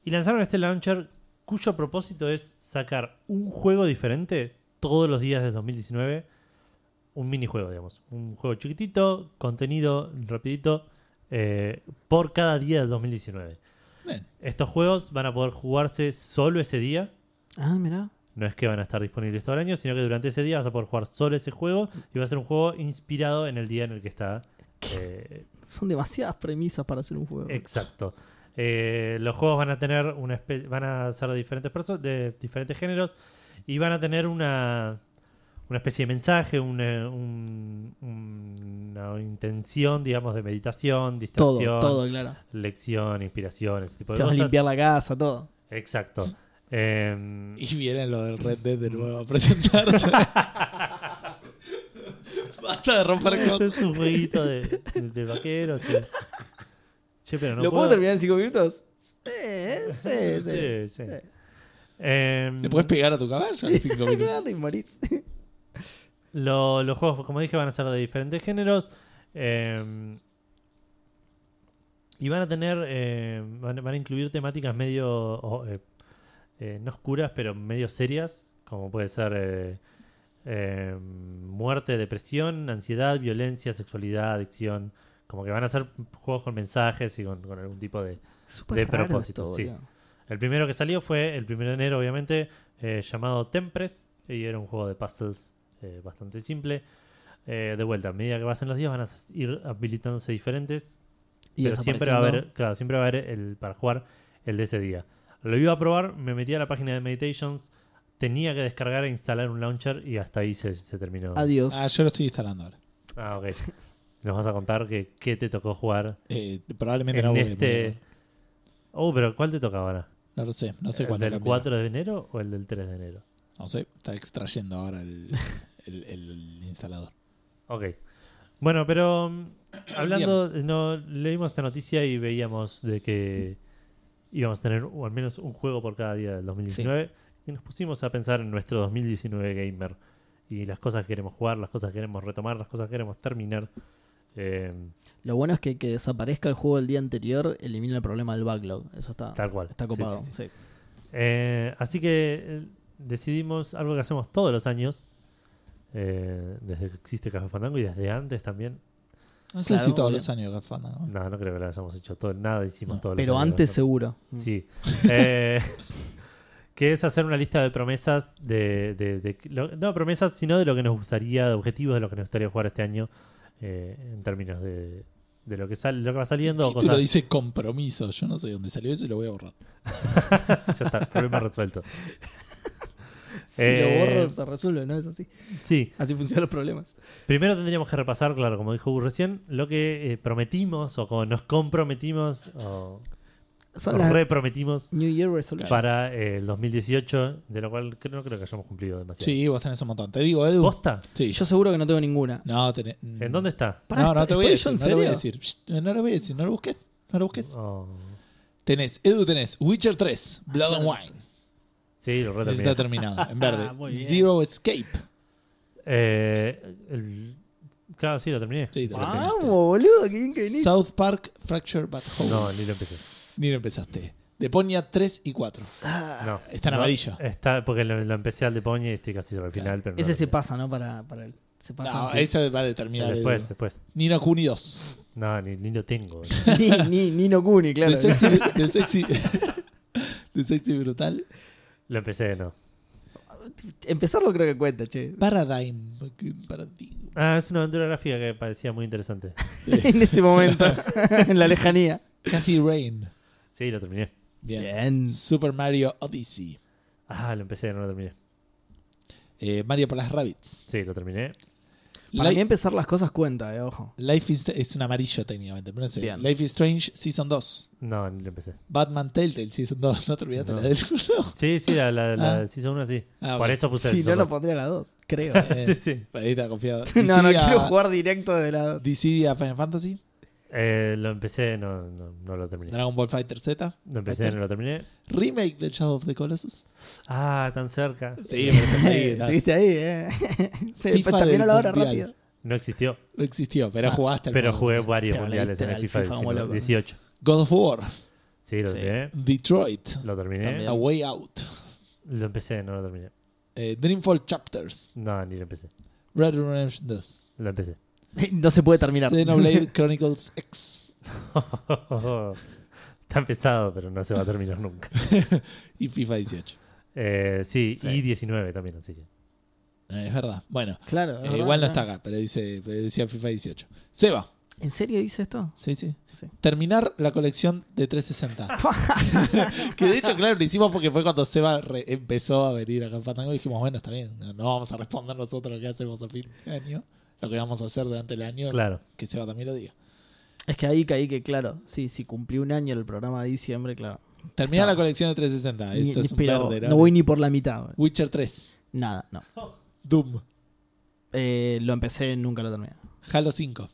y lanzaron este launcher cuyo propósito es sacar un juego diferente todos los días de 2019. Un minijuego, digamos. Un juego chiquitito, contenido rapidito, eh, por cada día del 2019.
Bien.
Estos juegos van a poder jugarse solo ese día.
Ah, mirá.
No es que van a estar disponibles todo el año, sino que durante ese día vas a poder jugar solo ese juego y va a ser un juego inspirado en el día en el que está. eh,
Son demasiadas premisas para hacer un juego.
exacto. Eh, los juegos van a tener una espe- van a ser de diferentes perso- de diferentes géneros y van a tener una una especie de mensaje, una, un- una intención, digamos, de meditación,
todo,
distracción,
todo, claro.
lección, inspiración, ese tipo de
Te vas a
cosas.
limpiar la casa, todo.
Exacto. Em,
Y viene lo del Red Dead de nuevo a
<laughs>
presentarse. Basta de romper
Este
cosas.
es un jueguito de, de vaqueros. que- Che, pero no
¿Lo puedo terminar en 5 minutos? Sí,
<laughs>
eh, sí, sí.
Sí, sí. Em,
¿Le puedes pegar a tu caballo en cinco
<laughs>
minutos?
Claro, y
<laughs>
morís.
lo- los juegos, como dije, van a ser de diferentes géneros. em, y van a tener. em, van, van a incluir temáticas medio. o, eh, eh, no oscuras, pero medio serias. Como puede ser. eh, em, muerte, depresión, ansiedad, violencia, sexualidad, adicción. Como que van a ser juegos con mensajes y con, con algún tipo de,
Súper
De
raro
propósito, sí.
boludo.
El primero que salió fue el primero de enero, obviamente, eh, llamado Tempres, y era un juego de puzzles eh, bastante simple. Eh, de vuelta, a medida que pasen los días van a s- ir habilitándose diferentes,
Y
pero siempre va a
desapareciendo.
haber, claro, siempre va a haber el para jugar el de ese día. Lo iba a probar, me metí a la página de Meditations, tenía que descargar e instalar un launcher y hasta ahí se, se terminó.
Adiós.
Ah, yo lo estoy instalando ahora.
Ah, ok. Nos vas a contar que qué te tocó jugar
Eh, probablemente
en
no voy a
este.
poder.
Oh, pero ¿cuál te toca ahora?
No lo sé, no sé
¿El
cuándo.
del
cambiará.
4 de enero o el del 3 de enero?
No sé, está extrayendo ahora el, el- el instalador.
Ok. Bueno, pero mm, hablando, no leímos esta noticia y veíamos de que íbamos a tener o al menos un juego por cada día del 2019 y nos pusimos a pensar en nuestro 2019 gamer y las cosas que queremos jugar, las cosas que queremos retomar, las cosas que queremos terminar. Eh,
Lo bueno es que que desaparezca el juego del día anterior elimina el problema del backlog. Eso está,
Tal cual.
está
Sí,
copado.
sí,
sí.
Eh, así que eh, decidimos algo que hacemos todos los años, eh, desde que existe Café Fandango y desde antes también,
No sé
Claro,
si todos
obvio.
los años Grim Fandango.
No, no creo que lo hayamos hecho todo. Nada hicimos todo.
Pero antes seguro.
Sí. Eh, <laughs> que es hacer una lista de promesas, de, de- de- lo- no promesas, sino de lo que nos gustaría, de objetivos de lo que nos gustaría jugar este año eh, en términos de, de lo que sale, lo que va saliendo. o
El título
cosas-
dice compromiso. Yo no sé dónde salió eso y lo voy a borrar.
<laughs> Ya está, problema resuelto.
Si
Eh,
lo borro se resuelve, ¿no? Es así.
Sí,
Así funcionan los problemas.
primero tendríamos que repasar, claro, como dijo Hugo recién, lo que eh, prometimos o como nos comprometimos o
Son
nos
las
reprometimos
New Year Resolutions.
para eh, el 2018, de lo cual creo- no creo que hayamos cumplido demasiado.
Sí, vos tenés un montón. Te digo, Edu.
¿Posta?
Sí.
Yo seguro que no tengo ninguna.
No, tenés...
¿En dónde está?
Pará,
no, no te
¿estoy
voy a
yo
decir.
en
No lo voy a
serio?
decir. Shh, no lo voy a decir. No lo busques. No lo busques.
Oh.
Tenés, Edu tenés Witcher 3, Blood and Wine.
Sí, lo re
Ese
terminé.
Está terminado, en <laughs> verde.
Ah, muy bien.
Zero Escape.
Eh, el- Claro, sí, lo terminé.
Sí, te lo
Vamos,
terminaste.
boludo, qué bien que venís.
South Park Fracture But Whole.
No, ni lo empecé.
Ni lo empezaste. Deponia 3 y 4.
No.
Está en
No,
amarillo.
Está, porque lo, lo empecé al de Poñe y estoy casi sobre el final. Pero no
Ese
lo
se
terminé.
pasa, ¿no? Para, para el- Se pasa.
No,
sí.
eso va a determinar.
Después,
Edu.
después.
Nino Kuni 2.
No, ni, ni lo tengo.
<laughs>
ni, ni, ni no Kuni, claro.
De sexy, de sexy, de sexy brutal.
Lo empecé, no.
<laughs> Empezarlo creo que cuenta, che.
Paradigm. Paradigm.
Ah, es una aventura gráfica que parecía muy interesante.
<laughs> en ese momento, en la lejanía.
Kathy Rain.
Sí, lo terminé.
Bien.
Bien.
Super Mario Odyssey.
Ah, lo empecé, no lo terminé.
Eh, Mario para las Rabbits.
Sí, lo terminé.
Para mí
Li-
empezar las cosas cuenta, eh, ojo.
Life is es un amarillo técnicamente, pero no sé.
Bien.
Life is Strange Season 2.
No, ni lo empecé.
Batman Telltale Season 2. <laughs> No te olvidaste
No.
la del uno.
Sí, sí, la, la, la
Ah.
Season 1 sí.
Ah,
Por
bueno.
eso puse
Si
el
no, lo
Season
pondría a las dos, creo.
dos.
Eh,
<laughs>
ah.
Sí, sí.
Ahí está confiado.
<laughs> no, no
DC a-
quiero jugar directo de las dos.
DC a Final Fantasy.
Eh, lo empecé, no, no, no lo terminé.
Dragon Ball Fighter Z.
Lo empecé, no lo terminé.
Remake del Shadow of the Colossus.
Ah, tan cerca.
Sí, pero <laughs> estás ahí, estás-
Estuviste ahí, eh. <laughs> Después
FIFA
terminó
del
la hora
Mundial.
rápido.
No existió.
No existió, pero jugaste. al
Pero
juego.
jugué varios
Pero le
mundiales
diste
en el
al
FIFA,
FIFA como
19,
loco.
18.
God of War.
Sí, lo
Sí.
<laughs>
terminé.
Detroit.
Lo terminé.
También.
A Way Out.
Lo empecé, no lo terminé.
eh, Dreamfall Chapters.
No, ni lo empecé.
Red Dead Redemption 2.
Lo empecé. <laughs>
<laughs> No se puede terminar.
Xenoblade <laughs> Chronicles X. <laughs>
Está pesado, pero no se va a terminar nunca.
Y FIFA 18.
Eh, sí,
Sí.
y 19 también, así que.
Eh, es verdad. Bueno,
<laughs> Claro.
eh,
es verdad,
igual no está
verdad.
acá, pero, dice, pero decía FIFA 18. Seba.
¿En serio dice esto?
Sí, sí.
Sí.
Terminar la colección de 360. <laughs> que de hecho, claro, lo hicimos porque fue cuando Seba re- empezó a venir acá en Fandango y dijimos, bueno, está bien, no, no vamos a responder nosotros lo que hacemos a fin de año, lo que vamos a hacer durante el año,
Claro.
que Seba también lo diga.
Es que ahí caí que, claro, sí, si cumplí un año en el programa de diciembre, claro.
Terminar
Está.
la colección de 360. Esto
Ni-
es un
pero
verde,
no voy ni por la mitad. güey.
Witcher 3,
Nada, no.
Doom,
Eh, lo empecé, nunca lo terminé.
Halo 5.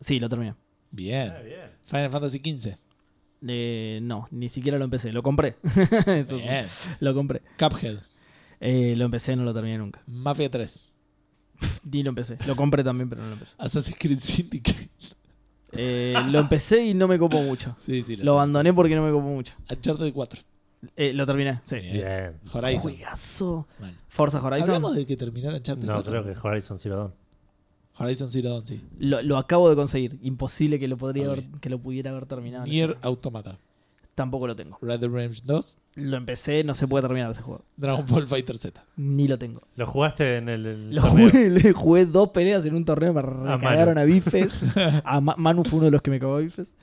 Sí, lo terminé.
Ah, Bien. Final Fantasy 15.
Eh, no, ni siquiera lo empecé, lo compré. <laughs> Eso sí,
Bien.
lo compré.
Cuphead,
Eh, lo empecé, no lo terminé nunca.
Mafia 3,
Ni lo empecé. Lo compré también, pero no lo empecé.
Assassin's Creed Syndicate. <laughs>
Eh, lo empecé y no me copó mucho.
Sí, sí,
Lo abandoné porque no me copó mucho.
Uncharted 4.
Eh, lo terminé, sí.
Bien.
Bien.
Horizon.
Juegazo.
Bueno.
Forza
Hablamos
Horizon.
de que terminara Uncharted
No,
4.
creo que Horizon sí lo dan.
Horizon Zero Dawn, sí.
Lo, lo acabo de conseguir. Imposible que lo podría
Ok.
haber- que lo pudiera haber terminado. en ese
Nier
momento.
Automata.
Tampoco lo tengo.
Red Dead Redemption 2.
Lo empecé, no se puede terminar ese juego.
Dragon Ball Fighter Z.
Ni lo tengo.
Lo jugaste en el. el
Lo
torneo?
jugué, le jugué dos peleas en un torneo, me cagaron a bifes. A Ma- Manu fue uno de los que me cagó a bifes.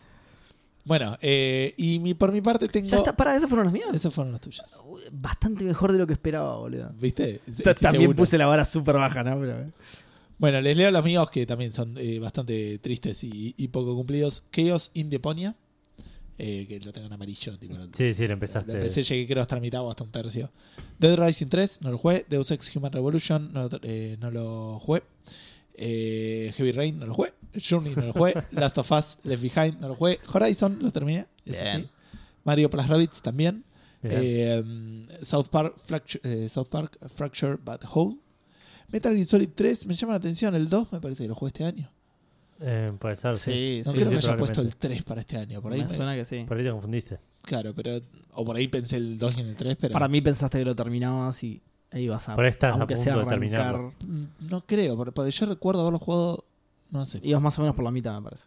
Bueno, eh, y mi, por mi parte tengo...
Ya está, para, esos fueron los míos.
Esos fueron los tuyos.
Bastante mejor de lo que esperaba, boludo.
¿Viste? Hiciste
Ta- También
uno.
puse la vara súper baja, ¿no? Pero- eh.
Bueno, les leo los míos que también son eh, bastante tristes y, y poco cumplidos. Chaos in Deponia. eh, que lo tengo en amarillo. Tipo, lo-
Sí, sí, lo
lo
empezaste.
empecé, llegué creo hasta la mitad o hasta un tercio. Dead Rising 3, no lo jugué. Deus Ex Human Revolution, no, lo- eh, no lo jugué. Eh, Heavy Rain, no lo jugué. Journey, no
<laughs>
lo jugué. Last of Us, Left Behind, no lo jugué. Horizon, lo terminé. Eso
Bien.
sí. Mario Plus Rabbits también.
Bien.
Eh, mm, South, Park, Fracture, eh, South Park Fracture But Whole. Metal Gear Solid 3 me llama la atención. El 2 me parece que lo jugué este año.
Eh, puede ser, sí.
Sí, sí,
No
sí,
creo que haya
probablemente.
puesto el 3 para este año. Por ahí
me
me-
suena que sí.
Por ahí te confundiste.
Claro, pero. O por ahí pensé el 2 y en el 3, pero.
Para mí pensaste que lo terminabas y ahí vas a.
Por ahí estás a
aunque
punto
sea
de terminarlo.
arrancar-
Mm, No creo, por- porque yo recuerdo haberlo jugado No sé.
Ibas más o menos por la mitad, me parece.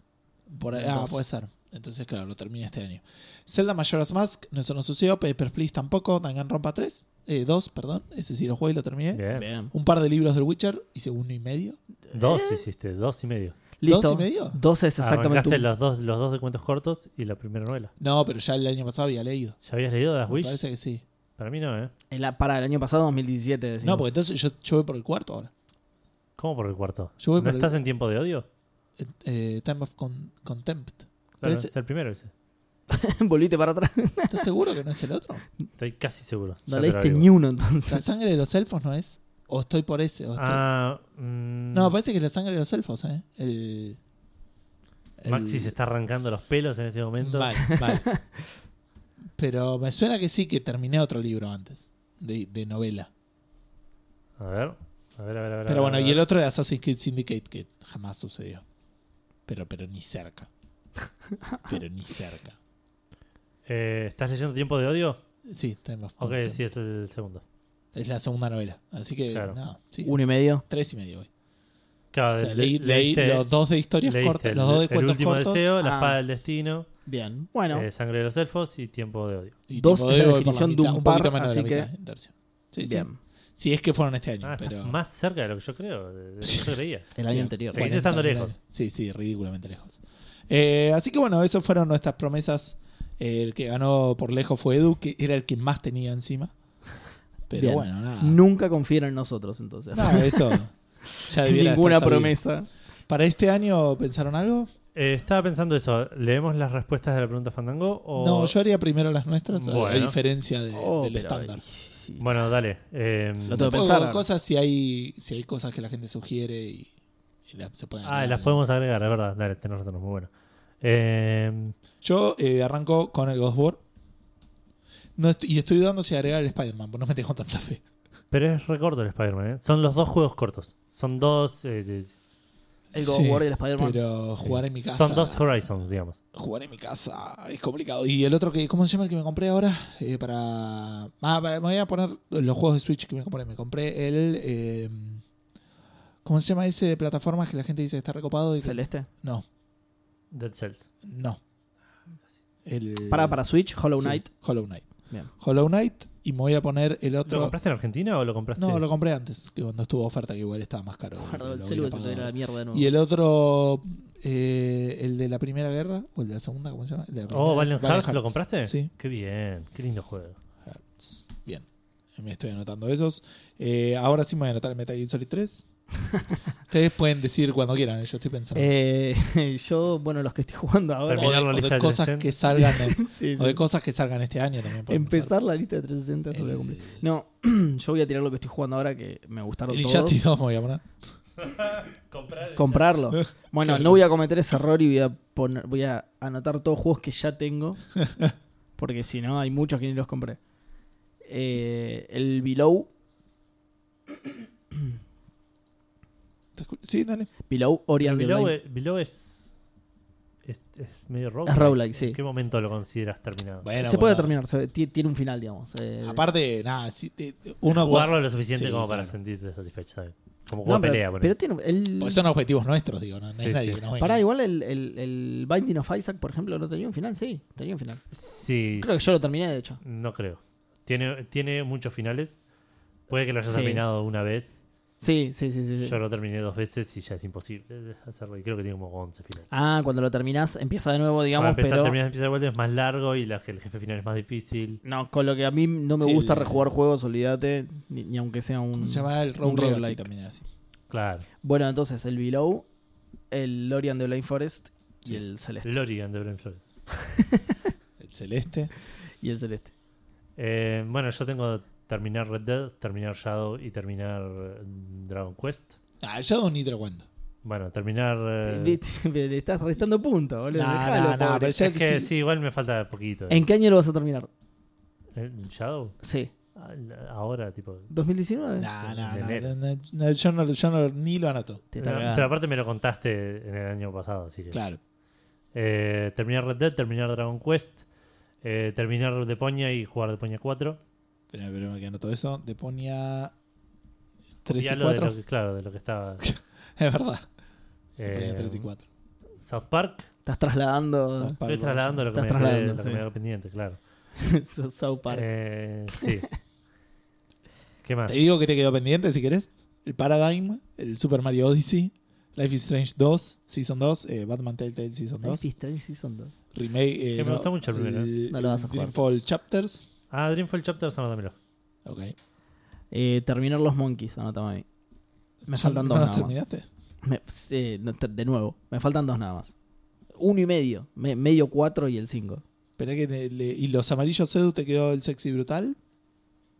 Por ahí- ah,
Entonces.
puede ser. Entonces, claro, lo terminé este año. Zelda Majora's Mask, no eso no sucedió. Papers, Please tampoco. Danganronpa 3. Eh, 2, perdón. Ese sí lo jugué y lo terminé.
Bien.
Bien.
Un par de libros del Witcher. Hice uno y medio.
Dos hiciste, dos y medio.
Listo.
¿Dos y medio?
12 es exactamente
Arrancaste
un-
los dos, los dos de cuentos cortos y la primera novela.
No, pero ya el año pasado había leído.
¿Ya habías leído Las
Me
Wish?
parece que sí.
Para mí no, ¿eh?
el a- para el año pasado, 2017. Decimos.
No, porque entonces yo, yo voy por el cuarto ahora.
¿Cómo por el cuarto?
Yo voy
¿No
por el-
estás en tiempo de odio?
Eh, eh, Time of Con- Contempt.
Claro,
Parece-
es el primero ese.
<laughs> Volviste para atrás.
¿Estás seguro que no es el otro?
Estoy casi seguro.
No
Ya te
este
leíste
lo averiguo.
ni uno
¿La
entonces.
sangre de los elfos no es? ¿O estoy por ese? o estoy-
Ah, mm,
No, parece que es la sangre de los elfos, ¿eh? El... el-
Maxi se está arrancando los pelos en este momento.
Vale,
<laughs>
vale. Pero me suena que sí que terminé otro libro antes, de, de novela.
A ver, a ver, a ver. a
Pero
ver, a ver,
bueno,
a
y
ver.
el otro de Assassin's Creed Syndicate, que jamás sucedió. Pero, pero ni
<laughs>
cerca. Pero ni cerca.
Eh, ¿Estás leyendo Tiempo de Odio?
Sí, Time of
Ok,
Contempt.
sí, es el segundo.
Es la segunda novela. Así que,
Claro.
no, sí,
Uno y medio.
tres y medio hoy.
Claro,
O sea,
le-
leí, leí
leíste-
los dos de historias
leíste
cortas,
el-
los dos de
el
cuentos
último
cortos.
deseo, La
Ah.
espada del destino,
Bien. Bueno,
eh, Sangre de los elfos y Tiempo de Odio.
y
dos
tipo,
es la
voy por
definición de
mitad,
un
poquito
par,
menos de la
así que-
mitad, un tercio. Sí, sí.
bien.
Si es que fueron este año,
Ah,
pero
estás más cerca de lo que yo creo, de lo que yo creía.
El año anterior.
Sí. Seguís estando lejos.
Sí, sí, ridículamente lejos. Eh, así que bueno, esas fueron nuestras promesas. Eh, el que ganó por lejos fue Edu, que era el que más tenía encima. Pero
Bien.
bueno, nada.
Nunca confían en nosotros entonces. <laughs>
Nada, eso ya debiera estar
Ninguna
sabido.
promesa.
¿Para este año pensaron algo?
Eh, estaba pensando eso, ¿leemos las respuestas de la pregunta Fandango? O...
No, yo haría primero las nuestras, a- a
Bueno.
diferencia de-
Oh,
del
pero-
estándar.
sí.
Bueno, dale. em,
Lo tengo que
Puedo
pensar. ahora.
cosas si hay, si hay cosas que la gente sugiere y, y la- se pueden
ah,
agregar,
las
¿no?
podemos agregar, es verdad. Dale, tenés razón, es muy bueno. Em,
Yo eh, arranco con el Ghost War. No estoy- y estoy dudando si agregar el Spider-Man, porque no me tengo tanta fe.
pero es recorto el Spider-Man, ¿eh? Son los dos juegos cortos. Son dos. eh, de-
El God of
Sí,
War y el Spider-Man.
Pero jugar en mi casa.
Son dos Horizons, digamos.
Jugar en mi casa es complicado. Y el otro que, ¿cómo se llama el que me compré ahora? Eh, para. Ah, para- me voy a poner los juegos de Switch que me compré. Me compré el. eh, ¿Cómo se llama ese de plataformas que la gente dice que está recopado? Y que-
Celeste.
No,
Dead Cells.
no. El...
Para, para Switch, Hollow
Sí,
Knight.
Hollow Knight.
Bien.
Hollow Knight. Y me voy a poner el
¿Lo
otro.
compraste en Argentina o lo compraste?
No, lo compré antes, que cuando estuvo oferta, que igual estaba más caro.
Guardo el
Lo
celu,
hubiera
se te va a ir a
pagado.
la mierda de nuevo.
Y el otro, eh, el de la Primera Guerra, o el de la Segunda, ¿cómo se llama? El de la primera,
Oh, Valen
Valiant
Hearts, ¿lo compraste?
Sí,
Qué bien, qué lindo juego.
Hearts. Bien, me estoy anotando esos. Eh, ahora sí me voy a anotar el Metal Gear Solid
<laughs>
3. Ustedes pueden decir cuando quieran, eh, yo estoy pensando.
Eh, <laughs> yo, bueno, los que estoy jugando ahora.
o de,
terminar la
o de
lista de
cosas
300.
que salgan
<laughs>
<laughs>
en-
Sí,
o
sí.
de cosas que salgan este año también. pueden pensar.
Empezar la lista de 360 eso lo voy a cumplir.
El-
No, <clears throat> yo voy a tirar lo que estoy jugando ahora que me gustaron
El
todos.
Yati <laughs> 2 me voy a poner.
Comprarlo.
<laughs>
Bueno,
Claro.
no voy a cometer ese error y voy a poner, voy a anotar todos juegos que ya
<laughs>
tengo. Porque si no, hay muchos que ni los compré. Eh, el Below.
¿Te escu- Sí, dale.
Below, Orient
Below,
Online.
eh, Below es, es. es medio roguelike.
Es roguelike, sí.
¿En qué momento lo consideras terminado?
Bueno,
se puede
bueno.
terminar, se- ti- tiene un final, digamos. Eh,
Aparte, nada, si te- uno
Jugarlo lo suficiente
Sí,
como para
claro.
sentirte satisfecho, ¿sabes? Como
no,
jugar
pero,
pelea, bueno.
pero tiene. El,
Porque son objetivos nuestros, digo, no, no es
Sí,
nadie
sí.
que nos venga.
Pará, igual el, el- el Binding of Isaac, por ejemplo, ¿no tenía un final? Sí, tenía un final.
Sí,
Creo que yo lo terminé, de hecho.
no creo. Tiene, tiene muchos finales. Puede que lo hayas
Sí.
terminado una vez.
Sí, sí, sí, sí. sí.
Yo lo terminé dos veces y ya es imposible hacerlo. Y creo que tiene como 11 finales.
Ah, cuando lo terminás empieza de nuevo, digamos,
para empezar,
pero...
terminar, empezar de vuelta es más largo y la- el jefe final es más difícil.
No, con lo que a mí no me
Sí,
gusta
el-
rejugar juegos, olvídate, ni, ni aunque sea un...
¿Cómo se llama el
un
Road Legacy
roguelike.
también era así.
Claro.
Bueno, entonces, el Below, el Lorian de Blind Forest y
Sí.
el Celeste.
Lorian de Bram Stoker.
El celeste.
Y el Celeste.
Eh, bueno, yo tengo terminar Red Dead, terminar Shadow y terminar eh, Dragon Quest.
Ah, yo Shadow ni te lo cuento.
Bueno, terminar. eh,
<laughs> Viste, Le estás restando puntos, boludo.
Nah,
dejalo,
nah, nah,
pobre.
pero ya
es que
sí.
sí. igual me falta poquito. Eh,
¿En qué año lo vas a terminar?
¿En Shadow?
Sí,
Ah, la- Ahora, tipo.
¿2019?
Nah, nah,
en
nah,
enero.
nah, nah, yo, no, yo no- ni lo anoto.
Te
No,
está cagando.
pero aparte me lo contaste en el año pasado, así que.
Claro.
Eh, terminar Red Dead, terminar Dragon Quest, eh, terminar de Poña y jugar de Poña 4.
Pero, pero que anoto eso. Te ponía 3
Ya
y
lo de
4.
lo que, claro, de lo que estaba.
<laughs> Es verdad. Le ponía
Eh,
3 y 4.
South Park.
Estás trasladando <laughs>
South Park,
Estoy trasladando lo que, me,
Estás trasladando,
lo que me
sí.
quedó pendiente, claro.
South Park.
Eh, sí. ¿Qué más?
Te digo que te quedó pendiente si querés. El Paradigm, el Super Mario Odyssey, Life is Strange 2, Season 2, eh, Batman Telltale Season 2,
Life is Strange Season 2.
Remake. eh,
Que me gustó mucho el primero.
No lo vas a jugar.
Dreamfall Chapters.
Ah, Dreamfall Chapters, anótamelo.
Ok.
Eh, terminar los Monkeys, anotame ahí. Me
¿Ya
faltan
no
dos
los
nada más.
terminaste?
Me- sí, no, te- de nuevo, me faltan dos nada más. Uno y medio. me- medio cuatro y el cinco.
Esperá que te- le- y los amarillos Sedu te quedó el Sexy Brutal,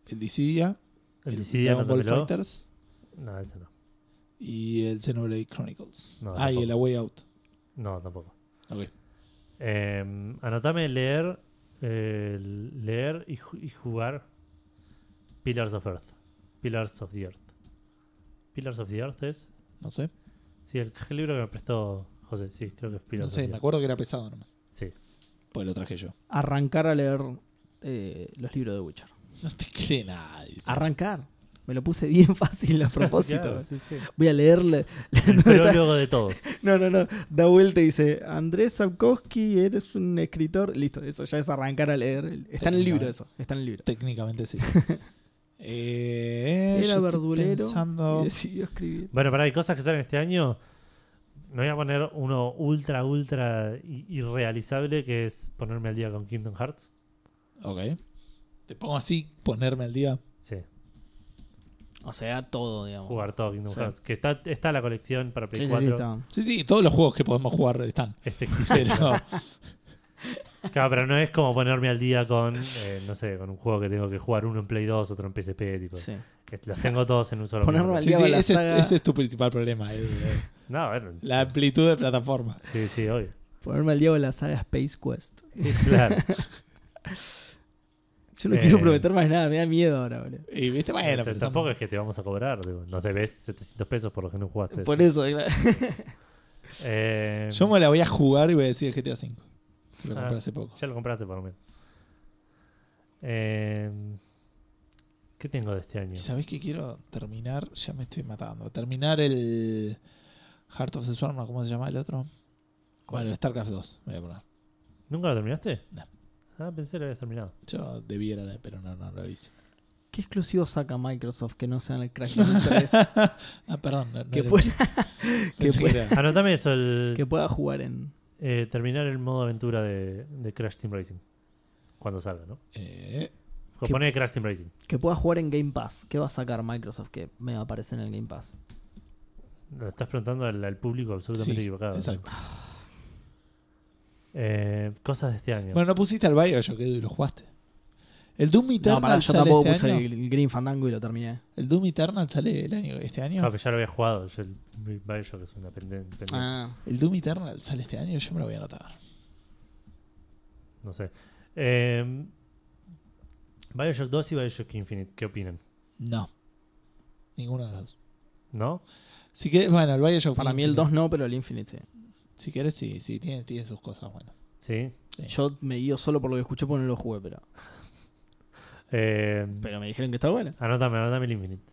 el Dissidia,
El Dissidia,
Dragon Ball
anótamelo.
Fighters
No, ese no.
y el Xenoblade Chronicles.
No,
ah, y
tampoco.
el A Way Out.
No, tampoco.
Ok.
Eh, anotame leer, eh, leer y, ju- y jugar Pillars of Earth. Pillars of the Earth. Pillars of the Earth es.
No sé.
Sí, el, el libro que me prestó José. Sí, creo que es Pillars
No sé,
of the
me
Earth.
acuerdo que era pesado nomás.
Sí.
Pues lo traje yo.
Arrancar a leer eh, los libros de Witcher.
<laughs> No te cree nadie.
Arrancar. Me lo puse bien <laughs> fácil a propósito.
Claro, sí, sí.
Voy a leerle.
<laughs>
El prólogo de todos.
No, no, no. Da vuelta y dice, Andrés Sapkowski, eres un escritor. Listo, eso ya es arrancar a leer. Está en el libro eso. Está en el libro.
Técnicamente sí. eh, yo
Era
estoy
verdulero
pensando-
y decidió escribir.
Bueno, para hay cosas que salen este año. Me voy a poner uno ultra, ultra i- irrealizable, que es ponerme al día con Kingdom Hearts.
Ok. Te pongo así, ponerme al día.
Sí,
O sea, todo, digamos.
jugar todo Kingdom
Sí.
Hearts. Que está, está la colección para
Sí, sí,
Play
sí,
4.
está.
Sí, sí, todos los juegos que podemos jugar están.
Este existe.
Pero
<laughs> Claro, pero no es como ponerme al día con, eh, no sé, con un juego que tengo que jugar uno en Play 2, otro en PSP. Tipo,
Sí.
que Los tengo todos en un solo
Ponerme
momento.
<laughs> al-
sí, sí,
Liaba la
ese, es-
saga.
ese es tu principal problema. eh, eh,
No, a ver.
la amplitud de plataforma.
Sí, sí,
<laughs>
obvio.
Ponerme al día de la saga Space Quest.
Claro.
Yo no
Eh.
quiero prometer más nada, me da miedo ahora, boludo.
Y viste, bueno, pero
Pero
son-
Este, tampoco es que te vamos a cobrar. digo, no debes 700 pesos por lo que no jugaste.
Por eso, claro.
Eh,
Yo me la voy a jugar y voy a decir el GTA V. Lo
Ah.
compré hace poco.
Ya lo compraste por lo menos. Eh, ¿Qué tengo de este año?
¿Y sabés qué quiero terminar? Ya me estoy matando. Terminar el Heart of the Swarm, ¿no? ¿cómo se llama el otro? Bueno, StarCraft 2, me voy a poner.
¿Nunca lo terminaste?
No.
Ah, pensé que lo habías terminado.
Yo debiera de, pero no, no lo hice.
¿Qué exclusivos saca Microsoft que no sean el <laughs> Crackdown 3?
<laughs> Ah, perdón. No, no
que,
era-
pueda, <laughs> que,
pensé que
pueda-
era-
Anotame
<laughs>
eso, el,
que pueda jugar en.
eh, terminar el modo aventura de, de Crash Team Racing. Cuando salga, ¿no?
Eh,
Que-
Pone Crash Team Racing.
Que pueda jugar en Game Pass. ¿Qué va a sacar Microsoft que me aparece en el Game Pass?
Lo estás preguntando al, al público absolutamente
sí,
equivocado.
exacto.
Eh, cosas de este año.
Bueno, no pusiste al Bioshock, Edu, y lo jugaste. El Doom
No,
Eternal
pará, yo
sale
tampoco
este
puse
año.
el, el Green Fandango y lo terminé.
El Doom Eternal sale el año, este año.
Ah, pero ya lo había jugado. Yo, el el Bioshock es una penden- pendiente.
Ah,
El Doom Eternal sale este año, yo me lo voy a anotar.
No sé. Eh, Bioshock 2 y Bioshock Infinite, ¿qué opinan?
No. Ninguno de los dos.
¿No?
Si querés, bueno, el Bioshock.
para mí
Infinite.
el 2 no, pero el Infinite sí.
Si querés, sí, sí, tiene, tiene sus cosas buenas.
Sí.
Sí.
Yo me guío solo por lo que escuché porque no lo jugué, pero.
Eh,
Pero me dijeron que está bueno.
Anotame, anotame el Infinite.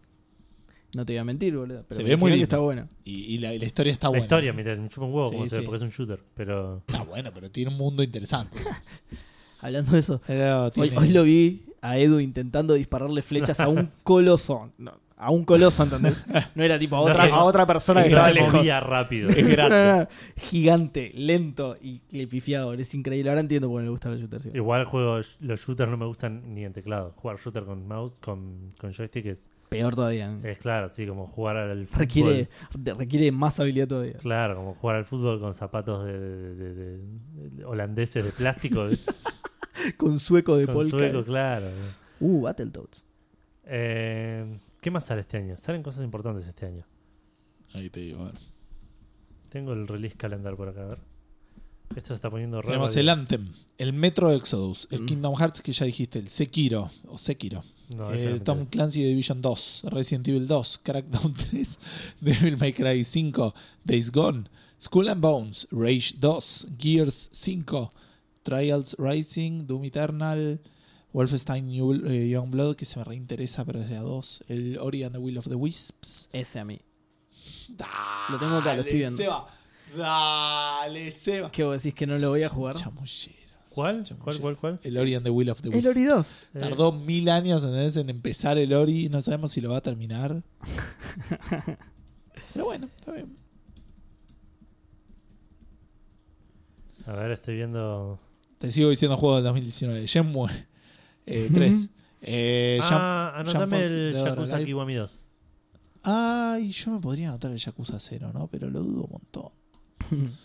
No te voy a mentir, boludo. Pero
Se
me
ve
dijeron
muy
que
lindo.
está bueno.
Y, y la, y la historia está
la
buena.
historia, me, me chupa un huevo
Sí,
como se ve,
sí.
porque es un shooter, pero
Está buena, pero tiene un
<laughs>
mundo interesante.
Hablando de eso,
Pero
hoy,
tiene-
hoy lo vi a Edu intentando dispararle flechas a
<laughs>
un coloso. No, a un coloso, ¿entendés? No era tipo a
No
otra,
sé.
a otra persona que
no
estaba
se
lejos.
movía rápido.
<laughs>
<laughs> No, no, no. Gigante, lento y, y pifiado. Es increíble. Ahora entiendo por qué le gustan los shooters. sí.
Igual juego, los shooters no me gustan ni en teclado. Jugar shooter con mouse, con, con joystick es,
Peor todavía. ¿no?
Eh,
es claro, sí, como jugar al fútbol.
Requiere, de- requiere más habilidad todavía.
<laughs>
Claro, como jugar al fútbol con zapatos de, de- de- de- de- holandeses de plástico, de-
Con sueco de
con
polka.
sueco, claro.
Uh, Battletoads.
Eh, ¿Qué más sale este año? Salen cosas importantes este año.
Ahí te digo, a ver.
Tengo el release calendar por acá, a ver. Esto se está poniendo re
Tenemos
radio-
el Anthem, el Metro Exodus, el
Mm.
Kingdom Hearts que ya dijiste, el Sekiro o Sekiro,
No, ese no
el Eh,
me
Tom
interesa.
Clancy Division 2, Resident Evil 2, Crackdown <laughs> 3, Devil May Cry 5, Days Gone, Skull and Bones, Rage 2, Gears 5, Trials Rising, Doom Eternal, Wolfenstein New, eh, Youngblood que se me reinteresa pero es de a dos, el Ori and the Will of the Wisps,
Ese a mí.
Dale,
Lo tengo acá, lo estoy viendo.
Seba. Dale, Seba.
¿Qué vos decís que no lo voy a jugar?
Chamullero.
¿Cuál?
Chamullero.
¿Cuál, cuál, cuál?
El Ori and the Will of the
El
Wisps.
Ori 2.
Eh,
Tardó mil años ¿entendés? en empezar el Ori. No sabemos si lo va a
<laughs>
terminar. Pero bueno, está bien.
A ver, estoy viendo.
Eh, Te sigo diciendo juego del 2019. Shenmue 3. Eh, Jam-
ah, anotame
Force
el
de Dora
Yakuza
Live.
Kiwami 2.
Ay, yo me podría anotar el Yakuza 0, ¿no? Pero lo dudo un montón.
<laughs>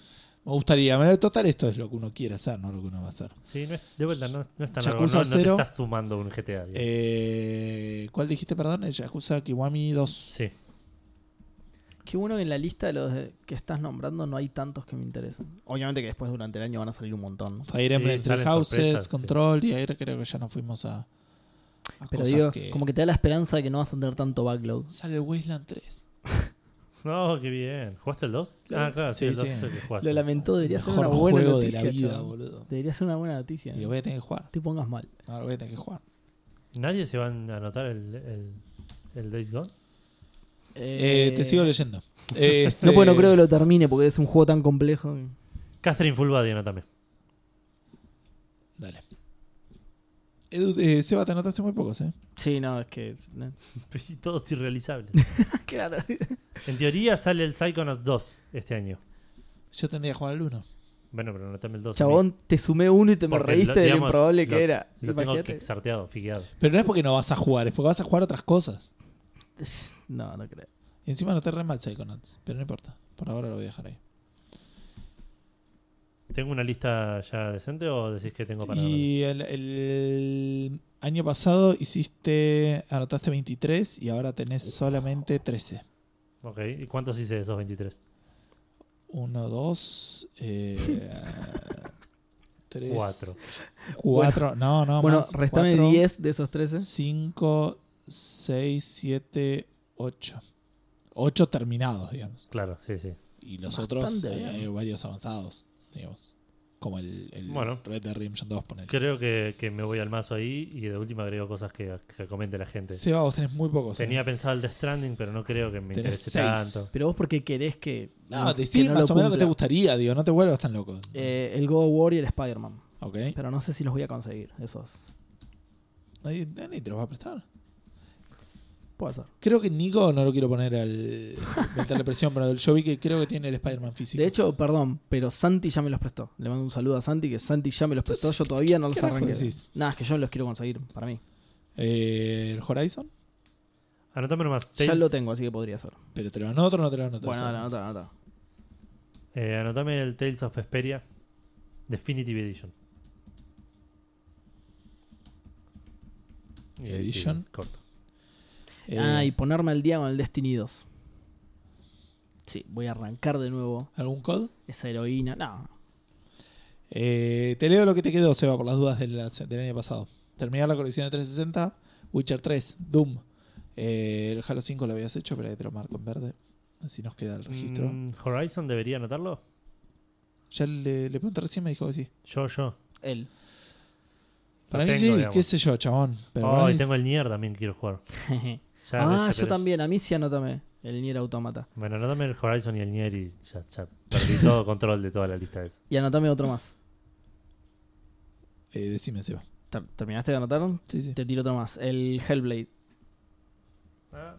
Me gustaría. Pero total, esto es lo que uno quiere hacer, no lo que uno va a hacer.
Sí, no es, de vuelta, no, no es tan largo. No,
Yakuza
no te
cero.
estás sumando un GTA. digamos.
Eh, ¿Cuál dijiste, perdón? El Yakuza Kiwami 2.
Sí.
Qué bueno que en la lista de los de- que estás nombrando no hay tantos que me interesan. Obviamente que después durante el año van a salir un montón. ¿no?
Fire
Sí,
Emblem Three
salen
Houses,
sorpresas, sí.
Control, y ahí creo que ya nos fuimos a. a
Pero
cosas
digo, como que te da la esperanza de que no vas a tener tanto backlog.
Sale el Wasteland 3.
No, qué bien. ¿Jugaste el 2? Ah, claro, sí,
Sí,
el 2
sí.
es el que jugaste.
Lo lamentó, debería ser
Mejor
una buena
juego
noticia.
de la vida,
chaval.
boludo.
Debería ser una buena noticia.
Y lo voy a tener que jugar.
No te pongas mal.
No, lo voy a tener que jugar.
¿Nadie se va a anotar el, el, el Days Gone?
Eh, te sigo leyendo. Este,
No, pues no creo que lo termine porque es un juego tan complejo.
Catherine Full Body, anotame.
Dale. Edu, eh, Seba, te anotaste muy pocos, ¿eh?
Sí, no, es que. es- no.
<laughs> Y Todos irrealizables.
<laughs> claro.
en teoría sale el Psychonauts 2 este año.
Yo tendría que jugar al 1.
Bueno, pero anotame el 2.
Chabón, te sumé uno y te me
Porque
reíste
lo-
de lo
digamos,
improbable
lo-
que era.
Lo tengo
Imagínate.
que exarteado, fiqueado.
Pero no es porque no vas a jugar, es porque vas a jugar otras cosas.
No, no creo.
Y encima no te re mal Psychonauts, pero no importa. Por ahora lo voy a dejar ahí.
¿Tengo una lista ya decente o decís que tengo para
Y el, el año pasado hiciste, anotaste 23 y ahora tenés solamente 13.
Ok, ¿y cuántos hice de esos 23?
1, 2, eh, <laughs> 3,
Cuatro.
4, no, no,
bueno,
más,
restame 10 de esos 13.
5, 6, 7, 8. 8 terminados, digamos.
Claro, sí, sí.
Y los
Bastante
otros eh,
bien.
hay varios avanzados, digamos. Como el, el
Bueno.
Red Dead Redemption 2, ponele.
Creo que, que me voy al mazo ahí y de última agrego cosas que, que comente la gente.
Seba, vos tenés muy pocos. eh.
Tenía pensado el de Stranding, pero no creo que me
Tenés
interese
seis.
tanto.
Pero vos, porque querés que.
No,
que
decí
no
más
lo
o menos lo que te
cumpla?
gustaría, digo, no te vuelvas tan loco.
Eh, el God of War y el Spider-Man.
ok.
Pero no sé si los voy a conseguir, esos.
Nadie, nadie te los va a prestar.
Puede ser.
Creo que Nico, no lo quiero poner al meterle presión, pero yo vi que creo que tiene el Spider-Man físico.
De hecho, perdón, pero Santi ya me los prestó. Le mando un saludo a Santi, que Santi ya me los prestó.
Entonces,
Yo todavía no los
carajo
arranqué.
decís?
Nada, es que yo los quiero conseguir, para mí.
Eh, el Horizon,
Anotame nomás.
Ya
Tales-
lo tengo, así que podría ser.
pero te lo anoto o no te lo anoto.
Bueno,
Eso.
dale, anota, anota.
Eh, anotame el Tales of Vesperia Definitive Edition. Y ahí sí,
Edition.
corto.
Eh,
Ah, y ponerme al día con el Destiny 2. Sí, voy a arrancar de nuevo
¿Algún code?
esa heroína. No,
Eh, te leo lo que te quedó, Seba, por las dudas del, del año pasado. Terminar la colección de 360, Witcher 3, Doom. Eh, el Halo 5 lo habías hecho, pero ahí te lo marco en verde. Así nos queda el registro.
Mm, Horizon debería anotarlo.
Ya le, le pregunté recién, me dijo que sí.
Yo, yo.
él. <laughs>
Para
Lo
mí
tengo,
sí,
digamos.
qué sé yo, chabón. Pero
Oh,
para
y
mí
tengo el Nier también que quiero jugar. Ya,
ah,
ya
yo
tenés.
también, a mí sí anótame. El Nier Automata.
Bueno, anotame el Horizon y el Nier y ya, ya perdí <laughs> todo control de toda la lista esa.
Y anotame otro más.
Eh, decime, Seba.
Ter- ¿Terminaste de anotar?
Sí, sí.
Te tiro otro más. El Hellblade,
Ah,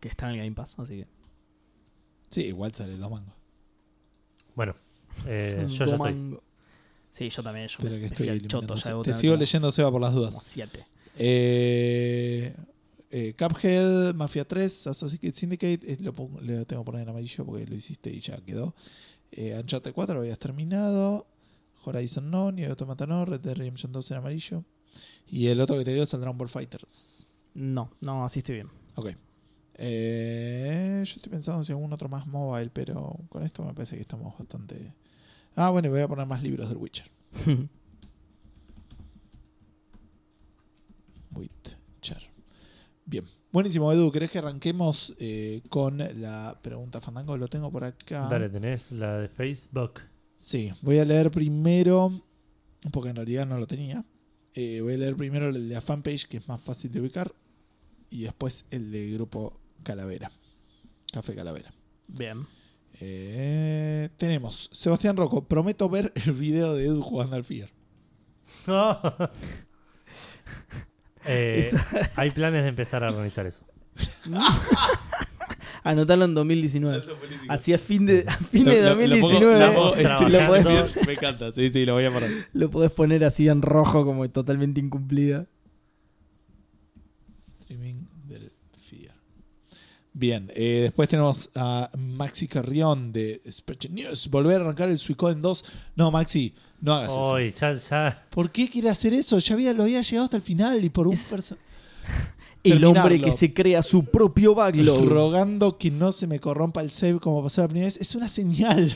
que está en el Game Pass, así que.
Sí, igual sale dos mangos.
Bueno,
Es
eh,
un
yo ya estoy.
domingo. Sí, yo también. Yo me,
Espera que
me
estoy
fui al
eliminando.
choto ya. debo
Te
tener
sigo
como-
leyendo, Seba, por las
Como
dudas.
siete.
Eh, eh, Cuphead, Mafia 3, Assassin's Creed Syndicate. eh, lo, pongo- le tengo que poner en amarillo porque lo hiciste y ya quedó. Eh, Uncharted 4 lo habías terminado. Horizon no, ni Automata no. Red Dead Redemption 2 en amarillo. Y el otro que te dio es el Dragon Ball Fighters.
No, no, así estoy bien.
Ok. Eh, yo estoy pensando si algún otro más mobile, pero con esto me parece que estamos bastante. Ah, bueno, y voy a poner más libros del Witcher. Witcher. Bien. Buenísimo, Edu. ¿Querés que arranquemos eh, con la pregunta Fandango? Lo tengo por acá.
Dale, tenés la de Facebook. <laughs>
Sí, voy a leer primero, porque en realidad no lo tenía. Eh, voy a leer primero la fanpage, que es más fácil de ubicar. y después el de grupo Calavera. Café Calavera.
Bien.
Eh, tenemos Sebastián Rocco. Prometo ver el video de Edu jugando al Fear.
Eh,
Esa-
hay planes de empezar a organizar eso.
Anotarlo en 2019. Hacia fin de, a fin de
Lo- lo- lo pongo-
2019
<laughs> lo pongo-
eh, lo, podés,
trabajando.
<laughs> Me encanta, sí, sí, lo voy a parar.
lo podés poner así en rojo como totalmente incumplida.
Streaming del Fear. Bien, eh, después tenemos a Maxi Carrión de Sprecher News. Volver a arrancar el Suicoden 2. No, Maxi, no hagas eso.
Hoy, ya, ya.
¿Por qué quiere hacer eso? Ya había, lo había llegado hasta el final y por un
Es-
personaje.
El hombre
Terminarlo.
que se crea su propio
<laughs>
backlog.
Rogando que no se me corrompa el save como pasó la primera vez. Es una señal.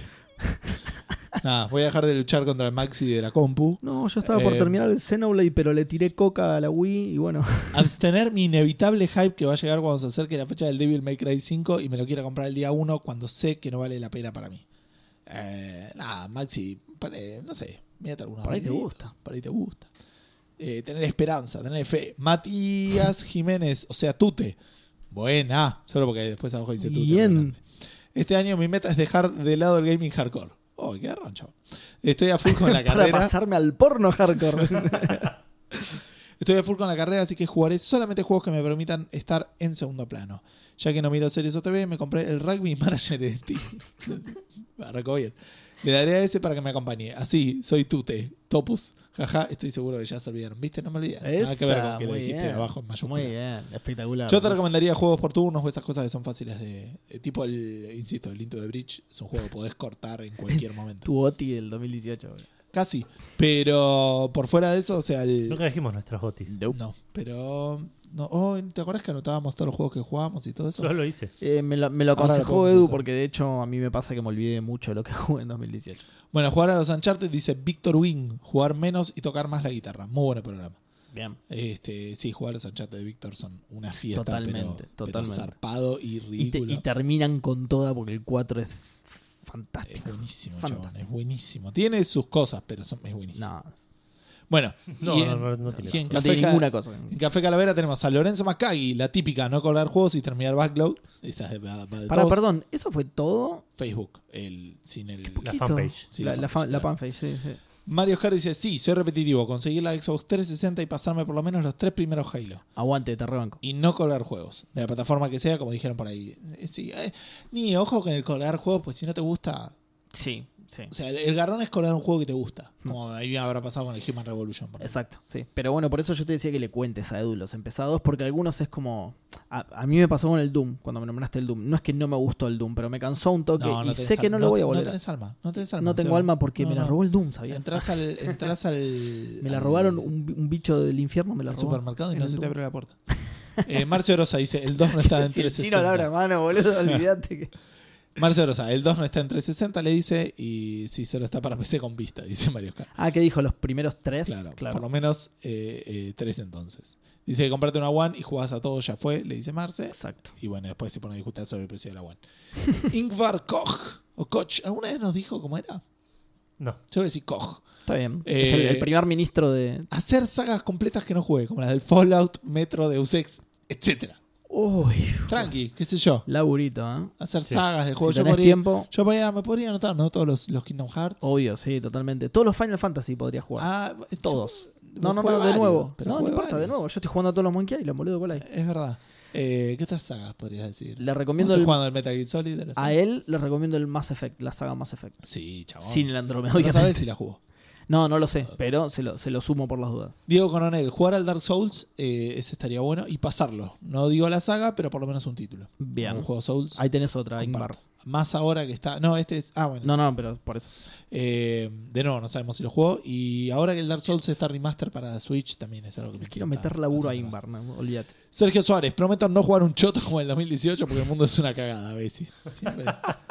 Nada, voy a dejar de luchar contra el Maxi de la compu.
No, yo estaba por
Eh,
terminar el Xenoblade, pero le tiré coca a la Wii y bueno.
<laughs>
Abstener mi inevitable hype que va a llegar cuando se acerque la fecha del Devil May Cry 5 y me lo quiera comprar el día 1 cuando sé que no vale la pena para mí. Eh, nada, Maxi, para- eh, no sé, mírate algunos
Por ahí te
videitos,
gusta.
Por ahí te gusta. Eh, tener esperanza, tener fe. Matías Jiménez, o sea, Tute. Buena, solo porque después abajo dice Tute.
Bien.
grande. Este año mi meta es dejar de lado el gaming hardcore. Oh, qué rancho. Estoy a full con la
<laughs> Para
carrera.
pasarme al porno
<laughs>
<laughs>
hardcore.
Estoy a full con la carrera, así que jugaré solamente juegos que me permitan estar en segundo plano. Ya que no miro series o TV, me compré el Rugby Manager de Steam. <laughs> Arrancó bien. Le daré a ese para que me acompañe. Así, soy Tute, Topus. Jaja, estoy seguro que ya se olvidaron. ¿Viste? No me olvidé. Nada que ver
Esa,
con que lo
muy
dijiste
bien.
abajo en mayúsculas.
Muy bien, espectacular.
Yo te recomendaría juegos por turnos o esas cosas que son fáciles de... eh, Tipo el, insisto, el Into the Bridge. Es un juego que podés cortar en
<laughs>
cualquier momento.
Tu OTI del 2018. boludo.
Casi. Pero por fuera de eso, o sea, el...
Nunca dijimos nuestras gotis.
No, pero. No, oh, ¿Te acuerdas que anotábamos todos los juegos que jugábamos y todo eso?
Yo lo hice.
Eh, me, lo, me lo
Ahora lo
aconsejó
podemos
Edu
hacer.
porque de hecho a mí me pasa que me olvidé mucho de lo que <laughs> jugué en 2018.
Bueno, jugar a los Uncharted dice Victor Wing, jugar menos y tocar más la guitarra. Muy buen programa.
Bien.
Este, sí, jugar a los Uncharted de Victor son una fiesta,
Totalmente,
pero,
totalmente.
pero zarpado y
Y, te- <laughs>
ridículo.
y terminan con toda porque el 4 es
es
fantástico.
buenísimo,
Fantástico.
chabón, es buenísimo. Tiene sus cosas, pero son, es buenísimo.
No,
Bueno,
No,
y en,
no, no
y
tiene.
en
no
Café
tiene
Ca-
ninguna cosa.
en Café Calavera tenemos a Lorenzo Macagui, la típica, no colgar juegos y terminar backlog. Esa es de, va- va de
Para,
Eh, todos.
perdón, ¿eso fue todo?
Facebook, el, sin el,
La
poquito.
fanpage.
Sí,
la, la, fan- la
claro.
fanpage, sí, sí.
Mario Oscar dice, sí, soy repetitivo, conseguir la Xbox 360 y pasarme por lo menos los tres primeros Halo.
Aguante, te rebanco.
Y no colgar juegos, de la plataforma que sea, como dijeron por ahí. Eh, Sí, eh, ni ojo con el colgar juegos, pues si no te gusta...
Sí, sí.
O sea, el, el garrón es colgar un juego que te gusta,
Hmm.
como a mí me habrá pasado con el Human Revolution. por ejemplo.
Exacto, sí. Pero bueno, por eso yo te decía que le cuentes a Edu los empezados, porque algunos es como. A, a mí me pasó con el Doom, cuando me nombraste el Doom. No es que no me gustó el Doom, pero me cansó un toque y
tenés
sé que
al-
no lo voy
te-
a volver.
No
a-
tenés alma, no tenés
No,
alma.
tengo
Seba.
alma porque
No,
me la
no.
robó el Doom, ¿sabías?
Entras al... Entras al
<laughs> me la
al-
robaron un, un bicho del infierno, me la
al
robó.
supermercado y
en
no
el
se te
Doom.
abre la puerta. Eh, Marcio Rosa dice,
<laughs>
el 2 no está en
Si el
360.
chino la abre a mano, boludo, olvídate
<laughs>
que.
Marcelo Rosa, el 2 no está en 360, le dice, y sí, solo está para <laughs> PC con vista, dice Mario Oscar.
Ah, que dijo los primeros tres.
Claro,
Claro,
por lo menos eh, eh, tres entonces. Dice que comprate una One y jugás a todo, ya fue, le dice Marce.
Exacto.
Y bueno, después se pone a discutir sobre el precio de
<laughs>
la One. Ingvar Koch, o Koch, ¿alguna vez nos dijo cómo era?
No.
Yo voy a decir Koch.
Está bien. es el,
Eh,
el primer ministro de.
Hacer sagas completas que no jugué, como las del Fallout, Metro, Deus Ex, etc.
Uy,
Tranqui, qué sé yo.
laburito, ¿eh?
Hacer
Sí.
sagas de juegos.
si
yo,
tenés
podría-
tiempo.
yo podría- me podría anotar, ¿no? Todos los, los Kingdom Hearts.
Obvio, sí, totalmente. Todos los Final Fantasy podría jugar.
Ah,
Todos.
yo-
no, no,
jugué
no, de
varios,
nuevo.
pero
No, no
jugué
importa, de
varios.
nuevo. Yo estoy jugando a todos los Monkey Island, boludo, ¿cuál hay?
Es verdad. Eh, ¿Qué otras sagas podrías decir?
Le recomiendo
Estoy
el-
jugando el Metal Gear Solid. de la
a
serie.
él le recomiendo el Mass Effect, la saga Mass Effect.
Sí, chabón.
Sin el Andromeda,
Ah, no
obviamente.
sabes si la jugó.
No, no lo sé, pero se lo, se lo sumo por las dudas.
Diego Coronel, jugar al Dark Souls, eh, ese estaría bueno. Y pasarlo. No digo la saga, pero por lo menos un título.
Bien.
Un juego Souls.
Ahí tenés otra, Ingvar.
comparto. Más ahora que está. No, este es. Ah, bueno.
No, no, pero por eso.
Eh, de nuevo, no sabemos si lo jugó. Y ahora que el Dark Souls está remaster para Switch, también es algo que me
Quiero
tienta
meter laburo a
bastante más.
Ingvar, no, olvídate.
Sergio Suárez, prometo no jugar un choto como el 2018 porque el mundo es una cagada a veces. Siempre.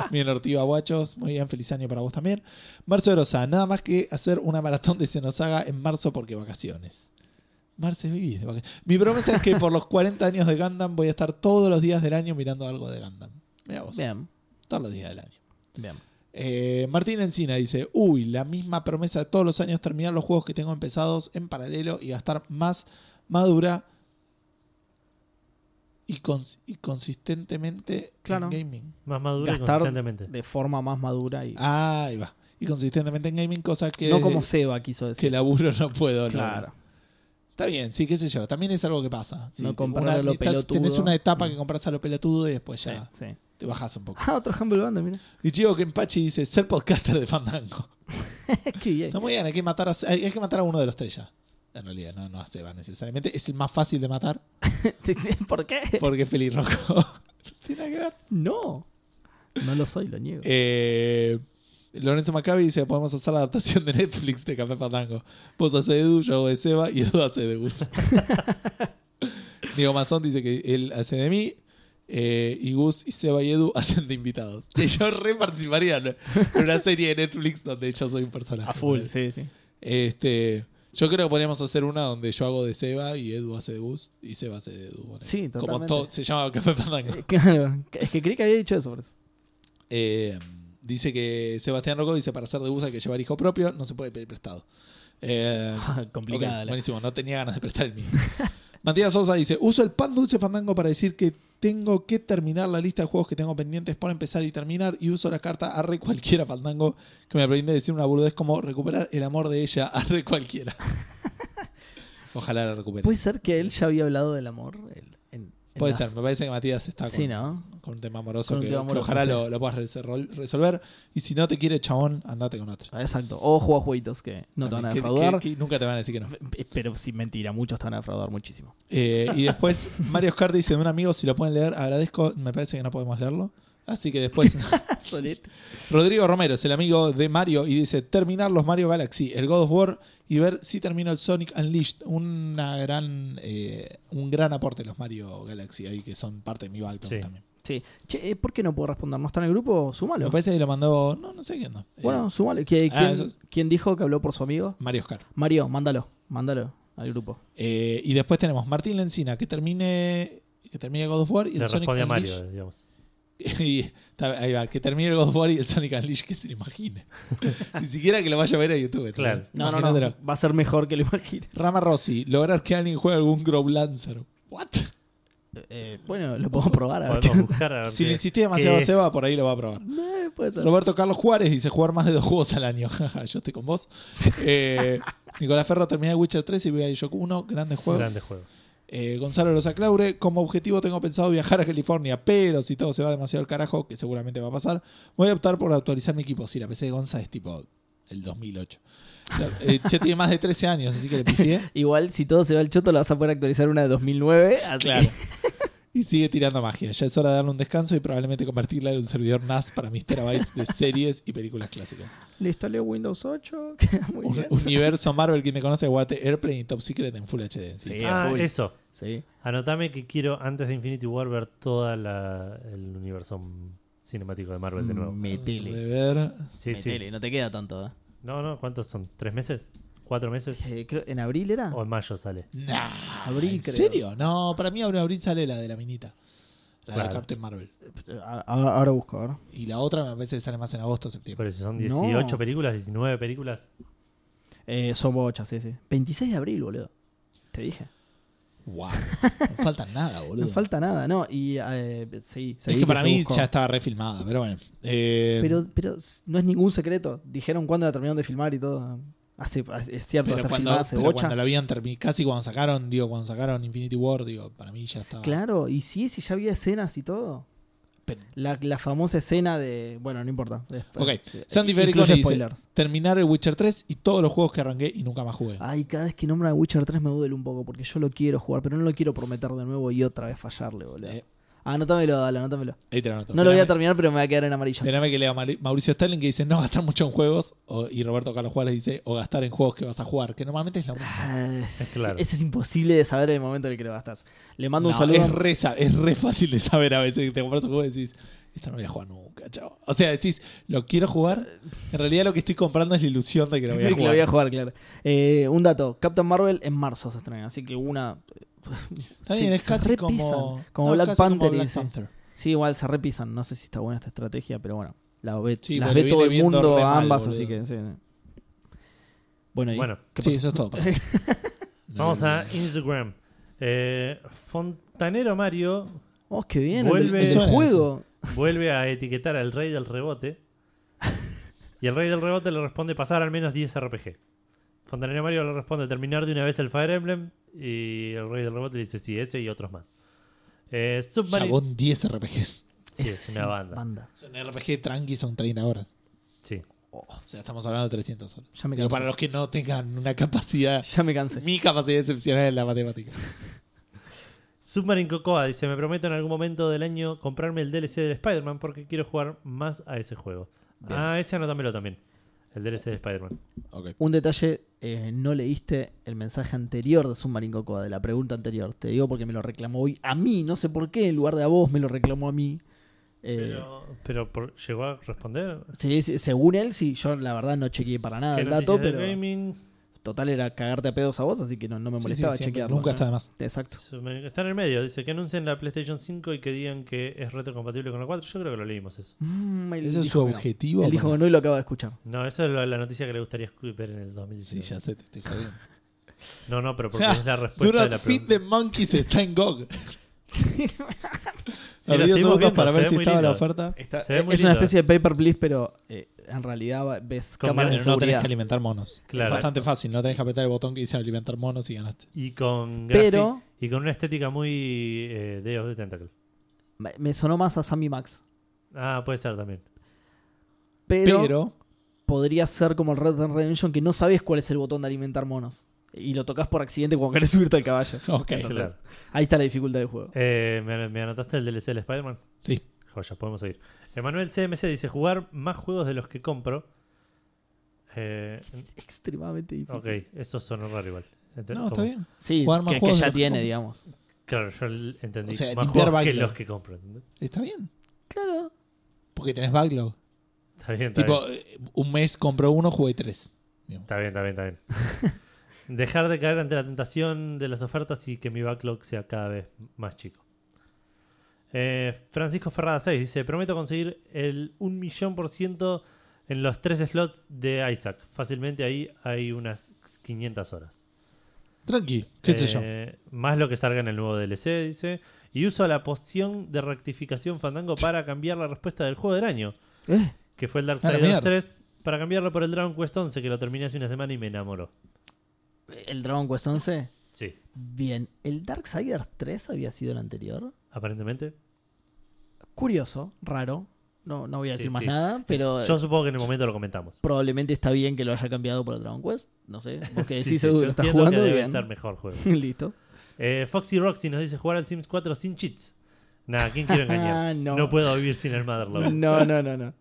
Bien, Ortiva Guachos. Muy bien, feliz año para vos también. Marzo de Rosa, nada más que hacer una maratón de Xenosaga en marzo porque vacaciones. Marce, vivís de vacaciones. Mi promesa es que por los 40 años de Gundam voy a estar todos los días del año mirando algo de Gundam. Mira vos,
Bien,
todos los días del año.
bien.
Eh, Martín Encina dice, uy, la misma promesa de todos los años terminar los juegos que tengo empezados en paralelo y gastar más madura y, cons- y consistentemente
Claro.
en gaming.
Más madura y
Gastar-
consistentemente.
de forma más madura y
Ah, eh, ahí va. Y consistentemente en gaming, cosa que,
no como Seba quiso
que
decir.
laburo no puedo. lograr.
claro.
Está bien, sí, qué sé yo. También es algo que pasa. Sí,
No
sí,
comprar
una-
a lo
estás-
pelotudo. Mm.
Tenés una etapa que compras a lo pelotudo y después ya
Sí, sí.
te bajas un poco.
Ah, otro Humble Band,
<laughs>
mira.
Y Chivo Kenpachi dice, ser podcaster de Fandango.
Qué bien.
No, muy bien, hay que matar a, hay, hay que matar a uno de los tres ya. En realidad, no, no a Seba necesariamente. Es el más fácil de matar
<laughs> ¿Por qué?
porque es pelirrojo. No Eh. <laughs> Tiene nada que ver.
No. No lo soy, lo niego.
Eh, Lorenzo Maccabi dice, podemos hacer la adaptación de Netflix de Café Fandango. Vos haces de Edu, yo hago de Seba y Edu hace de <laughs> Gus. Diego Mazón dice que él hace de mí. eh, y Gus y Seba y Edu <laughs> hacen de invitados. Che, yo re participaría en una serie de Netflix donde yo soy un personaje.
A full, sí, sí.
Este, yo creo que podríamos hacer una donde yo hago de Seba y Edu hace de Gus y Seba hace de Edu. ponele.
Sí,
Como
totalmente.
todo se llama Café Fandango.
<laughs> Eh, Claro, es que creí que había dicho eso por eso.
Eh, dice que Sebastián Rocco dice para ser de Gus hay que llevar hijo propio, no se puede pedir prestado.
<laughs>
Eh,
Ah, Complicada
ok,
la-
buenísimo, no tenía ganas de prestar el mío. <laughs> Matías Sosa dice, uso el pan dulce fandango para decir que tengo que terminar la lista de juegos que tengo pendientes por empezar y terminar y uso la carta arre cualquiera fandango que me permite decir una boludez como recuperar el amor de ella
<laughs>
arre cualquiera. Ojalá la recupere.
Puede ser que él ya había hablado del amor. el- en- en
Puede
las-
ser, me parece que Matías está con,
Sí, ¿no?
con un tema amoroso,
Con un
que,
tema
que
amoroso,
ojalá
sí.
lo, lo puedas resol- resolver. Y si no te quiere chabón, andate con otro.
Ah, Exacto. O juega jueguitos que no te van a
Que- que-
defraudar.
que nunca te van a decir que no.
P- Eh, Pero sí, mentira, muchos te van a defraudar <laughs> muchísimo.
Eh, y después Mario Oscar dice de un amigo, si lo pueden leer, agradezco. Me parece que no podemos leerlo. Así que después <laughs>
Ah, Solete.
Rodrigo Romero es el amigo de Mario y dice terminar los Mario Galaxy, el God of War y ver si termino el Sonic Unleashed. Una gran, eh, un gran aporte los Mario Galaxy ahí que son parte de mi backlog
Sí.
también.
Sí. Che, eh, ¿por qué no puedo responder? ¿No está en el grupo? Súmalo.
Me parece que lo mandó, no, no sé quién. no. Eh,
Bueno, súmalo. ¿Qui- ¿Quién,
Ah, eso-
quién dijo que habló por su amigo?
Mario Oscar.
Mario, mándalo. Mándalo al grupo.
Eh, y después tenemos Martín Lencina, que termine que termine God of War y
Le
el Sonic
responde a Mario,
Unleashed.
digamos.
<laughs> Y está- ahí va, que termine el God of War y el Sonic Unleashed, que se lo
<laughs>
imagine. Ni siquiera que lo vaya a ver a YouTube.
Claro.
¿entendés?
No, no, no.
Imagínatelo.
Va a ser mejor que lo imagine.
Rama Rossi, lograr que alguien juegue algún Grow Lancer. ¿What?
Eh, bueno, lo podemos probar. A ver.
<laughs>
Podemos buscar a ver
Si
qué-
le insistí demasiado a
qué es.
Seba, por ahí lo va a probar.
Eh, puede ser.
Roberto Carlos Juárez dice jugar más de dos juegos al año. <laughs> Jaja, Yo estoy con vos.
<laughs>
Eh, Nicolás Ferro terminé Witcher 3 y voy a Shock 1. Grandes juegos.
Grandes juegos.
Eh, Gonzalo Loza Claure, como objetivo tengo pensado viajar a California, pero si todo se va demasiado al carajo, que seguramente va a pasar, voy a optar por actualizar mi equipo. Sí, la PC de Gonza es tipo el 2008. La- eh, ya tiene más de 13 años, así que
<laughs>
le pifié.
Igual, si todo se va al choto, la vas a poder actualizar una de 2009. Así
Claro. <laughs> Y sigue tirando magia. Ya es hora de darle un descanso y probablemente convertirla en un servidor NAS para mis terabytes de series y películas clásicas.
Le instalé Windows 8. <laughs> Queda muy
Un
bien.
universo Marvel, quien te conoce, guate Airplane y Top Secret en Full HD. Sí.
Sí, a
Ah,
full.
eso.
Sí.
Anotame que quiero, antes de Infinity War, ver todo el universo cinemático de Marvel de
Mm,
nuevo.
Metele.
Rever.
Sí, sí.
Metele, No te queda tanto. ¿eh?
No, no, ¿cuántos son? ¿Tres meses? ¿Cuatro meses?
Eh, creo- ¿En abril era?
¿O en mayo sale?
Nah,
Abril,
¿En
creo.
serio? No, para mí ahora abril sale la de la minita. La de
Claro.
Captain Marvel.
A- Ahora, ahora busco, ahora.
Y la otra me parece que sale más en agosto o septiembre.
Pero si son
No.
18 películas, 19 películas.
Eh, son bochas, sí, sí. 26 de abril, boludo. Te dije.
Wow. No falta nada, boludo.
No falta nada, ¿no? Y eh, sí,
es
seguí
que para
yo
mí
busco.
ya estaba refilmada, pero bueno. Eh,
Pero, pero s- no es ningún secreto. Dijeron cuándo la terminaron de filmar y todo. Hace, hace- es cierto,
pero
está
cuando,
filmada hace
pero
bocha.
cuando la habían terminado, casi cuando sacaron, digo, cuando sacaron Infinity War, digo, para mí ya estaba.
Claro, y sí, sí, ya había escenas y todo.
Pero-
La, la famosa escena de. Bueno, no importa.
Ok,
Después, sí.
Sandy
Incluye
Fericone dice: eh.
spoilers.
Terminar el Witcher 3 y todos los juegos que arranqué y nunca más jugué.
Ay, cada vez que nombran Witcher 3 me duele un poco porque yo lo quiero jugar, pero no lo quiero prometer de nuevo y otra vez fallarle, boludo. Ah,
Eh,
Anótamelo, dale, anótamelo.
ahí te lo anoto.
No lo voy a
Espérame.
terminar, pero me va a quedar en amarillo.
Espérame que lea Mauri- Mauricio Sterling que dice no gastar mucho en juegos o- y Roberto Carlos Juárez dice o gastar en juegos que vas a jugar, que normalmente es lo mismo.
Ah, es-
claro.
Ese es imposible de saber en el momento en el que lo gastas. Le mando
No,
un saludo.
Es re, sa- es re fácil de saber a veces que te compras un juego y decís, esto no lo voy a jugar nunca, chao. O sea, decís, lo quiero jugar. En realidad lo que estoy comprando es la ilusión de que lo voy a
que lo voy a jugar,
jugar.
claro. Eh, un dato: Captain Marvel en marzo se estrena, así que una. <laughs>
Está bien,
se-
es
se
casi
repisan.
como,
Como
no,
Black
casi
Panther.
Black
y sí.
Panther.
Sí, igual se repisan. No sé si está buena esta estrategia, pero bueno. La ve,
Sí,
las
porque
ve
le
todo
viene
el
viendo
mundo
re
a
mal,
ambas,
boludo.
así que. sí. Bueno, y-
Bueno,
¿qué
<laughs> Sí,
pasó?
eso es todo.
vamos a Instagram. Eh, Font- Tanero Mario
Oh, qué bien.
Vuelve-
el, del- el
Suena
juego.
vuelve a etiquetar al rey del rebote. Y el rey del rebote le responde pasar al menos 10 RPG. Fontanero Mario le responde terminar de una vez el Fire Emblem. Y el rey del rebote le dice sí, ese y otros más. Eh,
<laughs>
Submarine-
Chabón 10 RPGs.
Sí, es una banda.
Son RPG tranqui, son 30 horas.
Sí.
Oh,
O sea, estamos hablando de 300 horas.
Ya me
Digo,
cansé.
para los que no tengan una capacidad,
Ya me cansé.
mi capacidad excepcional en la matemática.
Submarine Cocoa dice: Me prometo en algún momento del año comprarme el DLC del Spider-Man porque quiero jugar más a ese juego.
Bien.
Ah, ese anótamelo también. El DLC de Spider-Man.
Ok.
Un detalle, eh, no leíste el mensaje anterior de Submarine Cocoa, de la pregunta anterior. Te digo porque me lo reclamó hoy a mí, no sé por qué, en lugar de a vos me lo reclamó a mí. Eh,
Pero, pero por- llegó a responder.
sí, sí, según él, sí, yo la verdad no chequeé para nada
¿Qué
Ah, el
noticias
dato,
del
pero
gaming?
total era cagarte a pedos a vos, así que no, no me
Sí,
molestaba
sí, siempre.
chequearlo.
Nunca
¿no?
está de más.
Exacto.
Submarine- Está en el medio. Dice que anuncien la PlayStation 5 y que digan que es retrocompatible con la 4. Yo creo que lo leímos eso.
Mm, él
¿Eso es
dijo
su
que no.
objetivo?
Él dijo que no y lo acaba de escuchar.
No, esa es la, la noticia que le gustaría escu- ver en el
Sí,
2019.
ya sé, te estoy jodiendo.
No, no,
<laughs>
pero porque
Ja,
es la
Do
respuesta de
not
la
feed
pregunta.
the monkeys está en <laughs> GOG.
Sí, lo
Abrí dos
estuvimos
segundos
viendo,
para
se
ver
ve
si
muy
estaba la
lindo.
oferta.
Está- eh,
Se ve
es
muy
una
lindo.
especie de paper please, pero eh, en realidad va- ves
Con
cámaras de
Pero no tenés
seguridad.
que alimentar monos.
Claro.
Es bastante fácil, no tenés que apretar el botón que dice alimentar monos y ganaste.
Y con,
Pero-
grafi- y con una estética muy eh, Day of the Tentacle.
Me- Me sonó más a Sammy Max.
Ah, puede ser también.
<laughs> Pero,
Pero,
podría ser como el Red Dead Redemption que no sabes cuál es el botón de alimentar monos. Y lo tocas por accidente cuando querés subirte al caballo.
<laughs> ok.
Claro.
Ahí está la dificultad del juego.
Eh, ¿me, me anotaste el DLC del Spider-Man?
Sí.
Joya, podemos seguir. Emanuel CMC dice: jugar más juegos de los que compro. Eh,
Este Es extremadamente difícil.
ok, eso sonó raro igual. Ente-
No, está
¿cómo?
bien.
Sí,
Jugar más
que, que
juegos de
ya
los que
tiene,
compra.
digamos.
Claro, yo l- entendí.
O sea,
más
limpiar
juegos que
backlog.
los que compro. ¿entendés?
Está bien.
Claro.
Porque tenés backlog.
Está bien, está
Tipo,
bien.
eh, un mes compró uno, jugué tres. Digamos.
Está bien, está bien, está bien. <laughs> Dejar de caer ante la tentación de las ofertas y que mi backlog sea cada vez más chico. Eh, Francisco Ferrada 6 dice: Prometo conseguir el 1 millón por ciento en los tres slots de Isaac. Fácilmente ahí hay unas 500 horas.
Tranqui, qué sé yo.
Eh, Más lo que salga en el nuevo DLC, dice. Y uso la poción de rectificación Fandango para cambiar la respuesta del juego del año,
Eh,
que fue el
Ah, la
Darksiders
mierda.
3, para cambiarlo por el Dragon Quest 11, que lo terminé hace una semana y me enamoró.
el Dragon Quest 11.
Sí,
Bien. ¿El Darksiders 3 había sido el anterior?
aparentemente.
Curioso, raro. No, no voy a
Sí,
decir más
sí.
nada, pero
Yo supongo que en el momento lo comentamos.
probablemente está bien que lo haya cambiado por el Dragon Quest. No sé.
<laughs>
Vos que
Sí,
decís,
sí,
Edu,
yo
lo estás
entiendo
jugando
que
y
debe
bien.
ser mejor juego.
<laughs> Listo.
<laughs> Eh, Foxy Roxy nos dice jugar al Sims 4 sin cheats. Nada, ¿quién quiero
<laughs>
engañar?
Ah, no.
No puedo vivir sin el Motherlode.
No, no, no, no.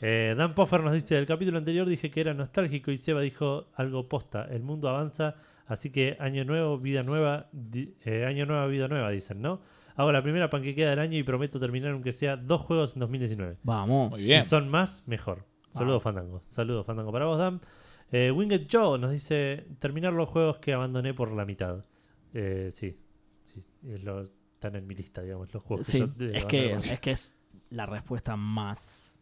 Eh, Dan Poffer nos dice, el capítulo anterior dije que era nostálgico y Seba dijo algo posta, el mundo avanza, así que año nuevo, vida nueva, di- eh, año nueva, vida nueva, dicen, ¿no? Hago la primera panquequea del año y prometo terminar aunque sea dos juegos en 2019.
Vamos.
Muy bien.
Si son más, mejor. Saludos, Fandango. Saludos, Fandango, para vos, Dan. Eh, Winged Joe nos dice, terminar los juegos que abandoné por la mitad. Eh, sí, sí, es lo- están en mi lista, digamos, los juegos
Sí,
que yo, eh,
es
abandoné
que,
por-
es que es la respuesta más,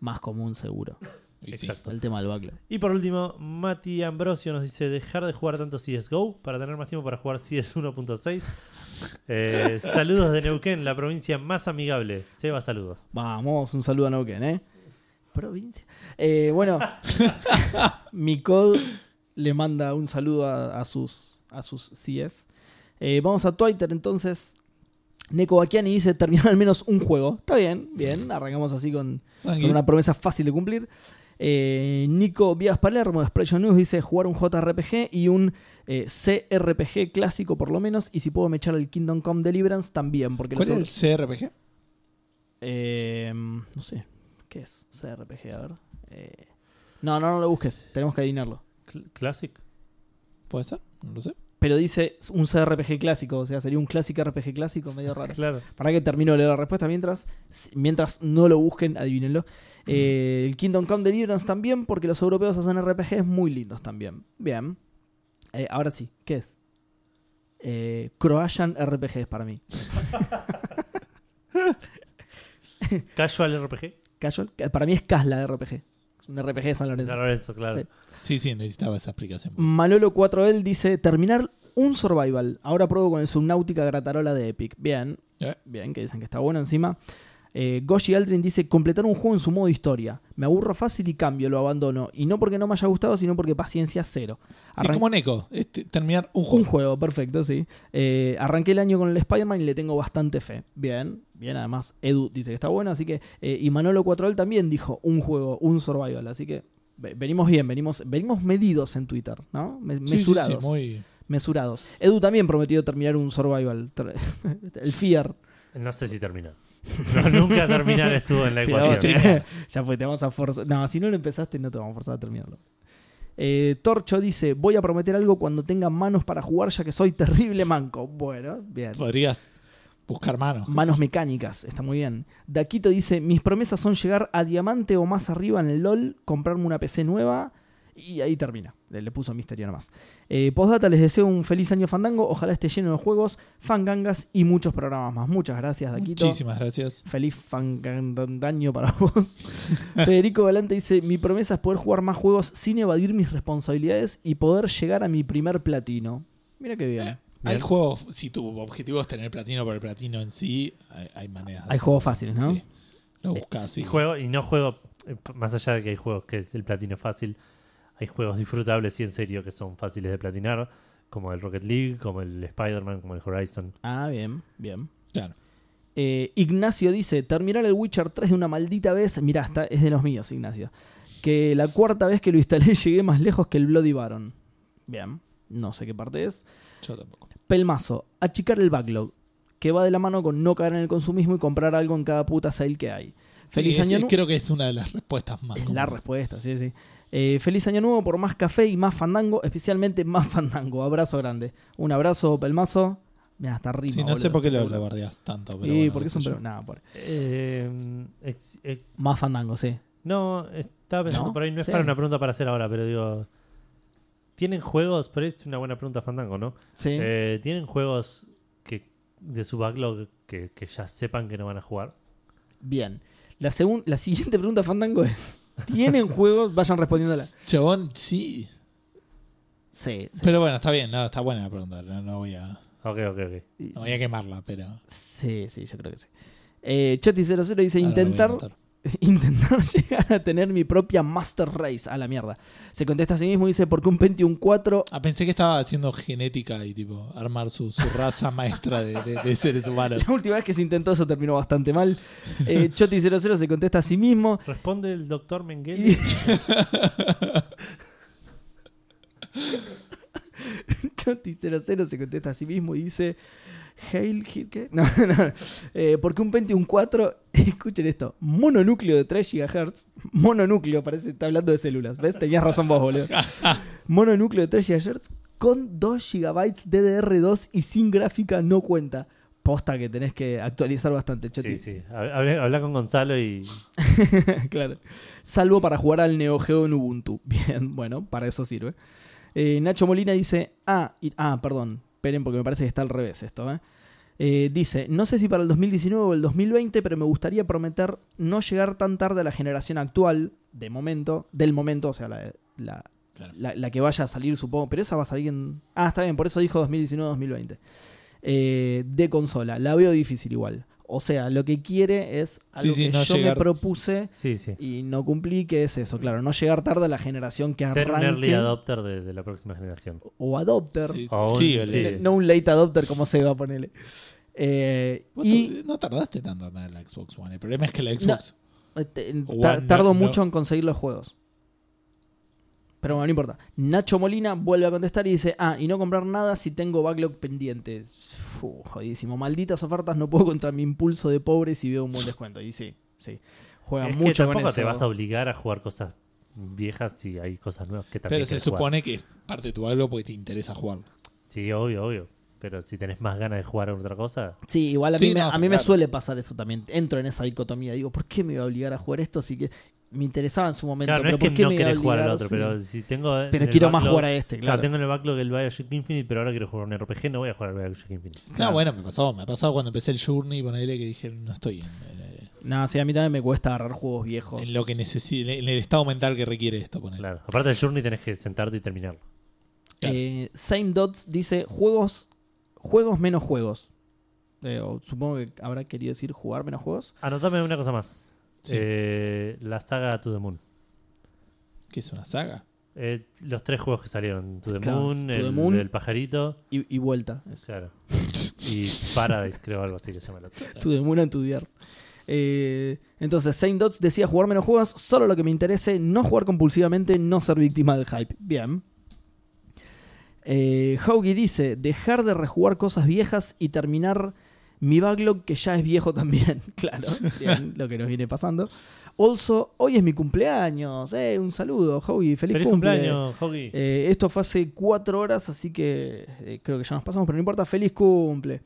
más común seguro.
Y sí.
Exacto.
El tema del backlog.
Y por último, Mati Ambrosio nos dice dejar de jugar tanto CSGO para tener más tiempo para jugar
<laughs>
CS 1.6. Eh, saludos de Neuquén, la provincia más amigable. Seba, saludos.
Vamos, un saludo a Neuquén, ¿eh? Provincia. Eh,
<laughs>
bueno, mi code le manda un saludo a, a sus a sus CIES. Eh, vamos a Twitter entonces. Neko Bakiani dice terminar al menos un juego. Está bien, bien. Arrancamos así con,
Tranqui.
con una promesa fácil de cumplir. Eh, Nico Vías Palermo de Expression News dice jugar un JRPG y un eh, CRPG clásico por lo menos. Y si puedo me echar el Kingdom Come Deliverance también. Porque
¿Cuál
los
es el CRPG?
eh, no sé. ¿Qué es CRPG? A ver. Eh, no, no, no lo busques. Tenemos que adivinarlo.
Cl- Classic.
¿Puede ser? No lo sé.
Pero dice un CRPG clásico. O sea, sería un clásico RPG clásico medio raro.
<laughs> Claro.
Para que termino de leer la respuesta mientras, mientras no lo busquen, adivínenlo. Eh, el Kingdom Come Deliverance también, porque los europeos hacen RPGs muy lindos también. Bien. Eh, ahora sí, ¿qué es? Eh, Croatian RPGs para mí.
Casual RPG.
Casual, eh, para mí es Casla RPG. Es un RPG de San Lorenzo.
San Lorenzo, claro.
Sí.
Sí, sí, necesitaba esa explicación.
Manolo 4L dice terminar un survival. Ahora pruebo con el Subnautica Gratarola de Epic. Bien,
Eh.
bien, que dicen que está bueno encima. Eh, Goshi Aldrin dice, completar un juego en su modo historia. Me aburro fácil y cambio, lo abandono. Y no porque no me haya gustado, sino porque paciencia cero.
Sí,
Arran-
como Neko, este, terminar un
un
juego.
juego, perfecto, sí. Eh, arranqué el año con el Spider-Man y le tengo bastante fe. Bien, bien, además Edu dice que está bueno, así que... eh, y Manolo 4 también dijo un juego, un survival, así que ve- venimos bien, venimos, venimos medidos en Twitter, ¿no? Me-
Sí, sí, sí,
mesurados.
muy-
Mesurados. Edu también prometió terminar un survival. Ter- <laughs> El Fear.
No sé si termina. No, nunca terminar estuvo en la
<laughs> Sí, ahora
ecuación. ¿eh?
te- <laughs> ya fue, te vamos a forzar. No, si no lo empezaste, no te vamos a forzar a terminarlo. Eh, Torcho dice: Voy a prometer algo cuando tenga manos para jugar, ya que soy terrible manco. Bueno, bien.
Podrías buscar manos.
Manos mecánicas, está muy bien. Daquito dice: Mis promesas son llegar a diamante o más arriba en el LOL, comprarme una PC nueva. Y ahí termina. Le, le puso misterio nomás. Eh, postdata, les deseo un feliz año fandango. Ojalá esté lleno de juegos, fangangas y muchos programas más. Muchas gracias, Daquito.
Muchísimas gracias.
Feliz fangandaño para <laughs> vos. Federico Galante dice: Mi promesa es poder jugar más juegos sin evadir mis responsabilidades y poder llegar a mi primer platino. Mira qué bien.
Eh, Hay juegos, si tu objetivo es tener platino por el platino en sí, hay, hay maneras. de
Hay
hacerlo.
juegos fáciles, ¿no?
Sí. Lo buscas, sí.
Y juego, y no juego, eh, p- más allá de que hay juegos que es el platino fácil, hay juegos disfrutables y en serio que son fáciles de platinar, como el Rocket League, como el Spider-Man, como el Horizon.
Ah, bien, bien.
Claro.
Eh, Ignacio dice: Terminar el Witcher 3 de una maldita vez. Mirá, está, es de los míos, Ignacio. Que la cuarta vez que lo instalé <laughs> llegué más lejos que el Bloody Baron. Bien, no sé qué parte es.
Yo tampoco.
Pelmazo, achicar el backlog. Que va de la mano con no caer en el consumismo y comprar algo en cada puta sale que hay. Feliz
Sí, es
año
que
nuevo.
Creo que es una de las respuestas más.
Es la
comunes.
respuesta, sí, sí. Eh, feliz año nuevo por más café y más fandango, especialmente más <laughs> fandango. Abrazo grande. Un abrazo, Pelmazo. Mira, hasta arriba.
Sí, no sé por qué lo, lo bardeás tanto. Pero
Sí,
bueno,
porque
qué
es un
sé yo.
pero- nada, por-
Eh, ex- eh,
Más fandango, sí.
no, estaba pensando
¿No?
por ahí, no es
Sí.
para una pregunta para hacer ahora, pero digo. ¿Tienen juegos? Pero es una buena pregunta, Fandango, ¿no?
Sí.
Eh, ¿Tienen juegos que de su backlog que, que ya sepan que no van a jugar?
Bien. La, segun- la siguiente pregunta, Fandango, es:
<laughs>
¿Tienen juegos? Vayan respondiéndola.
Chabón, sí.
Sí, sí.
Pero bueno, está bien, no, está buena la pregunta. No, no voy, a,
Ok, ok, ok.
no voy a quemarla, pero.
Sí, sí, yo creo que sí. Eh, Choti00 dice:
ahora la voy a
Intentar
anotar.
<laughs> intentar <laughs> llegar a tener mi propia Master Race a la mierda. Se contesta a sí mismo y dice, porque un Pentium 4...
Ah, pensé que estaba haciendo genética y tipo armar su, su raza <laughs> maestra de, de- de seres humanos.
La última vez que se intentó eso terminó bastante mal.
<laughs>
Eh, Choti00 se contesta a sí mismo.
Responde el doctor Mengele.
Y... Choti00 se contesta a sí mismo y dice... Hail Hit- ¿qué? No, <laughs> no. Eh, porque un Pentium 4, <laughs> escuchen esto, mononúcleo de 3 GHz, mononúcleo, parece, está hablando de células, ¿ves? Tenías razón vos, <laughs> boludo. Mononúcleo de 3 GHz con 2 GB DDR2 y sin gráfica no cuenta. Posta que tenés que actualizar bastante,
Sí,
Choti.
sí. Habla, habla con Gonzalo y.
<laughs> claro. Salvo para jugar al Neo Geo en Ubuntu. <laughs> Bien, bueno, para eso sirve. Eh, Nacho Molina dice, ah, y- ah, perdón, esperen porque me parece que está al revés esto, ¿eh? Eh, dice, no sé si para el 2019 o el 2020, pero me gustaría prometer no llegar tan tarde a la generación actual, de momento, del momento, o sea, la, la-
Claro.
la- la que vaya a salir, supongo, pero esa va a salir en... Ah, está bien, por eso dijo 2019-2020. eh, de consola, la veo difícil igual. O sea, lo que quiere es algo
sí,
que
no
yo
llegar-
me propuse
Sí, sí.
y no cumplí, que es eso, claro, no llegar tarde a la generación que
Ser un early
arranque
adopter de, de la próxima generación.
o adopter,
Sí,
Aún
sí, ole.
Ah, sí.
no un late adopter como se va a ponerle. Eh,
Vos
y
tu- no tardaste tanto en tener la Xbox One. El problema es que la Xbox.
eh, te-
One,
ta-
no,
tardo
no.
mucho en conseguir los juegos. Pero bueno, no importa. Nacho Molina vuelve a contestar y dice, ah, y no comprar nada si tengo backlog pendiente. Fu, jodidísimo. Malditas ofertas, no puedo contra mi impulso de pobre si veo un buen descuento. Y sí, sí. Juega
Es que
mucho con
tampoco
eso.
te vas a obligar a jugar cosas viejas si hay cosas nuevas que también
Pero se
querés jugar.
supone que es parte de tu algo porque te interesa jugar. Ah,
Sí, obvio, obvio. Pero si tenés más ganas de jugar a otra cosa,
Sí, igual a
Sí,
mí, me,
no,
a mí me
claro.
suele pasar eso también. Entro en esa dicotomía. Digo, ¿por qué me iba a obligar a jugar esto? Así que me interesaba en su momento.
claro, no
pero
es que
¿por qué
no
me iba a
querés jugar al
obligar?
otro,
Sí.
pero si tengo. en
Pero
el
quiero más
backlog-
jugar a este,
Claro,
claro.
tengo en el backlog el Bioshock Infinite, pero ahora quiero jugar un RPG, no voy a jugar al Bioshock Infinite.
No, bueno, me pasó. Me ha pasado cuando empecé el Journey, ponele que dije, no estoy en, en-
No, sí, a mí también me cuesta agarrar juegos viejos.
en lo que necesito, en el estado mental que requiere esto, ponele.
Claro. Aparte del Journey tenés que sentarte y terminarlo.
Claro.
Eh, Same Dots dice juegos, juegos menos juegos. Eh, o supongo que habrá querido decir jugar menos juegos.
Anotame una cosa más.
Sí.
Eh, la saga To The Moon.
Que es una
<laughs>
saga.
Eh, los tres juegos que salieron. To The
Claro,
Moon,
To
el
the Moon.
del pajarito.
Y, y vuelta. Es
Claro. Y Paradise, creo, algo así que se llama el
<laughs>
otro.
To the moon and to the earth. Eh, entonces, Same Dots decía jugar menos juegos, solo lo que me interese, no jugar compulsivamente, no ser víctima del hype. Bien. Eh, Haugi dice, dejar de rejugar cosas viejas y terminar mi backlog que ya es viejo también. <laughs> claro, bien, lo que nos viene pasando. Also, hoy es mi cumpleaños. Eh, un saludo, Haugi, feliz,
Feliz
cumple.
cumpleaños, Hoggy.
Eh, esto fue hace cuatro horas, así que eh, creo que ya nos pasamos, pero no importa, feliz cumple.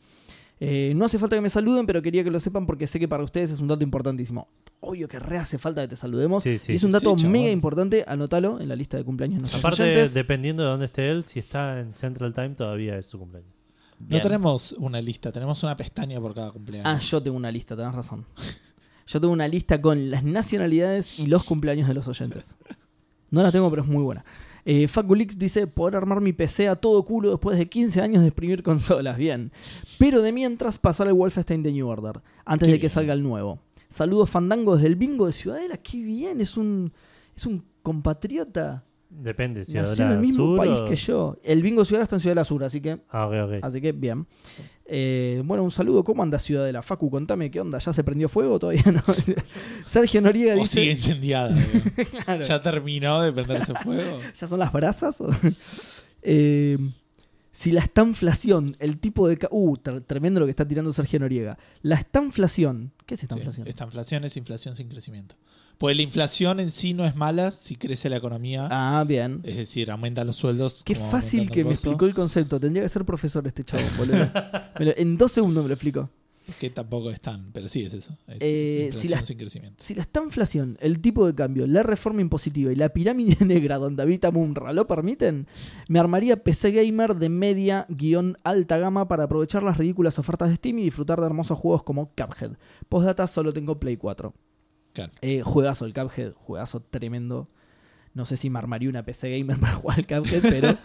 Eh, no hace falta que me saluden, pero quería que lo sepan porque sé que para ustedes es un dato importantísimo. Obvio que re hace falta que te saludemos.
Sí, sí.
Y es un dato
Sí, chabón.
mega importante, anótalo en la lista de cumpleaños. de nuestros
Aparte,
oyentes.
dependiendo de dónde esté él, si está en Central Time, todavía es su cumpleaños.
No tenemos una lista, tenemos una pestaña por cada cumpleaños.
Ah, yo tengo una lista, tenés razón. Yo tengo una lista con las nacionalidades y los cumpleaños de los oyentes. No la tengo, pero es muy buena. Eh, Faculix dice poder armar mi PC a todo culo después de 15 años de exprimir consolas. Bien. Pero de mientras pasar el Wolfenstein The New Order, antes
Qué
de que
bien.
salga el nuevo. Saludos Fandango desde el bingo de Ciudadela. Qué bien, es un, es un compatriota.
Depende si
Nació en
ahora
el mismo
sur
país
o-
que yo. El bingo de Ciudadela está en Ciudadela Sur, así que
Ah, ok, ok.
Así que bien. Eh, bueno, un saludo. ¿Cómo anda Ciudad de la Facu? Contame qué onda. ¿Ya se prendió fuego todavía? No. <laughs> Sergio Noriega
O sigue
dice.
incendiada. digo.
<laughs> Claro, ya...
Oh, Ya terminó de prenderse
<laughs>
fuego.
son las brasas? o- <laughs> Eh, si la estanflación, el tipo de. ca- Uh, tre- tremendo lo que está tirando Sergio Noriega. La estanflación. ¿Qué es
Sí,
estanflación?
Esta inflación es inflación sin crecimiento. Pues la inflación en sí no es mala si crece la economía,
Ah, bien.
es decir, aumentan los sueldos.
Qué
como
fácil
aumentando
que
el
me
costo,
explicó el concepto. Tendría que ser profesor este chavo, boludo.
<laughs>
Me lo- en dos segundos me lo explico.
Que tampoco están, pero sí es eso. Es,
Eh,
es
si
inflación
las-
sin crecimiento.
Si la estanflación, el tipo de cambio, la reforma impositiva y la pirámide <laughs> negra donde habita Munra lo permiten, me armaría PC gamer de media guión alta gama para aprovechar las ridículas ofertas de Steam y disfrutar de hermosos juegos como Cuphead. Postdata solo tengo Play 4.
Claro.
Eh, juegazo el Cuphead, juegazo tremendo. No sé si me armaría una PC gamer <laughs> para jugar al Cuphead, pero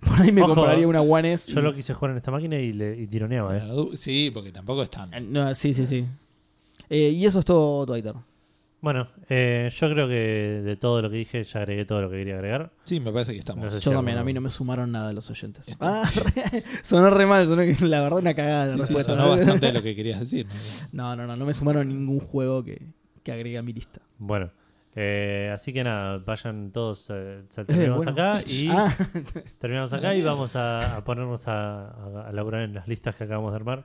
por ahí me
Ojo,
compraría una One S.
Yo
y-
lo quise jugar en esta máquina y, le, y tironeaba, ¿eh?
Bueno, du- Sí, porque tampoco están.
Eh, no, sí, sí, sí. Eh, y eso es todo, Twitter.
Bueno, eh, yo creo que de todo lo que dije ya agregué todo lo que quería agregar.
Sí, me parece que estamos.
No sé si
Yo también,
alguno-
a mí no me sumaron nada los oyentes.
Está-
Ah, re- <laughs> sonó re mal, sonó que- <laughs> la verdad una cagada.
Sí,
de
sí,
respuesta.
sonó bastante de lo que querías decir. ¿no?
<laughs> No, no, no, no me sumaron ningún juego que, que agregue a mi lista.
Bueno, eh, así que nada, vayan todos, eh, o sea,
Eh,
terminamos
bueno. <laughs>
acá y <laughs>
Ah,
terminamos acá y vamos a, a ponernos a, a- a laburar en las listas que acabamos de armar.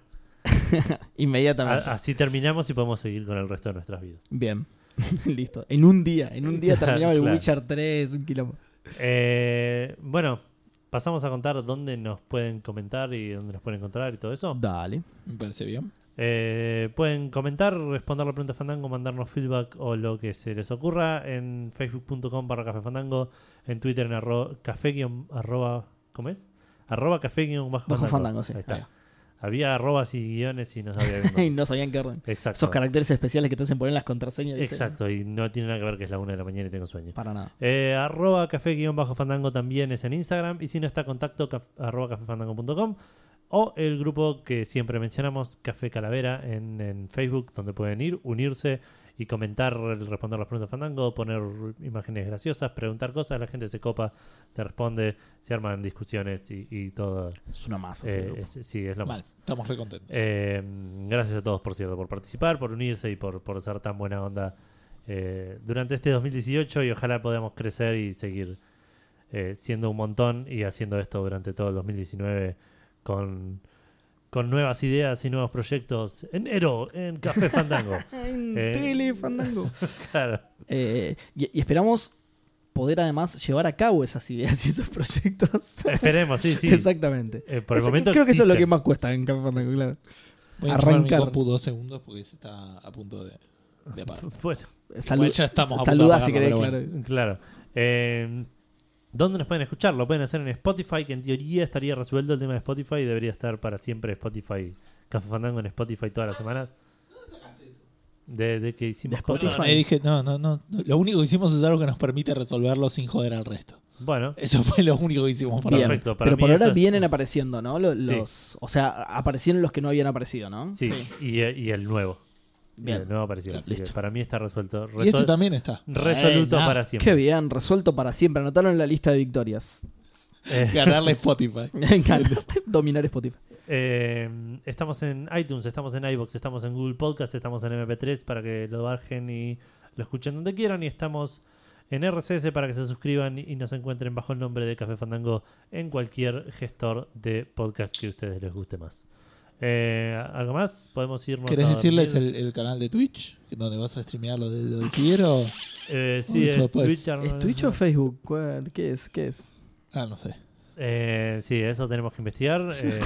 inmediatamente.
A- así terminamos y podemos seguir con el resto de nuestras vidas.
ah, Bien. <laughs> Listo. En un día, en un día
Claro,
terminaba el
claro.
Witcher 3, un quilombo.
Eh, bueno, pasamos a contar dónde nos pueden comentar y dónde nos pueden encontrar y todo eso.
Dale.
Me parece bien.
Eh, pueden comentar, responder la pregunta de Fandango, mandarnos feedback o lo que se les ocurra en facebook.com barra Café Fandango, en Twitter en arro, café guión- arroba, ¿cómo es? Arroba café guión bajo
Bajo Fandango,
fandango.
sí.
Ahí está.
Ahí va.
Había arrobas y guiones y no
<laughs>
sabía bien
<laughs> Y
dónde.
no sabían qué orden.
Exacto.
Esos caracteres especiales que te hacen poner en las contraseñas. ¿viste?
Exacto, y no tiene nada que ver que es la una de la mañana y tengo sueño.
Para nada.
Eh, arroba café guión bajo fandango también es en Instagram y si no está contacto caf- arroba cafefandango.com o el grupo que siempre mencionamos Café Calavera en, en Facebook donde pueden ir, unirse y comentar, responder las preguntas de fandango, poner imágenes graciosas, preguntar cosas, la gente se copa, te responde, se arman discusiones y, y todo.
Es una masa. ese
Eh,
grupo.
es- sí, es lo
Vale,
más.
estamos recontentos.
Eh, gracias a todos, por cierto, por participar, por unirse y por, por ser tan buena onda eh, durante este 2018 y ojalá podamos crecer y seguir eh, siendo un montón y haciendo esto durante todo el 2019 con, con nuevas ideas y nuevos proyectos. Enero en Café Fandango.
En
eh.
Tele Fandango.
<laughs> claro.
Eh, y, y esperamos poder además llevar a cabo esas ideas y esos proyectos.
Esperemos, sí,
<laughs>
sí.
Exactamente.
Eh, por el
Eso-
momento
creo que eso es lo que
existen.
más cuesta en Café Fandango, claro.
Voy a enchufar mi
arrancar.
compu dos segundos porque se está a punto de, de apagar.
Bueno,
Salud,
ya estamos a
saluda
punto de
si querés,
apagarlo,
claro.
Claro. Eh, ¿Dónde nos pueden escuchar? Lo pueden hacer en Spotify, que en teoría estaría resuelto el tema de Spotify y debería estar para siempre Spotify, Café Fandango en Spotify todas las semanas. De, de que
De
hicimos
No,
cosas.
no, y dije, no, no, no. Lo único que hicimos es algo que nos permite resolverlo sin joder al resto.
Bueno,
Eso fue lo único que hicimos para
Bien.
hoy.
perfecto. Para
Pero
mí
por
eso
ahora
es-
vienen apareciendo, ¿no? Lo- Los,
Sí.
O sea, aparecieron los que no habían aparecido, ¿no?
Sí, Y, eh, y el nuevo.
Bien.
El nuevo apareció.
Claro,
así que
listo.
para mí está resuelto.
Y esto
Resol-
también está.
Resoluto
Eh, nada.
para siempre.
Qué bien, resuelto para siempre. Anotaron en la lista de victorias. <laughs>
Eh,
Ganarle Spotify.
Me encanta. Dominar Spotify.
eh, estamos en iTunes, estamos en iBox, estamos en Google Podcast, estamos en MP3 para que lo bajen y lo escuchen donde quieran. Y estamos en RSS para que se suscriban y nos encuentren bajo el nombre de Café Fandango en cualquier gestor de podcast que a ustedes les guste más. Eh, ¿Algo más? Podemos irnos.
¿Querés
a
decirles
dormir?
el, el canal de Twitch? Donde vas a streamear lo de lo de Piero.
Eh, sí,
Eso,
es
pues.
Twitch, Arnold.
¿Es Twitch o Facebook? ¿Cuál- ¿Qué es? ¿Qué es? <laughs>
Ah, no sé.
Eh, sí, eso tenemos
<laughs>
que investigar. Eh,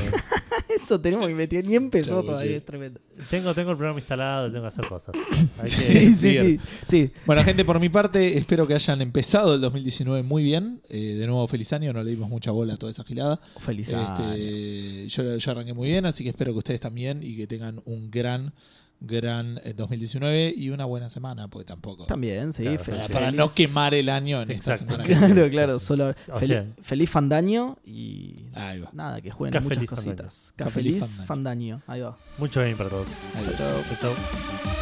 Eso tenemos que meter. Ni empezó
Chabullé.
todavía, es tremendo.
tengo, tengo el programa instalado, tengo que hacer cosas. Hay
<laughs>
que-
Sí, sí, sí. sí.
Bueno, gente, por mi parte, espero que hayan empezado el 2019 muy bien. Eh, de nuevo, feliz año. No le dimos mucha bola a toda esa gilada.
Feliz año.
Este, yo, yo arranqué muy bien, así que espero que ustedes también y que tengan un gran, gran eh, 2019 y una buena semana, porque tampoco.
También, Pues sí.
Claro,
fe-
Para,
feliz,
para no quemar el año en esta semana.
Exacto.
que-
Claro, claro. Solo
O
fel-
sea-
feliz fandaño y
Ahí va.
nada, que jueguen
Ca
a muchas
feliz
cositas.
Ca
Ca
feliz
feliz fandaño. Ahí va.
Mucho bien para todos.
Adiós.
Chau, chau.
Chao.